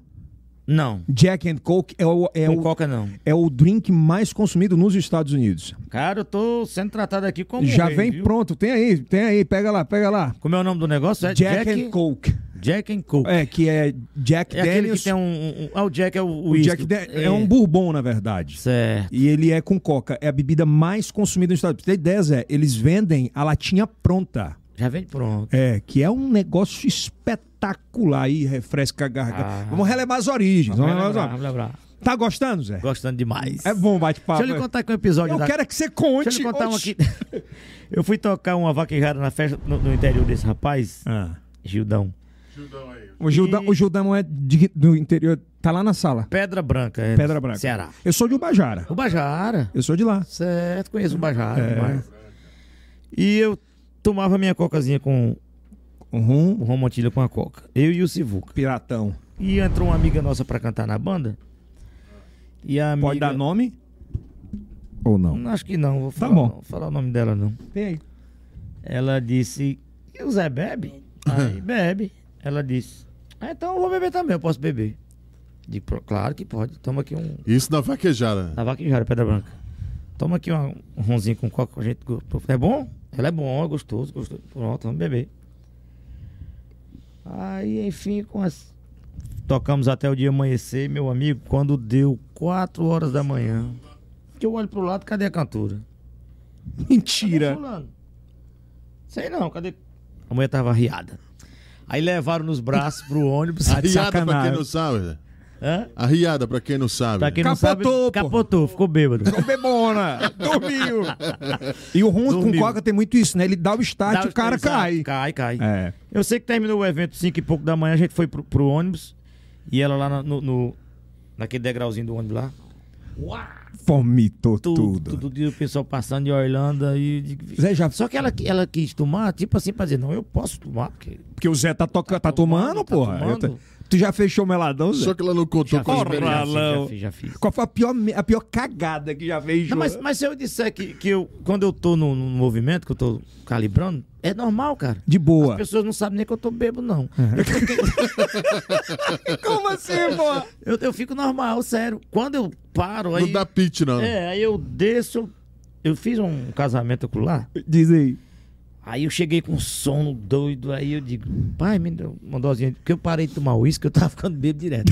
Speaker 3: Não.
Speaker 1: Jack and Coke é o, é
Speaker 3: Com
Speaker 1: o,
Speaker 3: coca não.
Speaker 1: é o drink mais consumido nos Estados Unidos.
Speaker 3: Cara, eu tô sendo tratado aqui como. um
Speaker 1: já
Speaker 3: rei,
Speaker 1: vem
Speaker 3: viu?
Speaker 1: pronto, tem aí, tem aí, pega lá, pega lá.
Speaker 3: Como é o nome do negócio? É
Speaker 1: Jack, and Coke.
Speaker 3: Jack and Coke. É,
Speaker 1: É, que é Jack
Speaker 3: aquele
Speaker 1: Daniels.
Speaker 3: que tem um. um- um- ah, o Jack é o.
Speaker 1: o Jack
Speaker 3: whisky.
Speaker 1: Dan- é. um bourbon, na verdade.
Speaker 3: Certo.
Speaker 1: E ele é com coca. É a bebida mais consumida nos Estados Unidos. Tem ideia, Zé? Eles vendem a latinha pronta.
Speaker 3: Já vem pronto.
Speaker 1: É, que é um negócio espetacular e refresca a garganta.
Speaker 3: Ah.
Speaker 1: Vamos relevar as origens. É, Vamos
Speaker 3: Vai
Speaker 1: relevar as
Speaker 3: lembrar, vai
Speaker 1: origens.
Speaker 3: lembrar.
Speaker 1: Tá gostando, Zé?
Speaker 3: Gostando demais.
Speaker 1: É bom o bate-papo.
Speaker 3: Deixa eu lhe contar aqui um episódio
Speaker 1: Eu
Speaker 3: da...
Speaker 1: quero é que você conte.
Speaker 3: Deixa eu lhe contar um
Speaker 1: Oxi.
Speaker 3: aqui. [laughs] Eu fui tocar uma vaquejada na festa no, no interior desse rapaz,
Speaker 1: Ah.
Speaker 3: Gildão.
Speaker 1: O, Gildão,
Speaker 3: E-
Speaker 1: o Gildão é de- do interior. Tá lá na sala.
Speaker 3: Pedra Branca. é,
Speaker 1: Pedra Branca.
Speaker 3: Ceará.
Speaker 1: Eu sou de Ubajara.
Speaker 3: O Bajara.
Speaker 1: Eu sou de lá.
Speaker 3: Certo, conheço o Bajara.
Speaker 1: É.
Speaker 3: demais. E eu tomava minha cocazinha com
Speaker 1: Uhum.
Speaker 3: o Romontilha com a coca. Eu e o Sivuca.
Speaker 1: Piratão.
Speaker 3: E entrou uma amiga nossa pra cantar na banda. E a amiga... Hum.
Speaker 1: Pode dar nome? Ou não?
Speaker 3: Acho que não, vou falar,
Speaker 1: bom.
Speaker 3: não, vou falar o nome dela não.
Speaker 1: Tem aí.
Speaker 3: Ela disse, e o Zé bebe?
Speaker 1: [laughs]
Speaker 3: Aí, bebe. Ela disse, ah, então eu vou beber também, eu posso beber. Digo, "Pro- claro que pode. Toma aqui um.
Speaker 2: Isso na vaquejada.
Speaker 3: Na vaquejada, Pedra Branca. Toma aqui uma- um ronzinho com coca com a gente. gostou." É bom? Ela é bom, é gostoso, gostoso. Pronto, vamos beber. Aí, enfim, com as. Tocamos até o dia amanhecer, meu amigo, quando deu 4 horas da manhã. Que eu olho pro lado, cadê a cantora?
Speaker 1: Mentira.
Speaker 3: Fulano. Sei não, cadê? A mulher tava riada. Aí levaram nos braços pro
Speaker 1: [laughs]
Speaker 3: ônibus.
Speaker 2: A riada, pra
Speaker 1: sacanagem.
Speaker 2: quem não sabe, Zé.
Speaker 3: Hã?
Speaker 2: A riada, pra quem não sabe.
Speaker 3: Pra quem não
Speaker 1: Capotou,
Speaker 3: sabe,
Speaker 1: pô.
Speaker 3: capotou, ficou bêbado.
Speaker 1: [laughs] Bebona, dormiu. E o rum com
Speaker 3: Dormiu.
Speaker 1: coca tem muito isso, né? Ele dá o start
Speaker 3: Dá-
Speaker 1: e o cara
Speaker 3: Exato,
Speaker 1: cai.
Speaker 3: Cai, cai.
Speaker 1: É.
Speaker 3: Eu sei que terminou o evento 5 e pouco da manhã, a gente foi pro, pro ônibus. E ela lá na- no, no- naquele degrauzinho do ônibus lá.
Speaker 1: Vomitou
Speaker 3: Tudo,
Speaker 1: tudo.
Speaker 3: tudo. e o pessoal passando de Orlando. E, de-
Speaker 1: Zé já-
Speaker 3: Só que ela, ela quis tomar, tipo assim, pra dizer, não, eu posso tomar. Porque...
Speaker 1: Porque o Zé tá, toca, tá, tomando,
Speaker 3: tomando, tá
Speaker 1: porra. Eu
Speaker 3: tomando.
Speaker 1: tô- Tu já fechou o meladão, Zé?
Speaker 2: Só que ela não contou com a
Speaker 3: fiz,
Speaker 2: experiência.
Speaker 3: já, fiz, já fiz, já fiz.
Speaker 1: Qual foi a pior, me- a pior cagada que já fez,
Speaker 3: Não,
Speaker 1: João?
Speaker 3: mas, mas se eu disser que, que eu, quando eu tô no, no movimento, que eu tô calibrando, é normal, cara.
Speaker 1: De boa.
Speaker 3: As pessoas não sabem nem que eu tô bêbado, não.
Speaker 1: Como assim, porra?
Speaker 3: [laughs] Eu, eu fico normal, sério. Quando eu paro, aí.
Speaker 2: Não dá pitch, não.
Speaker 3: É, aí eu desço. eu- Eu fiz um casamento ocular.
Speaker 1: Diz aí.
Speaker 3: Aí eu cheguei com um sono doido. Aí eu digo, pai, me deu uma dosinha. Porque eu parei de tomar uísque, eu tava [laughs] ficando bêbado direto.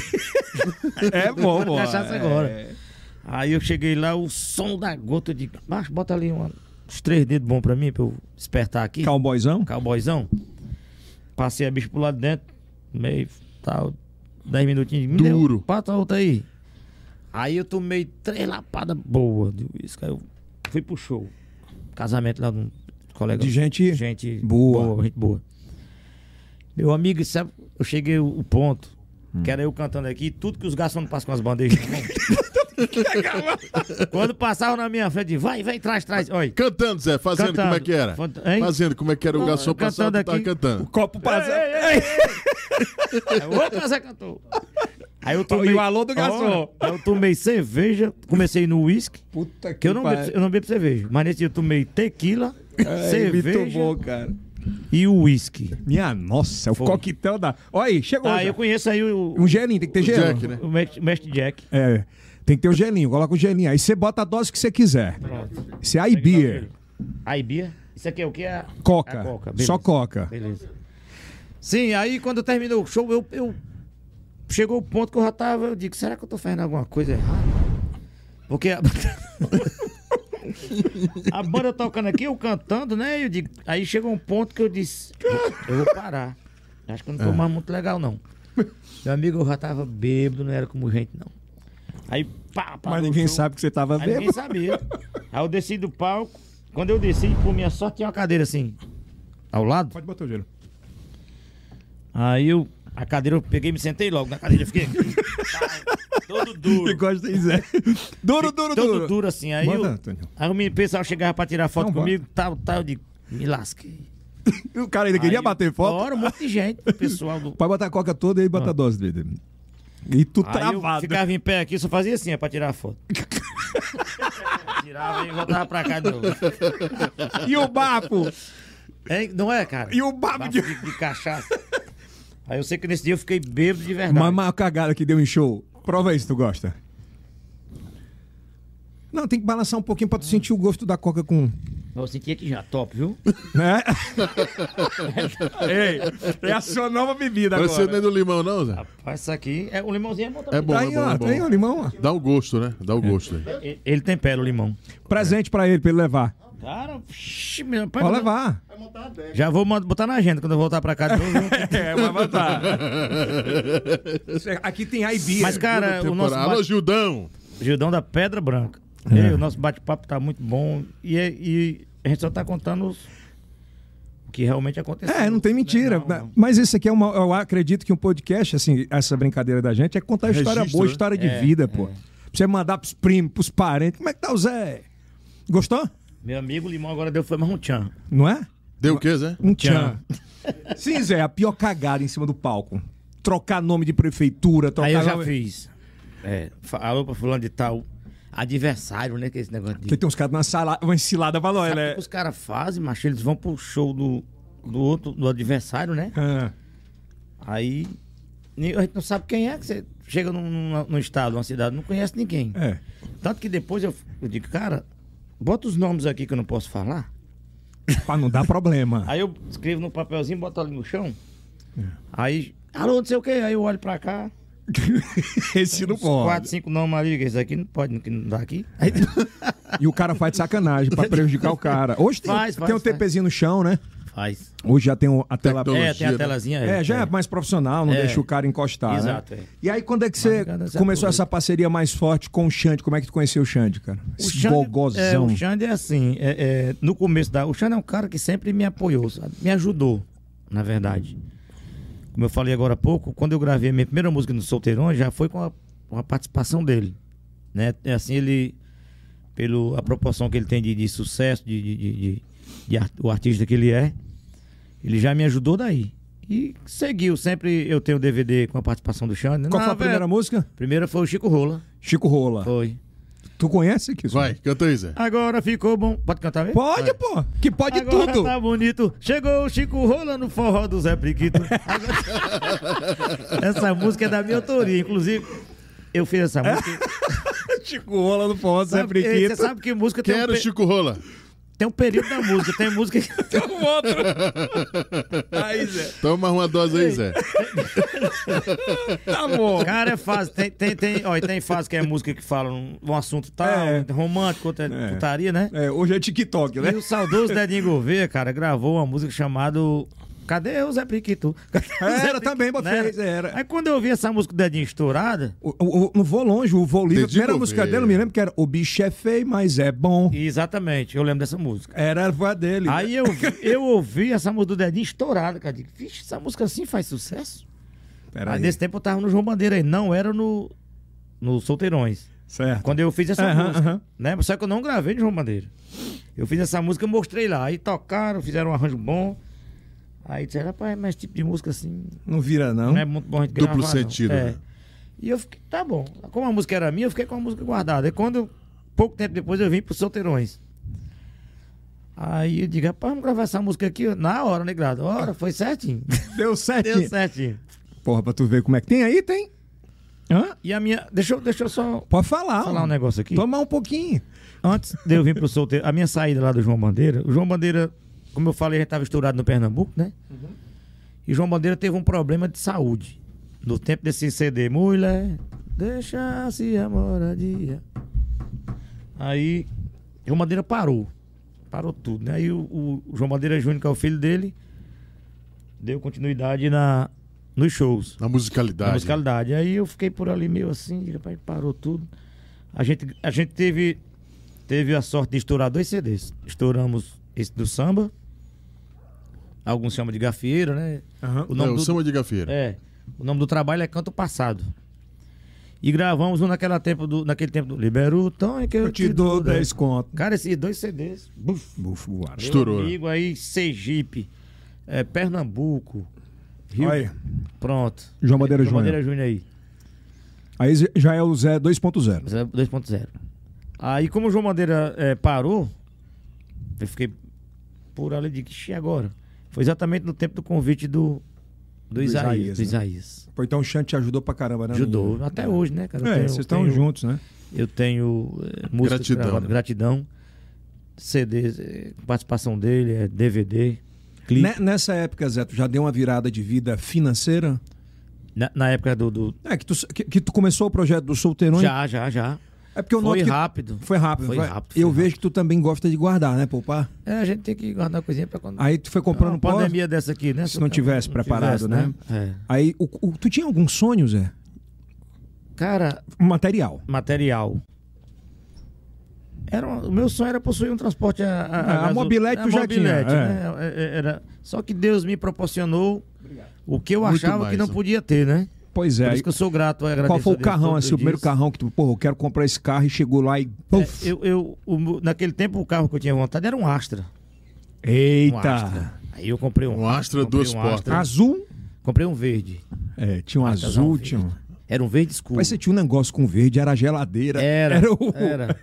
Speaker 1: É bom, pô. É,
Speaker 3: Cachaça agora. Aí eu cheguei lá, o som da gota. Eu digo, macho, bota ali uma- uns três dedos bons pra mim, pra eu despertar aqui.
Speaker 1: Cowboyzão?
Speaker 3: Cowboyzão. Passei a bicho pro lado de dentro, meio tal, 10 minutinhos. Me
Speaker 2: Duro.
Speaker 3: deu, Pata outra aí. Aí eu tomei três lapadas boas de uísque. Aí eu fui pro show. Casamento lá de um colega.
Speaker 1: De gente
Speaker 3: gente
Speaker 1: boa.
Speaker 3: Gente boa. Meu amigo, sabe, eu cheguei o o ponto. Que
Speaker 1: Hum.
Speaker 3: era eu cantando aqui, tudo que os garçons não passam com
Speaker 1: [laughs]
Speaker 3: as bandejas. na mão. Quando passavam na minha frente, vai, vem, traz, traz. Olha,
Speaker 2: Cantando, Zé, fazendo
Speaker 3: Cantando.
Speaker 2: como é que era.
Speaker 3: Fant- hein?
Speaker 2: Fazendo como é que era o
Speaker 3: Não,
Speaker 2: garçom passado,
Speaker 3: cantando
Speaker 2: tu tava
Speaker 3: aqui.
Speaker 2: cantando.
Speaker 1: Copo passado.
Speaker 3: Aí, Opa, Zé cantor. Aí eu
Speaker 1: E o alô do garçom.
Speaker 3: Ora, aí eu tomei cerveja, comecei no uísque,
Speaker 1: Puta
Speaker 3: que eu não,
Speaker 1: pariu.
Speaker 3: bebo, eu não bebo cerveja. Mas nesse dia eu tomei tequila,
Speaker 1: Ai,
Speaker 3: cerveja
Speaker 1: Muito bom, cara.
Speaker 3: e o uísque.
Speaker 1: Minha nossa, é o coquetel da. Olha aí, chegou.
Speaker 3: Ah,
Speaker 1: já.
Speaker 3: eu conheço aí o,
Speaker 1: Um gelinho, tem que ter
Speaker 2: O
Speaker 1: gelinho.
Speaker 2: Jack, né?
Speaker 3: o mestre, mestre Jack.
Speaker 1: É. Tem que ter o gelinho, coloca o gelinho. Aí você bota a dose que você quiser. Isso é beer,
Speaker 3: Aí, Bia. Isso aqui é o que? É a-
Speaker 1: coca.
Speaker 3: a coca.
Speaker 1: Só
Speaker 3: beleza.
Speaker 1: coca.
Speaker 3: Beleza. Sim, aí quando terminou o show, eu, eu- Chegou o ponto que eu já tava. Eu digo, será que eu tô fazendo alguma coisa errada? Porque. A, [laughs] a banda tocando aqui, eu cantando, né? Eu digo, aí chegou um ponto que eu disse, eu vou parar. Acho que eu não tô
Speaker 1: Ah.
Speaker 3: mais muito legal, não. Meu amigo, eu já tava bêbado, não era como gente, não. Aí, pá, pá.
Speaker 1: Mas ninguém sabe que você tava
Speaker 3: Aí Tá ninguém
Speaker 1: bêbado.
Speaker 3: sabia. Aí eu desci do palco. Quando eu desci, por minha sorte, tinha uma cadeira assim. Ao lado.
Speaker 1: Pode botar o gelo.
Speaker 3: Aí eu. A cadeira eu peguei e me sentei logo na
Speaker 1: [laughs]
Speaker 3: cadeira. Fiquei. todo duro.
Speaker 1: gosta de Zé. Duro, duro,
Speaker 3: Todo
Speaker 1: duro.
Speaker 3: duro assim. Aí,
Speaker 1: Manda,
Speaker 3: eu,
Speaker 1: Antônio.
Speaker 3: aí o menino- pessoal chegava pra tirar foto
Speaker 1: Não,
Speaker 3: comigo, tal, tal. Eu digo, me lasquei.
Speaker 1: E O cara ainda
Speaker 3: Aí
Speaker 1: queria
Speaker 3: eu-
Speaker 1: bater foto. Ah.
Speaker 3: Ora, um monte de gente. o Pessoal
Speaker 1: [laughs]
Speaker 3: do.
Speaker 1: Pode botar a coca toda e aí bota a dose dele. E tu
Speaker 3: Aí eu
Speaker 1: travado.
Speaker 3: ficava em pé aqui, só fazia assim, ó, pra tirar
Speaker 1: [laughs]
Speaker 3: a foto. Tirava e voltava pra cá de novo.
Speaker 1: E o bafo?
Speaker 3: Hein? Não é, cara?
Speaker 1: E o bafo
Speaker 3: Bafo
Speaker 1: de.
Speaker 3: de, de cachaça. Aí eu sei que nesse dia eu fiquei bêbado de verdade.
Speaker 1: Mas a maior cagada que deu em show. Prova aí se tu gosta. Não, tem que balançar um pouquinho pra tu sentir o gosto da coca com.
Speaker 3: Eu senti aqui já, top, viu?
Speaker 1: Né? [laughs] Ei, é a sua nova bebida
Speaker 2: Não é ser nem do limão, não, Zé.
Speaker 3: Rapaz, isso aqui. É, o limãozinho é bom também.
Speaker 2: É bom,
Speaker 1: Tá
Speaker 2: é
Speaker 1: aí,
Speaker 2: bom,
Speaker 1: ó,
Speaker 2: é
Speaker 1: tá aí, ó,
Speaker 2: bom.
Speaker 1: limão, ó.
Speaker 2: Dá o gosto, né? Dá o
Speaker 3: É.
Speaker 2: gosto. né?
Speaker 3: E- Ele tempera o limão.
Speaker 1: Presente pra ele, pra ele levar.
Speaker 3: Cara, vixi, meu pai.
Speaker 1: Pode
Speaker 2: [laughs]
Speaker 1: levar.
Speaker 3: Já vou mand- botar na agenda quando eu voltar pra cá de novo.
Speaker 1: É, vai botar. Aqui tem IB.
Speaker 3: Mas, cara,
Speaker 1: tipo-
Speaker 2: [laughs]
Speaker 3: o nosso
Speaker 2: Temporada. Alô,
Speaker 3: bate...
Speaker 2: Gildão!
Speaker 3: [laughs] Gildão da Pedra Branca.
Speaker 1: É.
Speaker 3: Ei, o nosso bate-papo tá muito bom. E, é- e a gente só tá contando os- o que realmente aconteceu.
Speaker 1: É, não tem mentira.
Speaker 3: Não, não.
Speaker 1: Mas esse aqui é uma. Eu acredito que um podcast, assim, essa brincadeira da gente, é contar história
Speaker 2: Registro,
Speaker 1: boa,
Speaker 2: né?
Speaker 1: história
Speaker 3: É,
Speaker 1: de vida, pô. Pra você mandar pros primos, pros parentes. Como é que tá o Zé? Gostou?
Speaker 3: Meu amigo, o limão agora deu foi mais um tchan.
Speaker 1: Não é?
Speaker 2: Deu o quê, Zé?
Speaker 1: Um tchan. Sim, Zé, a pior cagada em cima do palco. Trocar nome de prefeitura, trocar.
Speaker 3: Aí eu já
Speaker 1: nome-
Speaker 3: fiz. É, falou pra fulano de tal. Adversário, né? Que é esse negócio de.
Speaker 1: Porque tem uns caras numa sala, uma ensilada valor,
Speaker 3: Sabe o
Speaker 1: né?
Speaker 3: que os caras fazem, macho? Eles vão pro show do, do outro, do adversário, né?
Speaker 1: Ah,
Speaker 3: Aí ni- a gente não sabe quem é, que você chega num, num- num estado, numa cidade, não conhece ninguém.
Speaker 1: é.
Speaker 3: Tanto que depois eu, eu digo, cara, bota os nomes aqui que eu não posso falar.
Speaker 1: Pra não dar
Speaker 3: [laughs]
Speaker 1: problema.
Speaker 3: Aí eu escrevo no papelzinho, boto ali no chão. Aí, alô, não sei o quê, aí eu olho pra cá.
Speaker 5: Esse não
Speaker 3: Uns
Speaker 5: pode.
Speaker 3: Quatro, cinco não, Maria, esse aqui não pode, que não dá aqui.
Speaker 1: E o cara faz de sacanagem pra prejudicar o cara. Hoje tem,
Speaker 3: Faz, faz,
Speaker 1: tem um
Speaker 3: faz.
Speaker 1: TPzinho no chão, né?
Speaker 3: [laughs] Faz.
Speaker 1: Hoje já tem o- a tela.
Speaker 2: Tecnologia.
Speaker 3: É, tem a telazinha.
Speaker 1: É, já é mais profissional, não
Speaker 3: É.
Speaker 1: deixa o cara encostar. né?
Speaker 3: Exato, é.
Speaker 1: E aí, quando é que você
Speaker 3: Madrugada, você
Speaker 1: começou
Speaker 3: aproveita.
Speaker 1: essa parceria mais forte com o Xande? Como é que tu conheceu o Xande, cara?
Speaker 3: O
Speaker 1: Esse
Speaker 3: Xande- É,
Speaker 1: bogozão.
Speaker 3: o Xande é assim, é, é, no começo da. O Xande é um cara que sempre me apoiou, sabe? Me ajudou, na verdade. Como eu falei agora há pouco, quando eu gravei minha primeira música no Solteirão, já foi com a, com a participação dele. Né? É assim, ele. Pelo, a proporção que ele tem de, de sucesso, de, de, de- de- de ar- o artista que ele é, ele já me ajudou daí. E seguiu, sempre eu tenho o DVD com a participação do Xande.
Speaker 1: Qual
Speaker 3: Na
Speaker 1: foi a
Speaker 3: ve-
Speaker 1: primeira música?
Speaker 3: Primeira foi o Chico Rola.
Speaker 1: Chico Rola.
Speaker 3: Foi.
Speaker 1: Tu conhece, Kis?
Speaker 2: Vai, canta aí, Zé.
Speaker 3: Agora ficou bom. Pode cantar mesmo?
Speaker 1: Pode, pô. Que pode
Speaker 3: Agora
Speaker 1: tudo.
Speaker 3: tá bonito. Chegou o Chico Rola no forró do
Speaker 1: [laughs]
Speaker 3: Zé Priquito. Agora- essa música é da minha autoria. Inclusive, eu fiz essa música.
Speaker 1: [laughs] Chico Rola no forró, [laughs] Zé
Speaker 3: Sabe- eh, Você
Speaker 1: Priquito.
Speaker 3: sabe que música tem,
Speaker 2: Quero
Speaker 3: um pe-
Speaker 2: Chico Rola.
Speaker 3: tem um período da música. Tem música que.
Speaker 1: Aí, Zé.
Speaker 2: Toma mais uma dose aí, Zé.
Speaker 1: Tá [laughs] bom.
Speaker 3: Cara, é fase. Tem, tem, tem, olha, tem fase que é música que fala um, um assunto tal,
Speaker 1: É.
Speaker 3: romântico, outra é.
Speaker 1: É.
Speaker 3: putaria, né?
Speaker 1: É, hoje é TikTok, né?
Speaker 3: E o saudoso Dedinho Gouveia, cara, gravou uma música chamada Cadê o Zé Priquito?
Speaker 1: É,
Speaker 3: É,
Speaker 1: Era também,
Speaker 3: Não
Speaker 1: fez, era.
Speaker 3: né? Aí quando eu ouvi essa música do Dedinho estourada,
Speaker 1: O- o- o- não vou longe, o voo livre. A
Speaker 2: Dedinho
Speaker 1: primeira música
Speaker 2: Gouveia.
Speaker 1: dele, eu me lembro que era O bicho é feio, mas é bom.
Speaker 3: exatamente, eu lembro dessa música.
Speaker 1: Era foi a dele. né?
Speaker 3: Aí eu, vi- eu ouvi essa música do Dedinho estourada, cara. Digo, Vixe, essa música assim faz sucesso?
Speaker 1: Pera
Speaker 3: aí
Speaker 1: aí.
Speaker 3: nesse tempo eu tava no João Bandeira aí, não era no, no Solteirões.
Speaker 1: Certo.
Speaker 3: Quando eu fiz essa
Speaker 1: Aham,
Speaker 3: música,
Speaker 1: aham.
Speaker 3: né? Só que eu não gravei no João Bandeira. Eu fiz essa música, eu mostrei lá. Aí tocaram, fizeram um arranjo bom. Aí disseram, rapaz, mas esse tipo de música assim,
Speaker 1: Não vira, não.
Speaker 3: Não é muito bom a gente
Speaker 2: Hum? Duplo
Speaker 3: gravar, não.
Speaker 2: sentido,
Speaker 3: É.
Speaker 2: né?
Speaker 3: E eu fiquei, tá bom. Como a música era minha, eu fiquei com a música guardada. E quando, pouco tempo depois, eu vim pro Solteirões. Aí eu digo, rapaz, vamos gravar essa música aqui na hora, né, Grado? Hora, foi
Speaker 2: [laughs]
Speaker 3: certinho.
Speaker 1: Deu certo.
Speaker 3: Deu certinho.
Speaker 1: Porra, pra tu ver como é que tem aí, tem. Hã?
Speaker 3: E a minha. Deixa eu, deixa eu só
Speaker 1: Pode falar.
Speaker 3: falar um negócio aqui.
Speaker 1: Tomar um pouquinho.
Speaker 3: Antes de eu vir pro solteiro, a minha saída lá do João Bandeira, o João Bandeira, como eu falei, já estava estourado no Pernambuco, né? E o João Bandeira teve um problema de saúde. No tempo desse CD, mulher, deixa-se a moradia. Aí, João Bandeira parou. Parou tudo, né? Aí o, o João Bandeira Júnior, que é o filho dele, deu continuidade na, nos shows.
Speaker 2: Na
Speaker 3: Da
Speaker 2: musicalidade.
Speaker 3: musicalidade. Aí eu fiquei por ali meio assim, rapaz, parou tudo. A gente, a gente teve, teve a sorte de estourar dois CDs. Estouramos esse do samba. Alguns chamam de gafieira, né? O
Speaker 2: É,
Speaker 3: nome
Speaker 2: o
Speaker 3: do,
Speaker 2: samba de gafeira.
Speaker 3: é, o nome do trabalho é Canto Passado. E gravamos um naquela tempo do, naquele tempo do Libera o Tom é que eu,
Speaker 1: Eu te dou 10 conto.
Speaker 3: Cara, esses dois CDs. Buf,
Speaker 1: Bufo, voaram.
Speaker 3: meu
Speaker 2: Estourou.
Speaker 3: amigo aí, Sergipe, é, Pernambuco, Rio.
Speaker 1: Olha aí.
Speaker 3: Pronto.
Speaker 1: João Bandeira
Speaker 3: João Bandeira
Speaker 1: Júnior.
Speaker 3: Júnior aí.
Speaker 1: Aí já é o Zé 2.0.
Speaker 3: é 2.0. Aí, como o João Bandeira eh, parou, eu fiquei por ali de que "Ixi, e agora. Foi exatamente no tempo do convite do, do, Isaías.
Speaker 1: Isaías,
Speaker 3: do
Speaker 1: né?
Speaker 3: Isaías.
Speaker 1: Pô, então o Xande te ajudou pra caramba, né?
Speaker 3: Ajudou.
Speaker 1: menino?
Speaker 3: Até hoje, né, cara? Eu
Speaker 1: É,
Speaker 3: tenho-
Speaker 1: vocês estão
Speaker 3: tenho-
Speaker 1: juntos, né?
Speaker 3: Eu tenho eh, músicas
Speaker 2: Gratidão,
Speaker 3: gravadas,
Speaker 2: né?
Speaker 3: gratidão, CDs, eh, participação dele, eh, DVD, clipe.
Speaker 1: Ne- Nessa época, Zé, tu já deu uma virada de vida financeira?
Speaker 3: Na, na época do. do-
Speaker 1: É, que tu, que, que tu começou o projeto do Solteirões.
Speaker 3: Já, já, já.
Speaker 1: É porque eu
Speaker 3: Foi
Speaker 1: noto que-
Speaker 3: rápido.
Speaker 1: Foi rápido.
Speaker 3: Foi rápido, foi
Speaker 1: eu
Speaker 3: rápido.
Speaker 1: vejo que tu também gosta de guardar, né, poupar?
Speaker 3: É, a gente tem que guardar uma coisinha pra quando. Ah,
Speaker 1: Aí tu foi comprando
Speaker 3: uma
Speaker 1: pó,
Speaker 3: pandemia dessa aqui, né?
Speaker 1: se não tivesse preparado,
Speaker 3: tivesse,
Speaker 1: né?
Speaker 3: né?
Speaker 1: Aí, o- o- tu tinha algum sonho, Zé?
Speaker 3: É. Cara,
Speaker 1: Material.
Speaker 3: material. Era, um- o meu sonho era possuir um transporte a, a,
Speaker 1: Ah, a
Speaker 3: gaso-
Speaker 1: mobilete
Speaker 3: a
Speaker 1: tu já
Speaker 3: mobilete,
Speaker 1: tinha,
Speaker 3: né? É, é, Era, só que Deus me proporcionou o que eu
Speaker 2: Muito
Speaker 3: achava
Speaker 2: mais,
Speaker 3: que não
Speaker 2: né?
Speaker 3: podia ter, né?
Speaker 1: Pois é.
Speaker 3: Por isso que eu sou grato, eu agradeço
Speaker 1: Qual foi
Speaker 3: a
Speaker 1: o
Speaker 3: Deus
Speaker 1: carrão,
Speaker 3: todos
Speaker 1: assim,
Speaker 3: os
Speaker 1: o primeiro
Speaker 3: dias.
Speaker 1: carrão que tu, porra, eu quero comprar esse carro e chegou lá e. Puf,
Speaker 3: É, eu, eu, o meu- naquele tempo, o carro que eu tinha vontade era um Astra. Um
Speaker 1: Eita!
Speaker 3: Astra. Aí eu comprei um,
Speaker 2: Um Astra,
Speaker 3: comprei
Speaker 2: duas portas.
Speaker 3: Astra,
Speaker 1: Azul?
Speaker 3: comprei um verde.
Speaker 1: É, tinha um
Speaker 3: Artesão
Speaker 1: azul,
Speaker 3: verde.
Speaker 1: tinha um.
Speaker 3: Era um verde escuro.
Speaker 1: Mas você tinha um negócio com verde, era a geladeira.
Speaker 3: Era.
Speaker 1: Era o. [laughs]
Speaker 3: era.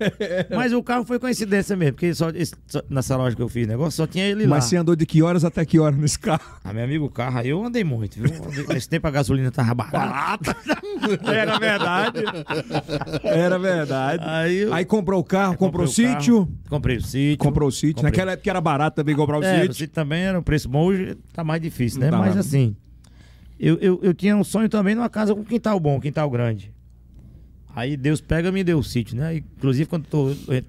Speaker 3: Mas o carro foi coincidência mesmo, porque só, esse- só- nessa loja que eu fiz negócio, só tinha ele lá.
Speaker 1: Mas você andou de que horas até que horas nesse carro?
Speaker 3: Ah, meu amigo, o carro aí eu andei muito, viu? Andei- Nesse tempo a gasolina tava barata.
Speaker 1: [laughs] Era verdade. Era verdade.
Speaker 3: Aí eu-
Speaker 1: Aí comprou o carro, comprou
Speaker 3: Comprei
Speaker 1: o sítio.
Speaker 3: carro, Comprei o sítio.
Speaker 1: Comprou o sítio.
Speaker 3: Comprei.
Speaker 1: Naquela época era barato também comprar o
Speaker 3: É, o
Speaker 1: sítio.
Speaker 3: sítio também era um preço bom, hoje tá mais difícil, né?
Speaker 1: Tá.
Speaker 3: Mas assim, Eu, eu, eu tinha um sonho também numa casa com quintal bom, quintal grande. Aí Deus pega e me deu o sítio, né? Inclusive, quando tô eh,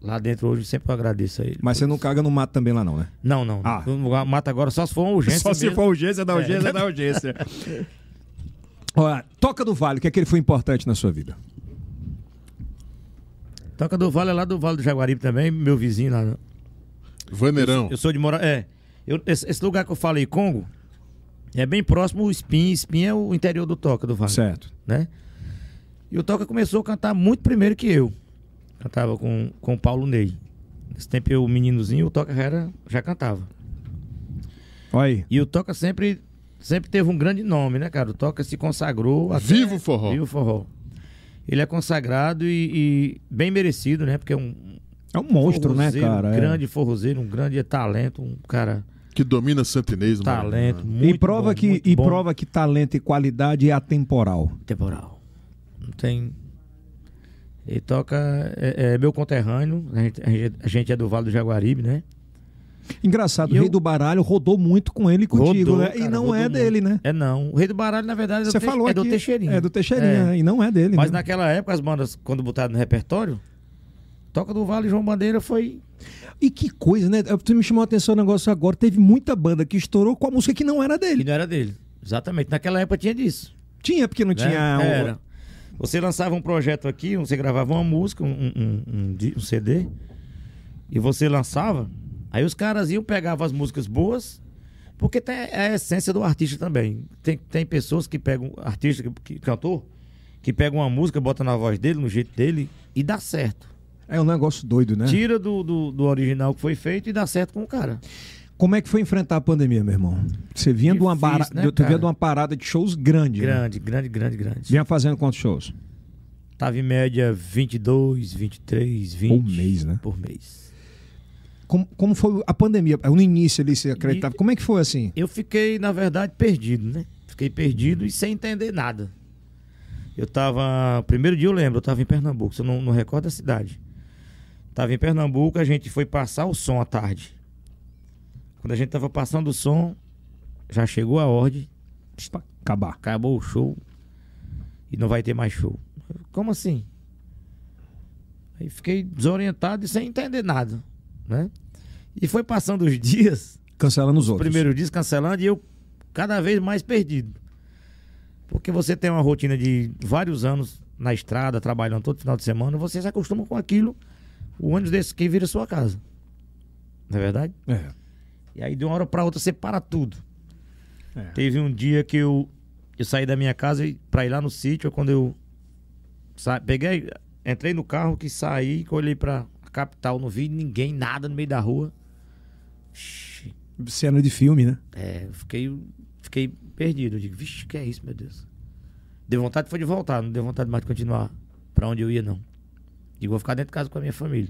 Speaker 3: lá dentro hoje, sempre eu agradeço a ele.
Speaker 1: Mas você não caga no mato também lá, não, né?
Speaker 3: Não, não.
Speaker 1: Ah.
Speaker 3: não. Mata agora só se for uma urgência.
Speaker 1: Só se
Speaker 3: mesmo.
Speaker 1: for urgência da urgência da [laughs] urgência. Olha, Toca do Vale, o que é que ele foi importante na sua vida?
Speaker 3: Toca do Vale é lá do Vale do Jaguaribe também, meu vizinho lá. né?
Speaker 2: Vaneirão.
Speaker 3: Eu sou de Mora. É. Eu- esse, esse lugar que eu falei, Congo, é bem próximo o Espinho. Espinho é o interior do Toca do Vale.
Speaker 1: Certo.
Speaker 3: né? E o Toca começou a cantar muito primeiro que eu. Cantava com, com o Paulo Ney. Nesse tempo eu, meninozinho, o Toca já, era, já cantava.
Speaker 1: Olha aí.
Speaker 3: E o Toca sempre, sempre teve um grande nome, né, cara? O Toca se consagrou. até-
Speaker 2: Vivo forró.
Speaker 3: Vivo Forró. Ele é consagrado e, e bem merecido, né? Porque é um
Speaker 1: É um monstro, né,
Speaker 3: forrozeiro,
Speaker 1: cara?
Speaker 3: um
Speaker 1: É.
Speaker 3: grande forrozeiro, um grande talento, um cara
Speaker 2: Que domina Santa Inês no Maranhão,
Speaker 3: talento,
Speaker 2: né?
Speaker 3: muito
Speaker 1: E prova,
Speaker 3: bom,
Speaker 1: que,
Speaker 3: muito
Speaker 1: e
Speaker 3: bom.
Speaker 1: prova que talento e qualidade é atemporal.
Speaker 3: temporal. Não tem. Ele toca. É, é meu conterrâneo. A gente, a gente- a gente é do Vale do Jaguaribe, né?
Speaker 1: Engraçado,
Speaker 3: E
Speaker 1: o
Speaker 3: eu-
Speaker 1: Rei do Baralho rodou muito com ele e contigo,
Speaker 3: Rodou,
Speaker 1: né? e
Speaker 3: cara,
Speaker 1: não
Speaker 3: rodou
Speaker 1: é
Speaker 3: muito.
Speaker 1: dele, né?
Speaker 3: É não. O Rei do Baralho, na verdade, é do,
Speaker 1: Você
Speaker 3: Te-
Speaker 1: falou
Speaker 3: é
Speaker 1: aqui.
Speaker 3: do Teixeirinha.
Speaker 1: É do Teixeirinha, né? e não é dele,
Speaker 3: Mas
Speaker 1: né?
Speaker 3: naquela época, as bandas, quando botaram no repertório, Toca do Vale e João Bandeira foi.
Speaker 1: E que coisa, né? Eu- Tu me chamou a atenção o negócio agora. Teve muita banda que estourou com a música que não era
Speaker 3: Que
Speaker 1: dele.
Speaker 3: não era dele. Exatamente. Naquela época tinha disso.
Speaker 1: Tinha, porque não
Speaker 3: né?
Speaker 1: tinha. um- o-
Speaker 3: Era. Você lançava um projeto aqui, você gravava uma música, um, um- um- um di- um CD, e você lançava, aí os caras iam, pegavam as músicas boas, porque tem é a essência do artista também. Tem, tem pessoas que pegam, artista, que, que- cantor, que pegam uma música, bota na voz dele, no jeito dele, e dá certo.
Speaker 1: É um negócio doido, né?
Speaker 3: Tira do, do, do original que foi feito e dá certo com o cara.
Speaker 1: Como é que foi enfrentar a pandemia, meu irmão? Você vinha de uma,
Speaker 3: Difícil,
Speaker 1: bara...
Speaker 3: né,
Speaker 1: de- tu vinha
Speaker 3: cara?
Speaker 1: de uma parada de shows grande. né?
Speaker 3: Grande, grande, grande, grande.
Speaker 1: Vinha fazendo quantos shows?
Speaker 3: Tava em média 22, 23, 20.
Speaker 1: mês, né?
Speaker 3: Por mês.
Speaker 1: Como, como foi a pandemia? No início ali você acreditava.
Speaker 3: E-
Speaker 1: Como é que foi assim?
Speaker 3: Eu fiquei, na verdade, perdido, né? Fiquei perdido e sem entender nada. Eu tava. Primeiro dia eu lembro, eu tava em Pernambuco, se eu não, não recordo a cidade. Tava em Pernambuco, a gente foi passar o som à tarde. Quando a gente tava passando o som, já chegou a ordem,
Speaker 1: Pra acabar.
Speaker 3: acabou o show e não vai ter mais show. Eu, Como assim? Aí fiquei desorientado e sem entender nada, né? E foi passando os [laughs] dias
Speaker 1: Cancelando os
Speaker 3: os
Speaker 1: outros.
Speaker 3: primeiros dias cancelando e eu cada vez mais perdido. Porque você tem uma rotina de vários anos na estrada, trabalhando todo final de semana, você se acostuma com aquilo, o ônibus desse que vira sua casa. Não é verdade?
Speaker 1: É.
Speaker 3: E aí de uma hora pra outra você para tudo.
Speaker 1: É.
Speaker 3: Teve um dia que eu, eu saí da minha casa e- pra ir lá no sítio, é quando eu sa- peguei, entrei no carro que saí, que eu olhei pra capital, não vi ninguém, nada no meio da rua. Ixi,
Speaker 1: Cena de filme, né?
Speaker 3: é, eu fiquei, fiquei perdido. Eu digo, vixe, que é isso, meu Deus? Deu vontade foi de voltar, não deu vontade mais de continuar pra onde eu ia, não. Digo, vou ficar dentro de casa com a minha família.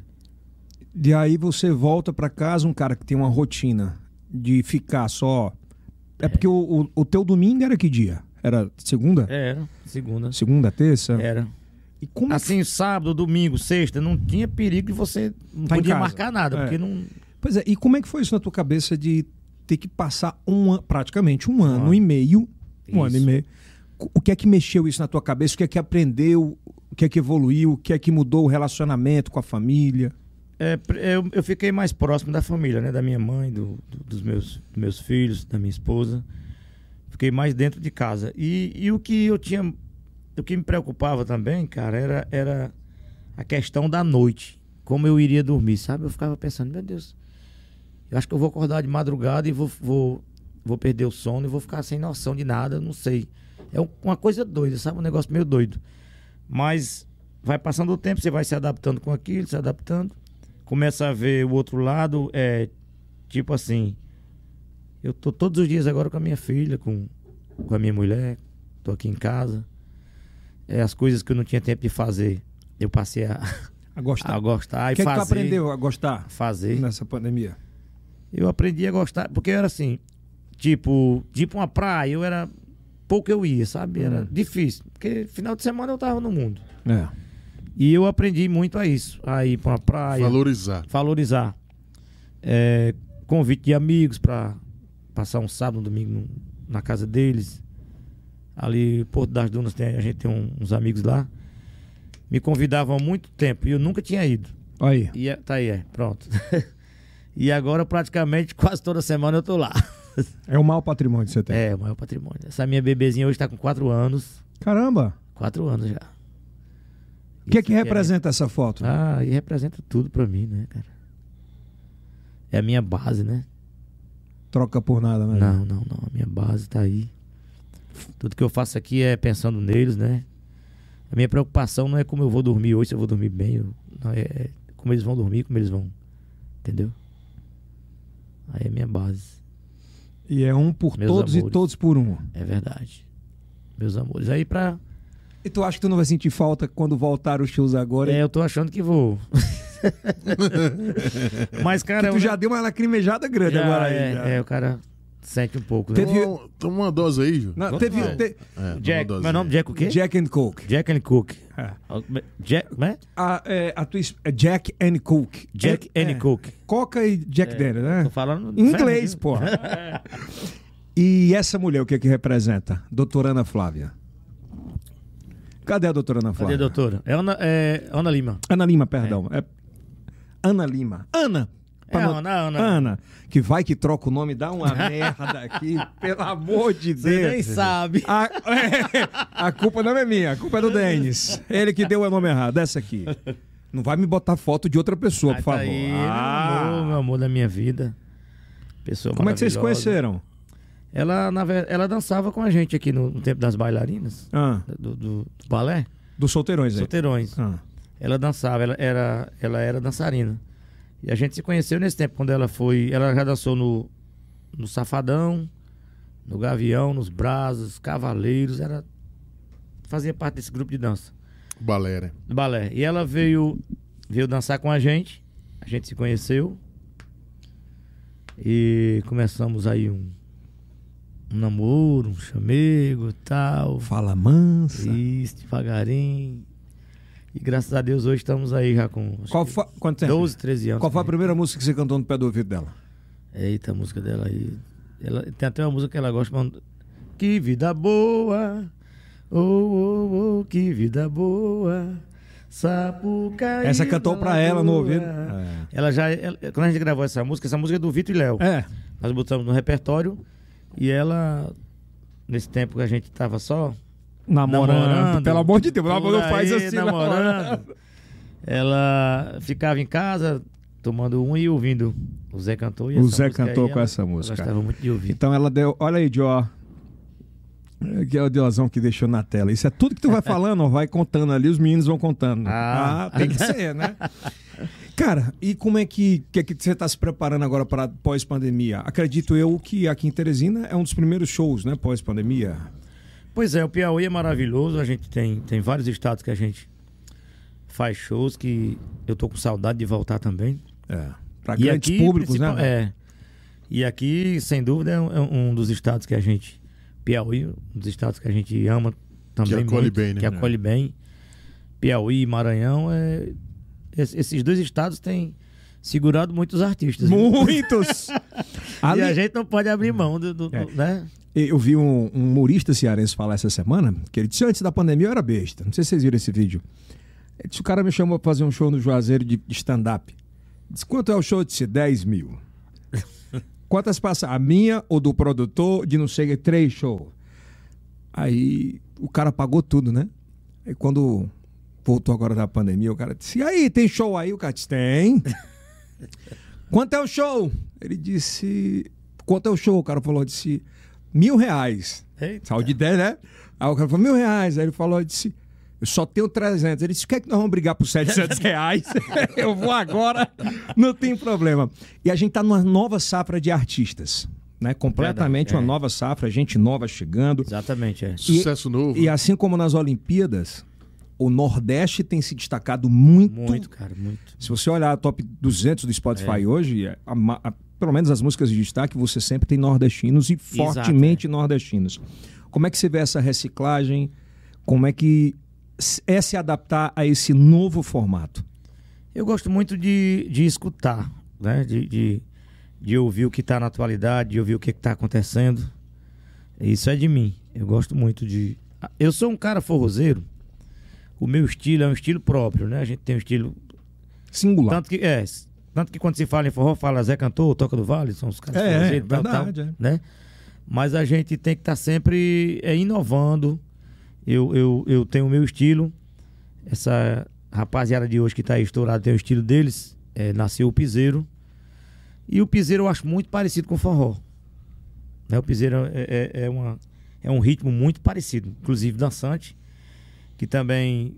Speaker 1: E aí você volta pra casa, um cara que tem uma rotina de ficar só. É, porque o, o, o teu domingo era que dia? Era segunda?
Speaker 3: Era, segunda.
Speaker 1: Segunda, terça?
Speaker 3: Era.
Speaker 1: E como é que-
Speaker 3: Assim, sábado, domingo, sexta, não tinha perigo de você. Não
Speaker 1: Tá em
Speaker 3: podia
Speaker 1: casa.
Speaker 3: marcar nada,
Speaker 1: É.
Speaker 3: porque não.
Speaker 1: Pois é, e como é que foi isso na tua cabeça de ter que passar um an- praticamente um ano
Speaker 3: ano.
Speaker 1: e meio?
Speaker 3: Isso.
Speaker 1: Um ano e meio. Co- O que é que mexeu isso na tua cabeça? O que é que aprendeu? O que é que evoluiu? O que é que mudou o relacionamento com a família?
Speaker 3: É, pr- eu, eu fiquei mais próximo da família, né? Da minha mãe, do- do- dos, meus, dos meus filhos, da minha esposa. Fiquei mais dentro de casa. E, e o que eu tinha. O que me preocupava também, cara, era, era a questão da noite. Como eu iria dormir, sabe? Eu ficava pensando, meu Deus, eu acho que eu vou acordar de madrugada e vou, vou, vou perder o sono e vou ficar sem noção de nada, não sei. É um- uma coisa doida, sabe? Um negócio meio doido. Mas vai passando o tempo, você vai se adaptando com aquilo, se adaptando começa a ver o outro lado, é tipo assim, eu tô todos os dias agora com a minha filha, com, com a minha mulher, tô aqui em casa. É, as coisas que eu não tinha tempo de fazer, eu passei a,
Speaker 1: A gostar.
Speaker 3: a gostar
Speaker 1: o
Speaker 3: e
Speaker 1: que é que
Speaker 3: Ah, fazer.
Speaker 1: tu aprendeu Né? a gostar
Speaker 3: Fazer.
Speaker 1: nessa pandemia?
Speaker 3: Eu aprendi a gostar, porque eu era assim, tipo, tipo uma praia, eu era pouco eu ia, sabe? Era
Speaker 1: Hum.
Speaker 3: difícil, porque final de semana eu tava no mundo.
Speaker 1: É.
Speaker 3: E eu aprendi muito a isso, a ir pra uma praia.
Speaker 2: Valorizar.
Speaker 3: valorizar. É, convite de amigos para passar um sábado, um domingo num- na casa deles. Ali, Porto das Dunas, tem, a gente tem um- uns amigos lá. Me convidavam há muito tempo e eu nunca tinha ido.
Speaker 1: Olha aí.
Speaker 3: E é- tá aí, é,
Speaker 1: [laughs]
Speaker 3: pronto. e agora, praticamente, quase toda semana eu tô lá.
Speaker 1: É o mau patrimônio que você tem.
Speaker 3: É, o maior patrimônio. Essa minha bebezinha hoje tá com 4 anos.
Speaker 1: Caramba!
Speaker 3: Quatro anos já.
Speaker 1: O que é que
Speaker 3: Isso aqui
Speaker 1: representa essa foto?
Speaker 3: Ah, e representa tudo pra mim, né, cara? É a minha base, né?
Speaker 1: Troca por nada, né?
Speaker 3: Não, não, não. A minha base tá aí. Tudo que eu faço aqui é pensando neles, né? A minha preocupação não é como eu vou dormir hoje, se eu vou dormir bem. eu- não, é, é como eles vão dormir, como eles vão. Entendeu? Aí é a minha base.
Speaker 1: E é um por
Speaker 3: Meus
Speaker 1: todos e
Speaker 3: amores.
Speaker 1: todos por um.
Speaker 3: É verdade. Meus amores. Aí pra.
Speaker 1: E tu acha que tu não vai sentir falta quando voltar os shows agora?
Speaker 3: É, eu tô achando
Speaker 1: [laughs]
Speaker 3: que vou. Mas, cara.
Speaker 1: Que tu
Speaker 3: eu-
Speaker 1: já deu uma lacrimejada grande
Speaker 3: Já,
Speaker 1: agora aí.
Speaker 3: é,
Speaker 1: já.
Speaker 3: é, o cara sente um pouco, né?
Speaker 1: Teve-
Speaker 2: Toma, toma uma dose aí, Ju.
Speaker 1: Não, teve
Speaker 3: É.
Speaker 1: te-
Speaker 2: É, toma
Speaker 3: Jack,
Speaker 2: uma dose
Speaker 3: meu nome é
Speaker 2: aí.
Speaker 3: Jack o quê?
Speaker 1: Jack and Coke.
Speaker 3: Jack and Cook.
Speaker 1: É.
Speaker 3: Jack, como é?
Speaker 1: A, é, a tua es- é Jack and Coke.
Speaker 3: Jack
Speaker 1: É-
Speaker 3: and
Speaker 1: é,
Speaker 3: Cook.
Speaker 1: Coca e Jack Daniel, né?
Speaker 3: É, Tô falando
Speaker 1: Em inglês, pô.
Speaker 3: [laughs]
Speaker 1: E essa mulher, o que é que representa? Doutora Ana Flávia. Cadê a doutora Ana Flávia?
Speaker 3: Cadê, doutora? É Ana, é Ana Lima.
Speaker 1: Ana Lima, perdão. É. Ana Lima. Ana.
Speaker 3: É a Ana, a Ana.
Speaker 1: Ana, que vai que troca o nome, dá
Speaker 3: [laughs]
Speaker 1: uma merda aqui, pelo amor de Deus.
Speaker 3: sabe.
Speaker 1: A, é, a culpa não é minha, a culpa é do Denis. Ele que deu o nome errado, essa aqui. Não vai me botar foto de outra pessoa, por favor.
Speaker 3: tá Aí,
Speaker 1: Ah.
Speaker 3: meu amor, meu amor da minha vida. Pessoa
Speaker 1: Como é que vocês
Speaker 3: maravilhosa.
Speaker 1: conheceram?
Speaker 3: Ela, na ve- ela dançava com a gente aqui no, no tempo das bailarinas,
Speaker 1: Ah,
Speaker 3: do, do- do balé,
Speaker 1: dos solteirões aí.
Speaker 3: solteirões.
Speaker 1: Ah.
Speaker 3: Ela dançava, ela era, ela era dançarina. E a gente se conheceu nesse tempo, quando ela foi. Ela já dançou no, no Safadão, no Gavião, nos Brasas, Cavaleiros. Era, fazia parte desse grupo de dança,
Speaker 2: Balé, né?
Speaker 3: do balé. E ela veio, veio dançar com a gente. A gente se conheceu. E começamos aí um, um namoro, um chamego e tal.
Speaker 1: Fala mansa.
Speaker 3: Isso, devagarinho. E graças a Deus hoje estamos aí já com acho
Speaker 1: Qual
Speaker 3: que
Speaker 1: foi, quanto tempo?
Speaker 3: 12, 13 anos. né?
Speaker 1: Qual foi a primeira música que você cantou no pé do ouvido dela?
Speaker 3: Eita, a música dela aí. Ela, tem até uma música que ela gosta, mano. Que vida boa! Oh, oh, oh, que vida boa! Sapucaí.
Speaker 1: Essa cantou pra ela no
Speaker 3: Lagoa.
Speaker 1: ouvido.
Speaker 3: Ela já. ela- quando a gente gravou essa música, essa música é do Vitor e Léo.
Speaker 1: É.
Speaker 3: Nós botamos no repertório e ela. Nesse tempo que a gente tava só Namorando.
Speaker 1: Pelo amor de Deus, pelo amor de Deus,
Speaker 3: Por
Speaker 1: faz
Speaker 3: aí,
Speaker 1: assim.
Speaker 3: namorando. Ela ficava em casa tomando um e ouvindo. O Zé cantou e
Speaker 1: O
Speaker 3: essa
Speaker 1: Zé
Speaker 3: música
Speaker 1: cantou
Speaker 3: aí,
Speaker 1: com
Speaker 3: ela
Speaker 1: essa música.
Speaker 3: Gostava muito de ouvir.
Speaker 1: Então ela deu. Olha aí, Jó. É, Que é o Diozão que deixou na tela. Isso é tudo que
Speaker 3: [laughs]
Speaker 1: tu vai falando, ó, vai contando ali, os meninos vão contando.
Speaker 3: Ah.
Speaker 1: tem que ser, né? Cara, e como é que, que, é que você está se preparando agora para pós-pandemia? Acredito eu que aqui em Teresina é um dos primeiros shows, né? Pós-pandemia.
Speaker 3: Pois é, o Piauí é maravilhoso. A gente tem, tem vários estados que a gente faz shows que eu tô com saudade de voltar também.
Speaker 1: É. Para
Speaker 3: E
Speaker 1: grandes
Speaker 3: aqui,
Speaker 1: públicos,
Speaker 3: principal-
Speaker 1: né?
Speaker 3: É. E aqui, sem dúvida, é um, é um dos estados que a gente. Piauí, um dos estados que a gente ama também.
Speaker 2: Que acolhe
Speaker 3: muito,
Speaker 2: bem, né?
Speaker 3: Que acolhe bem. Piauí e Maranhão. É, es- esses dois estados têm segurado muitos artistas. viu?
Speaker 1: Muitos!
Speaker 3: [laughs] E
Speaker 1: Ali-
Speaker 3: a gente não pode abrir mão do. do- do-
Speaker 1: É.
Speaker 3: né?
Speaker 1: Eu vi um, um humorista cearense falar essa semana que ele disse: antes da pandemia eu era besta. Não sei se vocês viram esse vídeo. Ele disse, É o cara me chamou pra fazer um show no Juazeiro de, de stand-up. Disse, quanto é o show? Eu Disse, 10 mil. Quantas passa? A minha ou do produtor de não sei que três shows. Aí o cara pagou tudo, né? Aí quando voltou agora da pandemia, o cara disse, e aí, tem show aí? O cara disse, tem. Quanto é o show? Ele disse. Quanto é o show? O cara falou, eu disse, mil reais.
Speaker 3: Eita.
Speaker 1: Saiu de 10, né? Aí o cara falou, mil reais. Aí ele falou, eu disse, eu só tenho 300. Ele disse, quer que nós vamos brigar por
Speaker 3: [laughs]
Speaker 1: 700 reais? [laughs] eu vou agora, não tem problema. E a gente tá numa nova safra de artistas, né? Completamente
Speaker 3: Verdade, é.
Speaker 1: uma nova safra, gente nova chegando.
Speaker 3: Exatamente, é.
Speaker 2: Sucesso novo.
Speaker 1: E assim como nas Olimpíadas, o Nordeste tem se destacado muito,
Speaker 3: Muito, cara, muito.
Speaker 1: se você olhar a top 200 do Spotify hoje, é, a ma- a- pelo menos as músicas de destaque, você sempre tem nordestinos e fortemente nordestinos. Como é que você vê essa reciclagem? Como é que s- é se adaptar a esse novo formato?
Speaker 3: Eu gosto muito de, de escutar, tá né? De, de, de ouvir o que está na atualidade, de ouvir o que está tá acontecendo. Isso é de mim. Eu gosto muito de. Eu sou um cara forrozeiro. O meu estilo é um estilo próprio, né? A gente tem um estilo.
Speaker 1: Singular.
Speaker 3: Tanto que, é, tanto que quando se fala em forró, fala Zé Cantor, Toca do Vale, são os caras
Speaker 1: É, é,
Speaker 3: forrozeiros e né? tal,
Speaker 1: verdade,
Speaker 3: tal,
Speaker 1: é.
Speaker 3: né? Mas a gente tem que estar sempre é, inovando. Eu, eu, eu tenho o meu estilo. Essa rapaziada de hoje que tá aí estourada tem o estilo deles. É, nasceu o piseiro. E o piseiro eu acho muito parecido com o forró. Né? O piseiro é, é, é uma, é um ritmo muito parecido, inclusive dançante, que também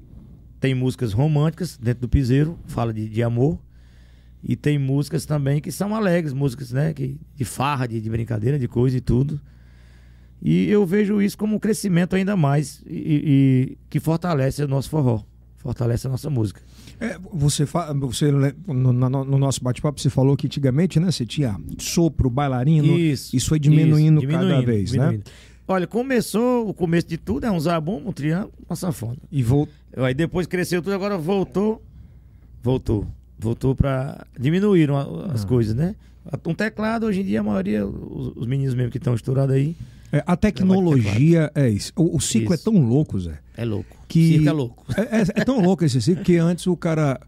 Speaker 3: tem músicas românticas dentro do piseiro, fala de, de amor, e tem músicas também que são alegres, músicas né, que, de farra, de, de brincadeira, de coisa e tudo. E eu vejo isso como um crescimento ainda mais e, e- e que fortalece o nosso forró, fortalece a nossa música.
Speaker 1: É, você, fa- você le- no, na- no nosso bate-papo, você falou que antigamente, né? Você tinha sopro, bailarino. Isso foi diminuindo,
Speaker 3: isso,
Speaker 1: cada
Speaker 3: diminuindo,
Speaker 1: vez, né?
Speaker 3: diminuindo. Olha, começou, o começo de tudo é um zabumba, um triângulo, uma sanfona.
Speaker 1: E vou. é,
Speaker 3: Aí depois cresceu tudo, agora voltou. Voltou. Voltou pra. Diminuíram a-
Speaker 1: Ah.
Speaker 3: as coisas, né? Um teclado, hoje em dia, a maioria, os, os meninos mesmo que estão estourados aí,
Speaker 1: é, a tecnologia é isso. O, o ciclo
Speaker 3: Isso.
Speaker 1: é tão louco, Zé.
Speaker 3: é louco.
Speaker 1: Que
Speaker 3: Circo é louco.
Speaker 1: [laughs] É, é- é tão louco esse ciclo que antes o cara.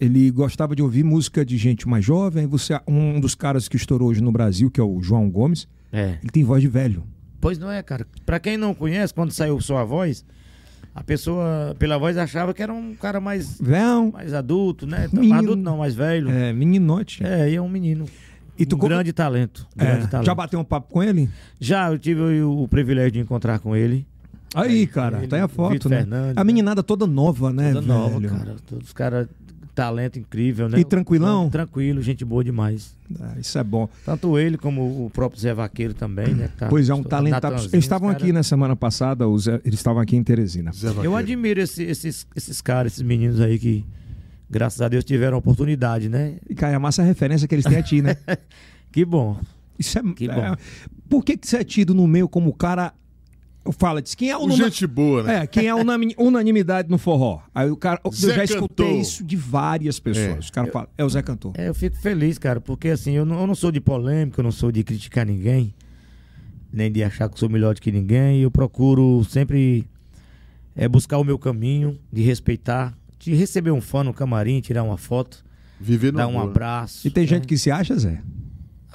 Speaker 1: Ele gostava de ouvir música de gente mais jovem. aí Você, um dos caras que estourou hoje no Brasil, que é o João Gomes,
Speaker 3: É.
Speaker 1: ele tem voz de velho.
Speaker 3: Pois não é, cara. Pra quem não conhece, quando saiu sua voz, a pessoa, pela voz, achava que era um cara mais,
Speaker 1: Velho.
Speaker 3: mais adulto, né? Então,
Speaker 1: Um Menino.
Speaker 3: Adulto não, mais velho. É,
Speaker 1: É, meninote.
Speaker 3: e é um menino.
Speaker 1: E tu
Speaker 3: um
Speaker 1: co-
Speaker 3: grande talento.
Speaker 1: É,
Speaker 3: Grande talento.
Speaker 1: já bateu um papo com ele?
Speaker 3: Já, eu tive o, o privilégio de encontrar com ele.
Speaker 1: Aí, cara,
Speaker 3: ele,
Speaker 1: tá aí a foto,
Speaker 3: Vitor
Speaker 1: né?
Speaker 3: Fernandes,
Speaker 1: a meninada toda nova, né?
Speaker 3: Toda nova,
Speaker 1: velho?
Speaker 3: cara. Todos os caras, talento incrível, né?
Speaker 1: E tranquilão?
Speaker 3: Tranquilo, gente boa demais.
Speaker 1: Ah, isso é bom.
Speaker 3: Tanto ele como o próprio Zé Vaqueiro também, né? Tá-
Speaker 1: pois é, um
Speaker 3: tá-
Speaker 1: talento.
Speaker 3: Natanzinho,
Speaker 1: abs- Eles estavam
Speaker 3: os cara-
Speaker 1: aqui na semana passada, os- eles estavam aqui em Teresina.
Speaker 2: Zé Vaqueiro.
Speaker 3: Eu admiro esse- esses, esses caras, esses meninos aí que, graças a Deus, tiveram a oportunidade, né?
Speaker 1: E, cara, é a massa referência que eles têm a ti,
Speaker 3: [laughs]
Speaker 1: né?
Speaker 3: Que bom.
Speaker 1: Isso é.
Speaker 3: Que bom.
Speaker 1: é- por que, que você é tido no meio como o cara. Fala, diz, quem é o
Speaker 2: Um
Speaker 1: numa-
Speaker 2: gente boa, né?
Speaker 1: É, quem é unami- unanimidade no forró? Aí o cara.
Speaker 2: Zé
Speaker 1: eu já escutei
Speaker 2: Cantor.
Speaker 1: isso de várias pessoas. Os caras falam, é o Zé Cantor.
Speaker 3: É, eu fico feliz, cara, porque assim, eu não, eu não sou de polêmica, eu não sou de criticar ninguém, nem de achar que sou melhor do que ninguém. Eu procuro sempre é, buscar o meu caminho, de respeitar, de receber um fã no camarim, tirar uma foto,
Speaker 2: Viver no
Speaker 3: dar um
Speaker 2: amor.
Speaker 3: abraço.
Speaker 1: E tem gente que se acha, Zé?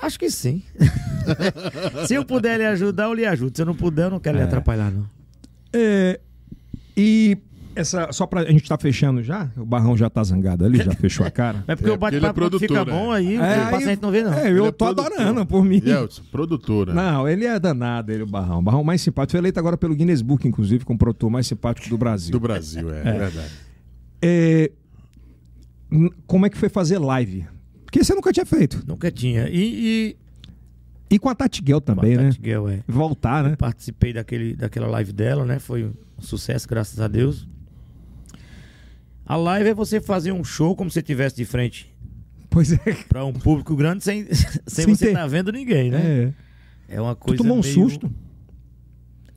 Speaker 3: Acho que sim. [laughs] Se eu puder lhe ajudar, eu lhe ajudo. Se eu não puder, eu não quero lhe atrapalhar,
Speaker 2: É,
Speaker 3: não.
Speaker 1: É, e essa. Só pra. A gente tá fechando já? O barrão já tá zangado ali, já fechou a cara.
Speaker 3: É
Speaker 2: [laughs]
Speaker 3: porque
Speaker 2: É,
Speaker 3: o
Speaker 2: porque ele é
Speaker 3: bate-papo quando fica
Speaker 2: produtor,
Speaker 3: bom
Speaker 2: né?
Speaker 3: aí, o
Speaker 1: aí-
Speaker 3: paciente não vê, não.
Speaker 1: É,
Speaker 2: Ele
Speaker 1: eu
Speaker 2: é
Speaker 1: tô
Speaker 2: produtor. é,
Speaker 1: adorando por mim.
Speaker 2: Yeltsin, produtora.
Speaker 1: Não, ele é danado, ele, o Barrão. O Barrão mais simpático. Foi eleito agora pelo Guinness Book, inclusive, como produtor mais simpático do Brasil.
Speaker 2: Do Brasil, é, verdade.
Speaker 1: É, n- como é que foi fazer live? Porque você nunca tinha feito.
Speaker 3: Nunca tinha. E, e...
Speaker 1: E com a Tati Guel também, né?
Speaker 3: Tati Guel, é.
Speaker 1: Voltar,
Speaker 3: [laughs]
Speaker 1: né?
Speaker 3: participei daquele, daquela live dela, né? Foi um sucesso, graças a Deus. A live é você fazer um show como se estivesse de frente
Speaker 1: Pois é.
Speaker 3: para um público grande sem, [laughs] sem
Speaker 1: Sim,
Speaker 3: você
Speaker 1: tem.
Speaker 3: estar vendo ninguém, né?
Speaker 1: é.
Speaker 3: É, uma
Speaker 1: Tu
Speaker 3: coisa.
Speaker 1: tomou um
Speaker 3: meio-
Speaker 1: susto.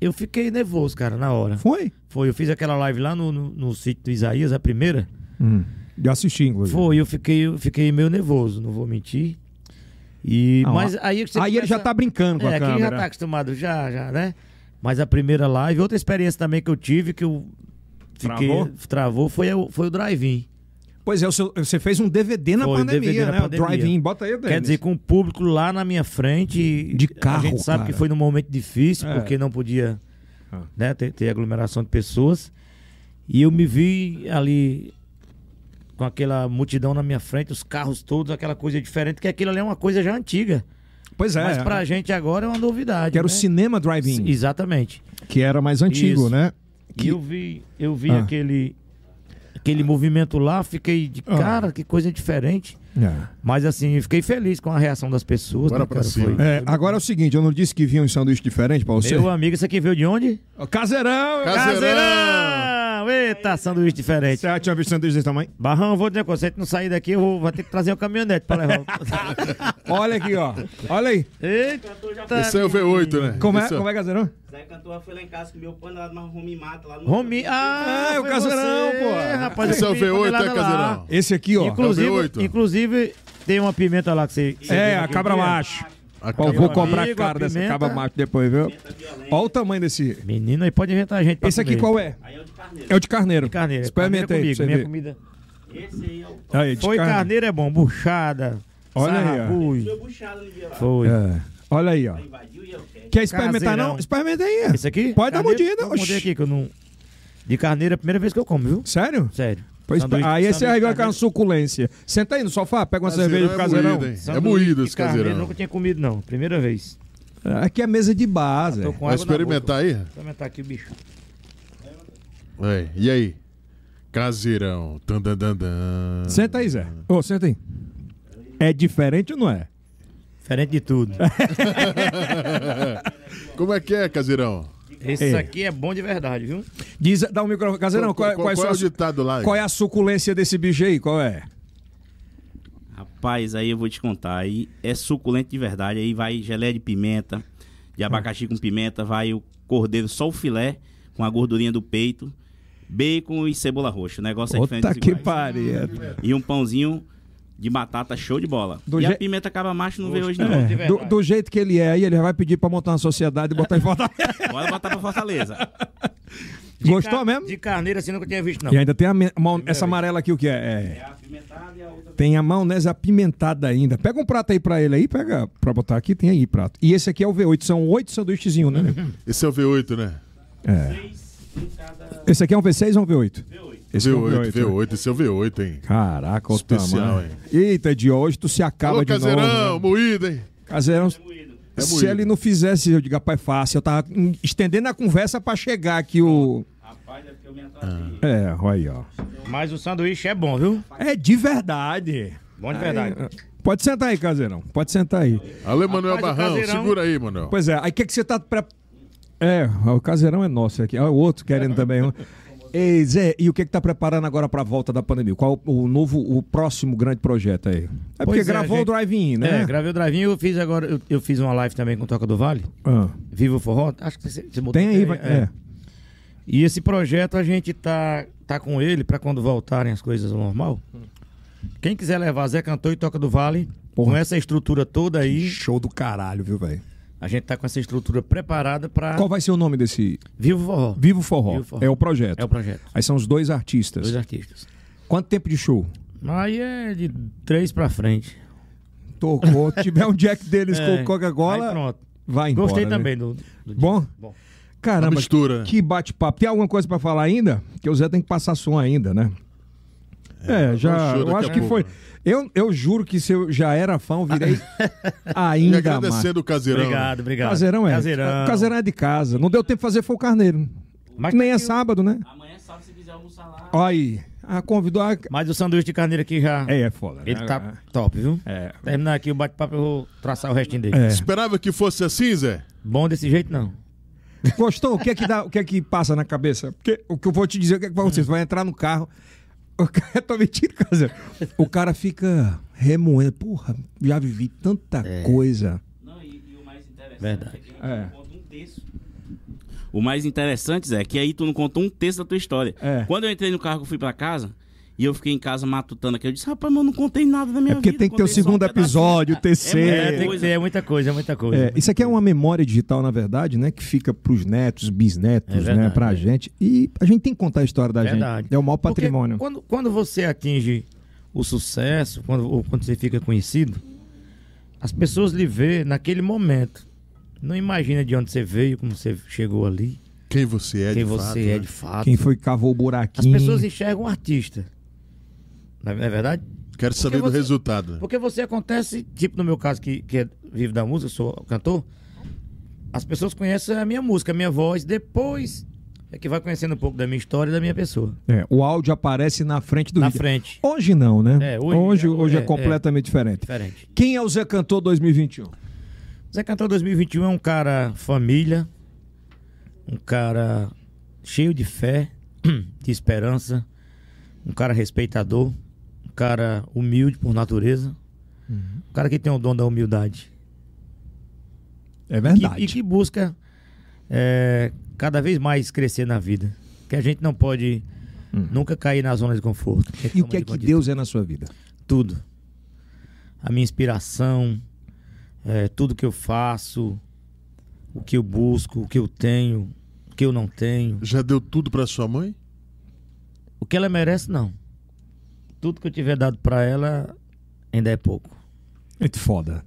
Speaker 3: Eu fiquei nervoso, cara, na hora.
Speaker 1: Foi?
Speaker 3: Foi, eu fiz aquela live lá no, no, no sítio do Isaías, a primeira.
Speaker 1: Eu assisti, inclusive.
Speaker 3: Hum. Foi, eu fiquei, eu fiquei meio nervoso, não vou mentir. E,
Speaker 1: Não,
Speaker 3: mas aí é você
Speaker 1: Aí ele já
Speaker 3: começa-
Speaker 1: tá brincando com
Speaker 3: É,
Speaker 1: a
Speaker 3: aqui já
Speaker 1: câmera.
Speaker 3: tá acostumado, já, já, né? Mas a primeira live, outra experiência também que eu tive, que eu fiquei.
Speaker 1: Travou?
Speaker 3: Travou, foi, o- foi o drive-in.
Speaker 1: Pois é, o seu- você fez um DVD na
Speaker 3: Foi,
Speaker 1: pandemia,
Speaker 3: DVD na
Speaker 1: né?
Speaker 3: pandemia.
Speaker 1: O drive-in, bota aí,
Speaker 3: Quer
Speaker 1: Denis.
Speaker 3: dizer, com o público lá na minha frente. e
Speaker 1: De carro,
Speaker 3: A gente sabe
Speaker 1: cara.
Speaker 3: que foi num momento difícil,
Speaker 1: É.
Speaker 3: porque não podia
Speaker 1: Ah.
Speaker 3: né, ter, ter aglomeração de pessoas. E eu me vi ali com aquela multidão na minha frente, os carros todos, aquela coisa diferente, que aquilo ali é uma coisa já antiga.
Speaker 1: Pois é.
Speaker 3: Mas pra gente agora é uma novidade.
Speaker 1: Que era o
Speaker 3: né?
Speaker 1: cinema drive-in.
Speaker 3: Exatamente.
Speaker 7: Que era mais antigo,
Speaker 3: Isso.
Speaker 7: né?
Speaker 3: E eu vi, eu vi
Speaker 1: Ah.
Speaker 3: aquele, aquele movimento lá, fiquei de
Speaker 2: Ah.
Speaker 3: cara, que coisa diferente.
Speaker 1: É.
Speaker 3: Mas assim, eu fiquei feliz com a reação das pessoas.
Speaker 2: Bora
Speaker 3: né,
Speaker 2: pra
Speaker 3: cara?
Speaker 2: cima. É
Speaker 3: Foi-
Speaker 7: É, agora é o seguinte, eu não disse que vinha um sanduíche diferente pra você?
Speaker 3: Meu amigo, isso aqui veio de onde?
Speaker 1: Ó, Caseirão!
Speaker 2: Caseirão.
Speaker 3: Caseirão! Eita, sanduíche diferente.
Speaker 7: Você já tinha visto sanduíche desse tamanho?
Speaker 3: Barrão, eu vou dizer, com você não sair daqui, eu vou, vou ter que trazer uma caminhonete pra levar.
Speaker 1: Olha aqui, ó. Olha aí.
Speaker 3: [laughs] Eita!
Speaker 8: Tá.
Speaker 2: Esse é o V8, né?
Speaker 1: Como é,
Speaker 2: Esse
Speaker 1: como é Caseirão?
Speaker 8: Zé Cantor foi lá em casa, comeu panelada, mas Romi mata lá no.
Speaker 3: Romi... Ah,
Speaker 1: Ah, é o
Speaker 3: foi
Speaker 1: Caseirão,
Speaker 3: você,
Speaker 1: pô.
Speaker 3: Rapaz,
Speaker 2: Esse é o
Speaker 3: eu vi
Speaker 2: V8,
Speaker 3: panelada
Speaker 2: é,
Speaker 3: lá.
Speaker 2: Caseirão?
Speaker 1: Esse aqui, ó.
Speaker 2: É o
Speaker 3: Inclusive,
Speaker 2: V8.
Speaker 3: inclusive, tem uma pimenta lá que você... que você
Speaker 1: É,
Speaker 3: viu
Speaker 1: a
Speaker 3: aquele
Speaker 1: cabra
Speaker 3: dia.
Speaker 1: macho.
Speaker 2: Acaba-
Speaker 1: Eu vou
Speaker 3: Meu
Speaker 1: cobrar
Speaker 3: amigo,
Speaker 1: caro
Speaker 3: a
Speaker 1: dessa
Speaker 3: pimenta-
Speaker 1: caba macho depois, viu?
Speaker 8: Pimenta violenta.
Speaker 1: Olha o tamanho desse.
Speaker 3: Menino, aí pode inventar gente pra
Speaker 1: Esse aqui
Speaker 3: comer.
Speaker 1: qual é?
Speaker 8: Aí é o de carneiro.
Speaker 1: É o de carneiro.
Speaker 3: Carneiro.
Speaker 1: Experimenta aí pra
Speaker 3: comigo,
Speaker 1: você
Speaker 3: minha
Speaker 1: ver.
Speaker 3: comida.
Speaker 8: Esse aí é o top.
Speaker 1: Aí, de
Speaker 3: Foi
Speaker 1: carne.
Speaker 3: carneiro é bom, buchada.
Speaker 1: Olha aí, ó.
Speaker 3: sarrabulho.
Speaker 8: Meu buchado no dia lá.
Speaker 3: Foi.
Speaker 1: É. Olha aí, ó.
Speaker 8: Invadiu e é eu quero.
Speaker 1: Quer experimentar
Speaker 3: Caseirão.
Speaker 1: não? Experimenta aí.
Speaker 3: Esse é aqui?
Speaker 1: Pode dar
Speaker 3: carneiro,
Speaker 1: mordida,
Speaker 3: Eu mordei
Speaker 1: oxi.
Speaker 3: aqui que eu não. De carneiro é a primeira vez que eu como, viu?
Speaker 1: Sério?
Speaker 3: Sério.
Speaker 1: Pois,
Speaker 3: Sanduíche-
Speaker 1: aí você vai
Speaker 3: sanduíche
Speaker 1: ver com uma
Speaker 3: carneiro-
Speaker 1: suculência. Senta aí no sofá, pega uma cerveja pro
Speaker 2: Caseirão
Speaker 1: caseirão.
Speaker 2: é moído, hein? É
Speaker 3: sanduíche
Speaker 2: moído
Speaker 3: de
Speaker 2: esse
Speaker 3: carneiro,
Speaker 2: caseirão.
Speaker 3: Nunca tinha comido, não. Primeira vez.
Speaker 1: Aqui é mesa de base.
Speaker 3: Ah, Tô com
Speaker 2: Vai
Speaker 3: água na boca.
Speaker 2: experimentar aí?
Speaker 3: Experimentar aqui o bicho.
Speaker 2: É, E aí? Caseirão. Tan, tan, tan, tan.
Speaker 1: Senta aí, Zé. Ô, senta aí. É diferente ou não é?
Speaker 3: Diferente de
Speaker 2: [laughs]
Speaker 3: tudo.
Speaker 1: [laughs]
Speaker 2: Como é que é, caseirão?
Speaker 3: Esse aqui é bom de verdade, viu?
Speaker 1: Diz, dá um microfone. Caseirão, qual, é-
Speaker 2: qual,
Speaker 1: qual,
Speaker 2: qual é
Speaker 1: é,
Speaker 2: o
Speaker 1: a,
Speaker 2: ditado lá?
Speaker 1: qual é a suculência desse bicho aí? Qual é?
Speaker 8: Rapaz, aí eu vou te contar. Aí é suculento de verdade. Aí vai geleia de pimenta, de abacaxi com pimenta, vai o cordeiro, só o filé, com a gordurinha do peito, bacon e cebola roxa. O negócio é diferente.
Speaker 1: Puta
Speaker 8: dos
Speaker 1: que
Speaker 8: iguais.
Speaker 1: pariu.
Speaker 8: E um pãozinho de batata show de bola.
Speaker 1: Do
Speaker 8: e
Speaker 1: je-
Speaker 8: a pimenta acaba macho não veio hoje, não.
Speaker 3: de
Speaker 1: É, do,
Speaker 3: verdade.
Speaker 1: do jeito que ele é, aí ele vai pedir pra montar uma sociedade e botar em volta.
Speaker 8: [laughs] Bora botar pra Fortaleza.
Speaker 3: De
Speaker 1: Gostou
Speaker 3: car-
Speaker 1: mesmo? É.
Speaker 3: De carneiro assim nunca tinha visto, não.
Speaker 1: E ainda tem a me- mão- essa amarela aqui, o que é? É,
Speaker 8: a pimentada e a outra.
Speaker 1: Tem a maionese apimentada ainda. Pega um prato aí pra ele aí, pega pra botar aqui, tem aí prato. E esse aqui é o V8, são oito sanduíchezinhos, né? nego?
Speaker 2: Esse é o V8, né?
Speaker 8: Três em cada
Speaker 1: Esse aqui é um V6 ou um V8?
Speaker 8: V8.
Speaker 1: Esse aqui é um
Speaker 2: V8, V8, esse é o V8, hein?
Speaker 1: Caraca, o
Speaker 2: Especial,
Speaker 1: tamanho.
Speaker 2: hein?
Speaker 1: Eita, de hoje tu se acaba
Speaker 2: Alô,
Speaker 1: de novo.
Speaker 2: caseirão,
Speaker 1: né?
Speaker 2: moído, hein?
Speaker 1: Caseirão.
Speaker 2: É
Speaker 1: um se
Speaker 2: moído.
Speaker 1: ele não fizesse, eu digo, rapaz, fácil. Eu tava hum, estendendo a conversa pra chegar aqui o...
Speaker 8: Rapaz, é porque eu me atrasei.
Speaker 1: É, olha aí, ó.
Speaker 3: Mas o sanduíche é bom, viu?
Speaker 1: É de verdade. É,
Speaker 3: Bom de verdade.
Speaker 1: Pode sentar aí, caseirão. Pode sentar aí.
Speaker 2: Alô, Manuel
Speaker 3: Rapaz, o
Speaker 2: Barrão,
Speaker 3: caseirão-
Speaker 2: segura aí, Manuel.
Speaker 1: Pois é, aí o que, que você tá. Pra... É, o caseirão é nosso aqui. Ah, o outro querendo também. um. Ei, Zé, e o que que tá preparando agora pra volta da pandemia? Qual o o novo, o próximo grande projeto aí? É porque
Speaker 3: Pois é,
Speaker 1: gravou o
Speaker 3: gente.
Speaker 1: drive-in, né?
Speaker 3: É, gravei o drivinho, eu fiz agora, eu, eu fiz uma live também com o Toca do Vale,
Speaker 1: Ah,
Speaker 3: Viva o Forró, acho que você, você botou
Speaker 1: tem aí,
Speaker 3: até,
Speaker 1: vai.
Speaker 3: é.
Speaker 1: É.
Speaker 3: E esse projeto a gente tá, tá com ele pra quando voltarem as coisas ao normal. Quem quiser levar Zé Cantor e Toca do Vale, com essa estrutura toda aí,
Speaker 1: Show do caralho, viu, velho?
Speaker 3: a gente tá com essa estrutura preparada pra
Speaker 1: Qual vai ser o nome desse?
Speaker 3: Viva o Forró.
Speaker 1: Vivo Forró.
Speaker 3: Vivo Forró.
Speaker 1: É o projeto.
Speaker 3: É o projeto.
Speaker 1: Aí são os dois artistas.
Speaker 3: Dois artistas.
Speaker 1: Quanto tempo de show?
Speaker 3: Aí é de três pra frente. [laughs]
Speaker 1: Tocou. tiver um Jack deles
Speaker 3: É,
Speaker 1: com
Speaker 3: aí
Speaker 1: Coca-Cola,
Speaker 3: pronto.
Speaker 1: vai embora.
Speaker 3: Gostei
Speaker 1: né?
Speaker 3: também do, do
Speaker 1: Bom?
Speaker 3: Bom.
Speaker 1: Caramba,
Speaker 2: A mistura, né?
Speaker 1: que bate-papo. Tem alguma coisa pra falar ainda? Que o Zé tem que passar som ainda, né? É,
Speaker 3: um
Speaker 1: já.
Speaker 2: show daqui
Speaker 1: Eu
Speaker 2: a
Speaker 1: acho que
Speaker 2: pouco,
Speaker 1: foi.
Speaker 2: né?
Speaker 1: Eu, eu juro que se eu já era fã, eu
Speaker 3: [laughs]
Speaker 1: virei
Speaker 2: E
Speaker 1: ainda mais.
Speaker 2: agradecendo o caseirão.
Speaker 3: Obrigado, obrigado.
Speaker 1: Caseirão é.
Speaker 3: Caseirão.
Speaker 1: Caseirão é de casa. Não deu tempo de fazer, foi o carneiro.
Speaker 3: Mas
Speaker 1: Nem
Speaker 3: tá
Speaker 1: é
Speaker 3: aqui o-
Speaker 1: sábado, né?
Speaker 8: Amanhã, sábado, se quiser almoçar lá.
Speaker 1: Olha aí. Ah, convidou a.
Speaker 3: Mas o sanduíche de carneiro aqui já.
Speaker 1: É, é foda. né?
Speaker 3: Ele tá top, viu?
Speaker 1: É.
Speaker 3: Terminar aqui o bate-papo, eu vou traçar o restinho dele.
Speaker 1: É.
Speaker 2: Esperava que fosse assim, Zé?
Speaker 3: Bom desse jeito, não.
Speaker 1: [laughs] Gostou? O que é que, dá, o que é que passa na cabeça? Porque o que eu vou te dizer, o que é que vai acontecer? Você vai entrar no carro. [laughs] O cara, tô mentindo, cara. O cara fica remoendo. Porra, já vivi tanta
Speaker 3: É.
Speaker 1: coisa.
Speaker 8: Não, e, e o mais interessante
Speaker 3: Verdade.
Speaker 8: é que a gente
Speaker 1: É.
Speaker 8: não conta um terço. O mais interessante, Zé, é que aí tu não contou um terço da tua história.
Speaker 1: É.
Speaker 8: Quando eu entrei no carro que eu fui pra casa, e eu fiquei em casa matutando aqui, eu disse, rapaz, mas eu não contei nada da minha
Speaker 1: É porque
Speaker 8: vida.
Speaker 1: tem que ter o
Speaker 8: contei só um
Speaker 1: segundo
Speaker 8: pedacinho.
Speaker 1: episódio, o
Speaker 8: É,
Speaker 1: terceiro.
Speaker 3: tem que
Speaker 8: coisa.
Speaker 3: ter, é muita coisa, é muita coisa.
Speaker 1: É, isso aqui é uma memória digital, na verdade, né? Que fica pros netos, bisnetos,
Speaker 3: É
Speaker 1: né?
Speaker 3: verdade,
Speaker 1: Pra
Speaker 3: é.
Speaker 1: gente. E a gente tem que contar a história da
Speaker 3: Verdade.
Speaker 1: gente. É o maior
Speaker 3: Porque
Speaker 1: patrimônio.
Speaker 3: Quando, quando você atinge o sucesso, quando, ou quando você fica conhecido, as pessoas lhe vê naquele momento. Não imagina de onde você veio, como você chegou ali,
Speaker 2: Quem você é,
Speaker 3: quem
Speaker 2: de
Speaker 3: você
Speaker 2: fato,
Speaker 3: é
Speaker 2: né?
Speaker 3: de fato.
Speaker 1: Quem foi que cavou o
Speaker 3: As
Speaker 1: buraquinho.
Speaker 3: pessoas enxergam o artista. Não é não é verdade?
Speaker 2: Quero saber
Speaker 3: Porque
Speaker 2: do
Speaker 3: você-
Speaker 2: resultado. né?
Speaker 3: Porque você acontece, tipo no meu caso, que, que é vivo da música, eu sou cantor, as pessoas conhecem a minha música, a minha voz, depois é que vai conhecendo um pouco da minha história e da minha pessoa.
Speaker 1: É, o áudio aparece na frente do
Speaker 3: Na
Speaker 1: vídeo.
Speaker 3: frente.
Speaker 1: Hoje não, né?
Speaker 3: É,
Speaker 1: hoje,
Speaker 3: hoje-
Speaker 1: hoje, é,
Speaker 3: é, é.
Speaker 1: completamente diferente.
Speaker 3: Diferente.
Speaker 1: Quem é o Zé Cantor 2021?
Speaker 3: Zé Cantor 2021 é um cara família, um cara cheio de fé, [clears throat] de esperança, um cara respeitador, um cara humilde por natureza, um cara que tem o dom da humildade.
Speaker 1: É
Speaker 3: que, e que busca é, cada vez mais crescer na vida. Que a gente não pode nunca cair na zona de conforto.
Speaker 1: E é o que é que Deus é na sua vida?
Speaker 3: Tudo. A minha inspiração, é, tudo que eu faço, o que eu busco, o que eu tenho, o que eu não tenho.
Speaker 2: Já deu tudo pra sua mãe?
Speaker 3: O que ela merece, não. Tudo que eu tiver dado pra ela ainda é pouco.
Speaker 1: Muito foda.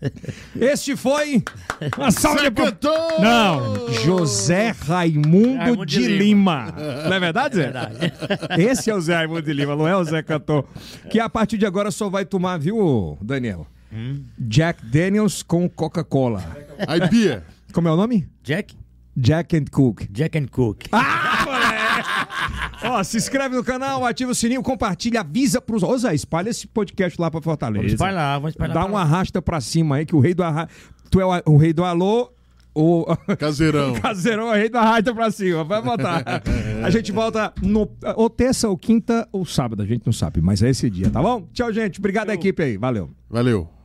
Speaker 1: [laughs] este foi. Uma salva de palmas.
Speaker 2: Cantor!
Speaker 1: Não, José Raimundo,
Speaker 3: Raimundo
Speaker 1: de,
Speaker 3: de
Speaker 1: Lima. Não é verdade, Zé?
Speaker 3: verdade.
Speaker 1: [laughs] Esse é o Zé Raimundo de Lima, não é o Zé Cantor. Que a partir de agora só vai tomar, viu, Daniel? Hum? Jack Daniels com Coca-Cola.
Speaker 2: Aí, Bia,
Speaker 1: Como é o nome?
Speaker 3: Jack?
Speaker 1: Jack and Cook.
Speaker 3: Jack and Cook.
Speaker 1: Ó, se inscreve no canal, ativa o sininho, compartilha, avisa pros. Ô, Zé, espalha esse podcast lá pra Fortaleza.
Speaker 3: Vamos espalhar, vamos espalhar.
Speaker 1: Dá
Speaker 3: pra
Speaker 1: um
Speaker 3: lá.
Speaker 1: arrasta pra cima aí, que o rei do arra... Tu é o, o rei do alô, o [laughs]
Speaker 2: caseirão.
Speaker 1: caseirão é o rei do arrasta pra cima. Vai botar. a gente volta no, ou terça, ou quinta, ou sábado. A gente não sabe, mas é esse dia, tá bom? Tchau, gente. Obrigado à equipe aí. Valeu.
Speaker 2: Valeu.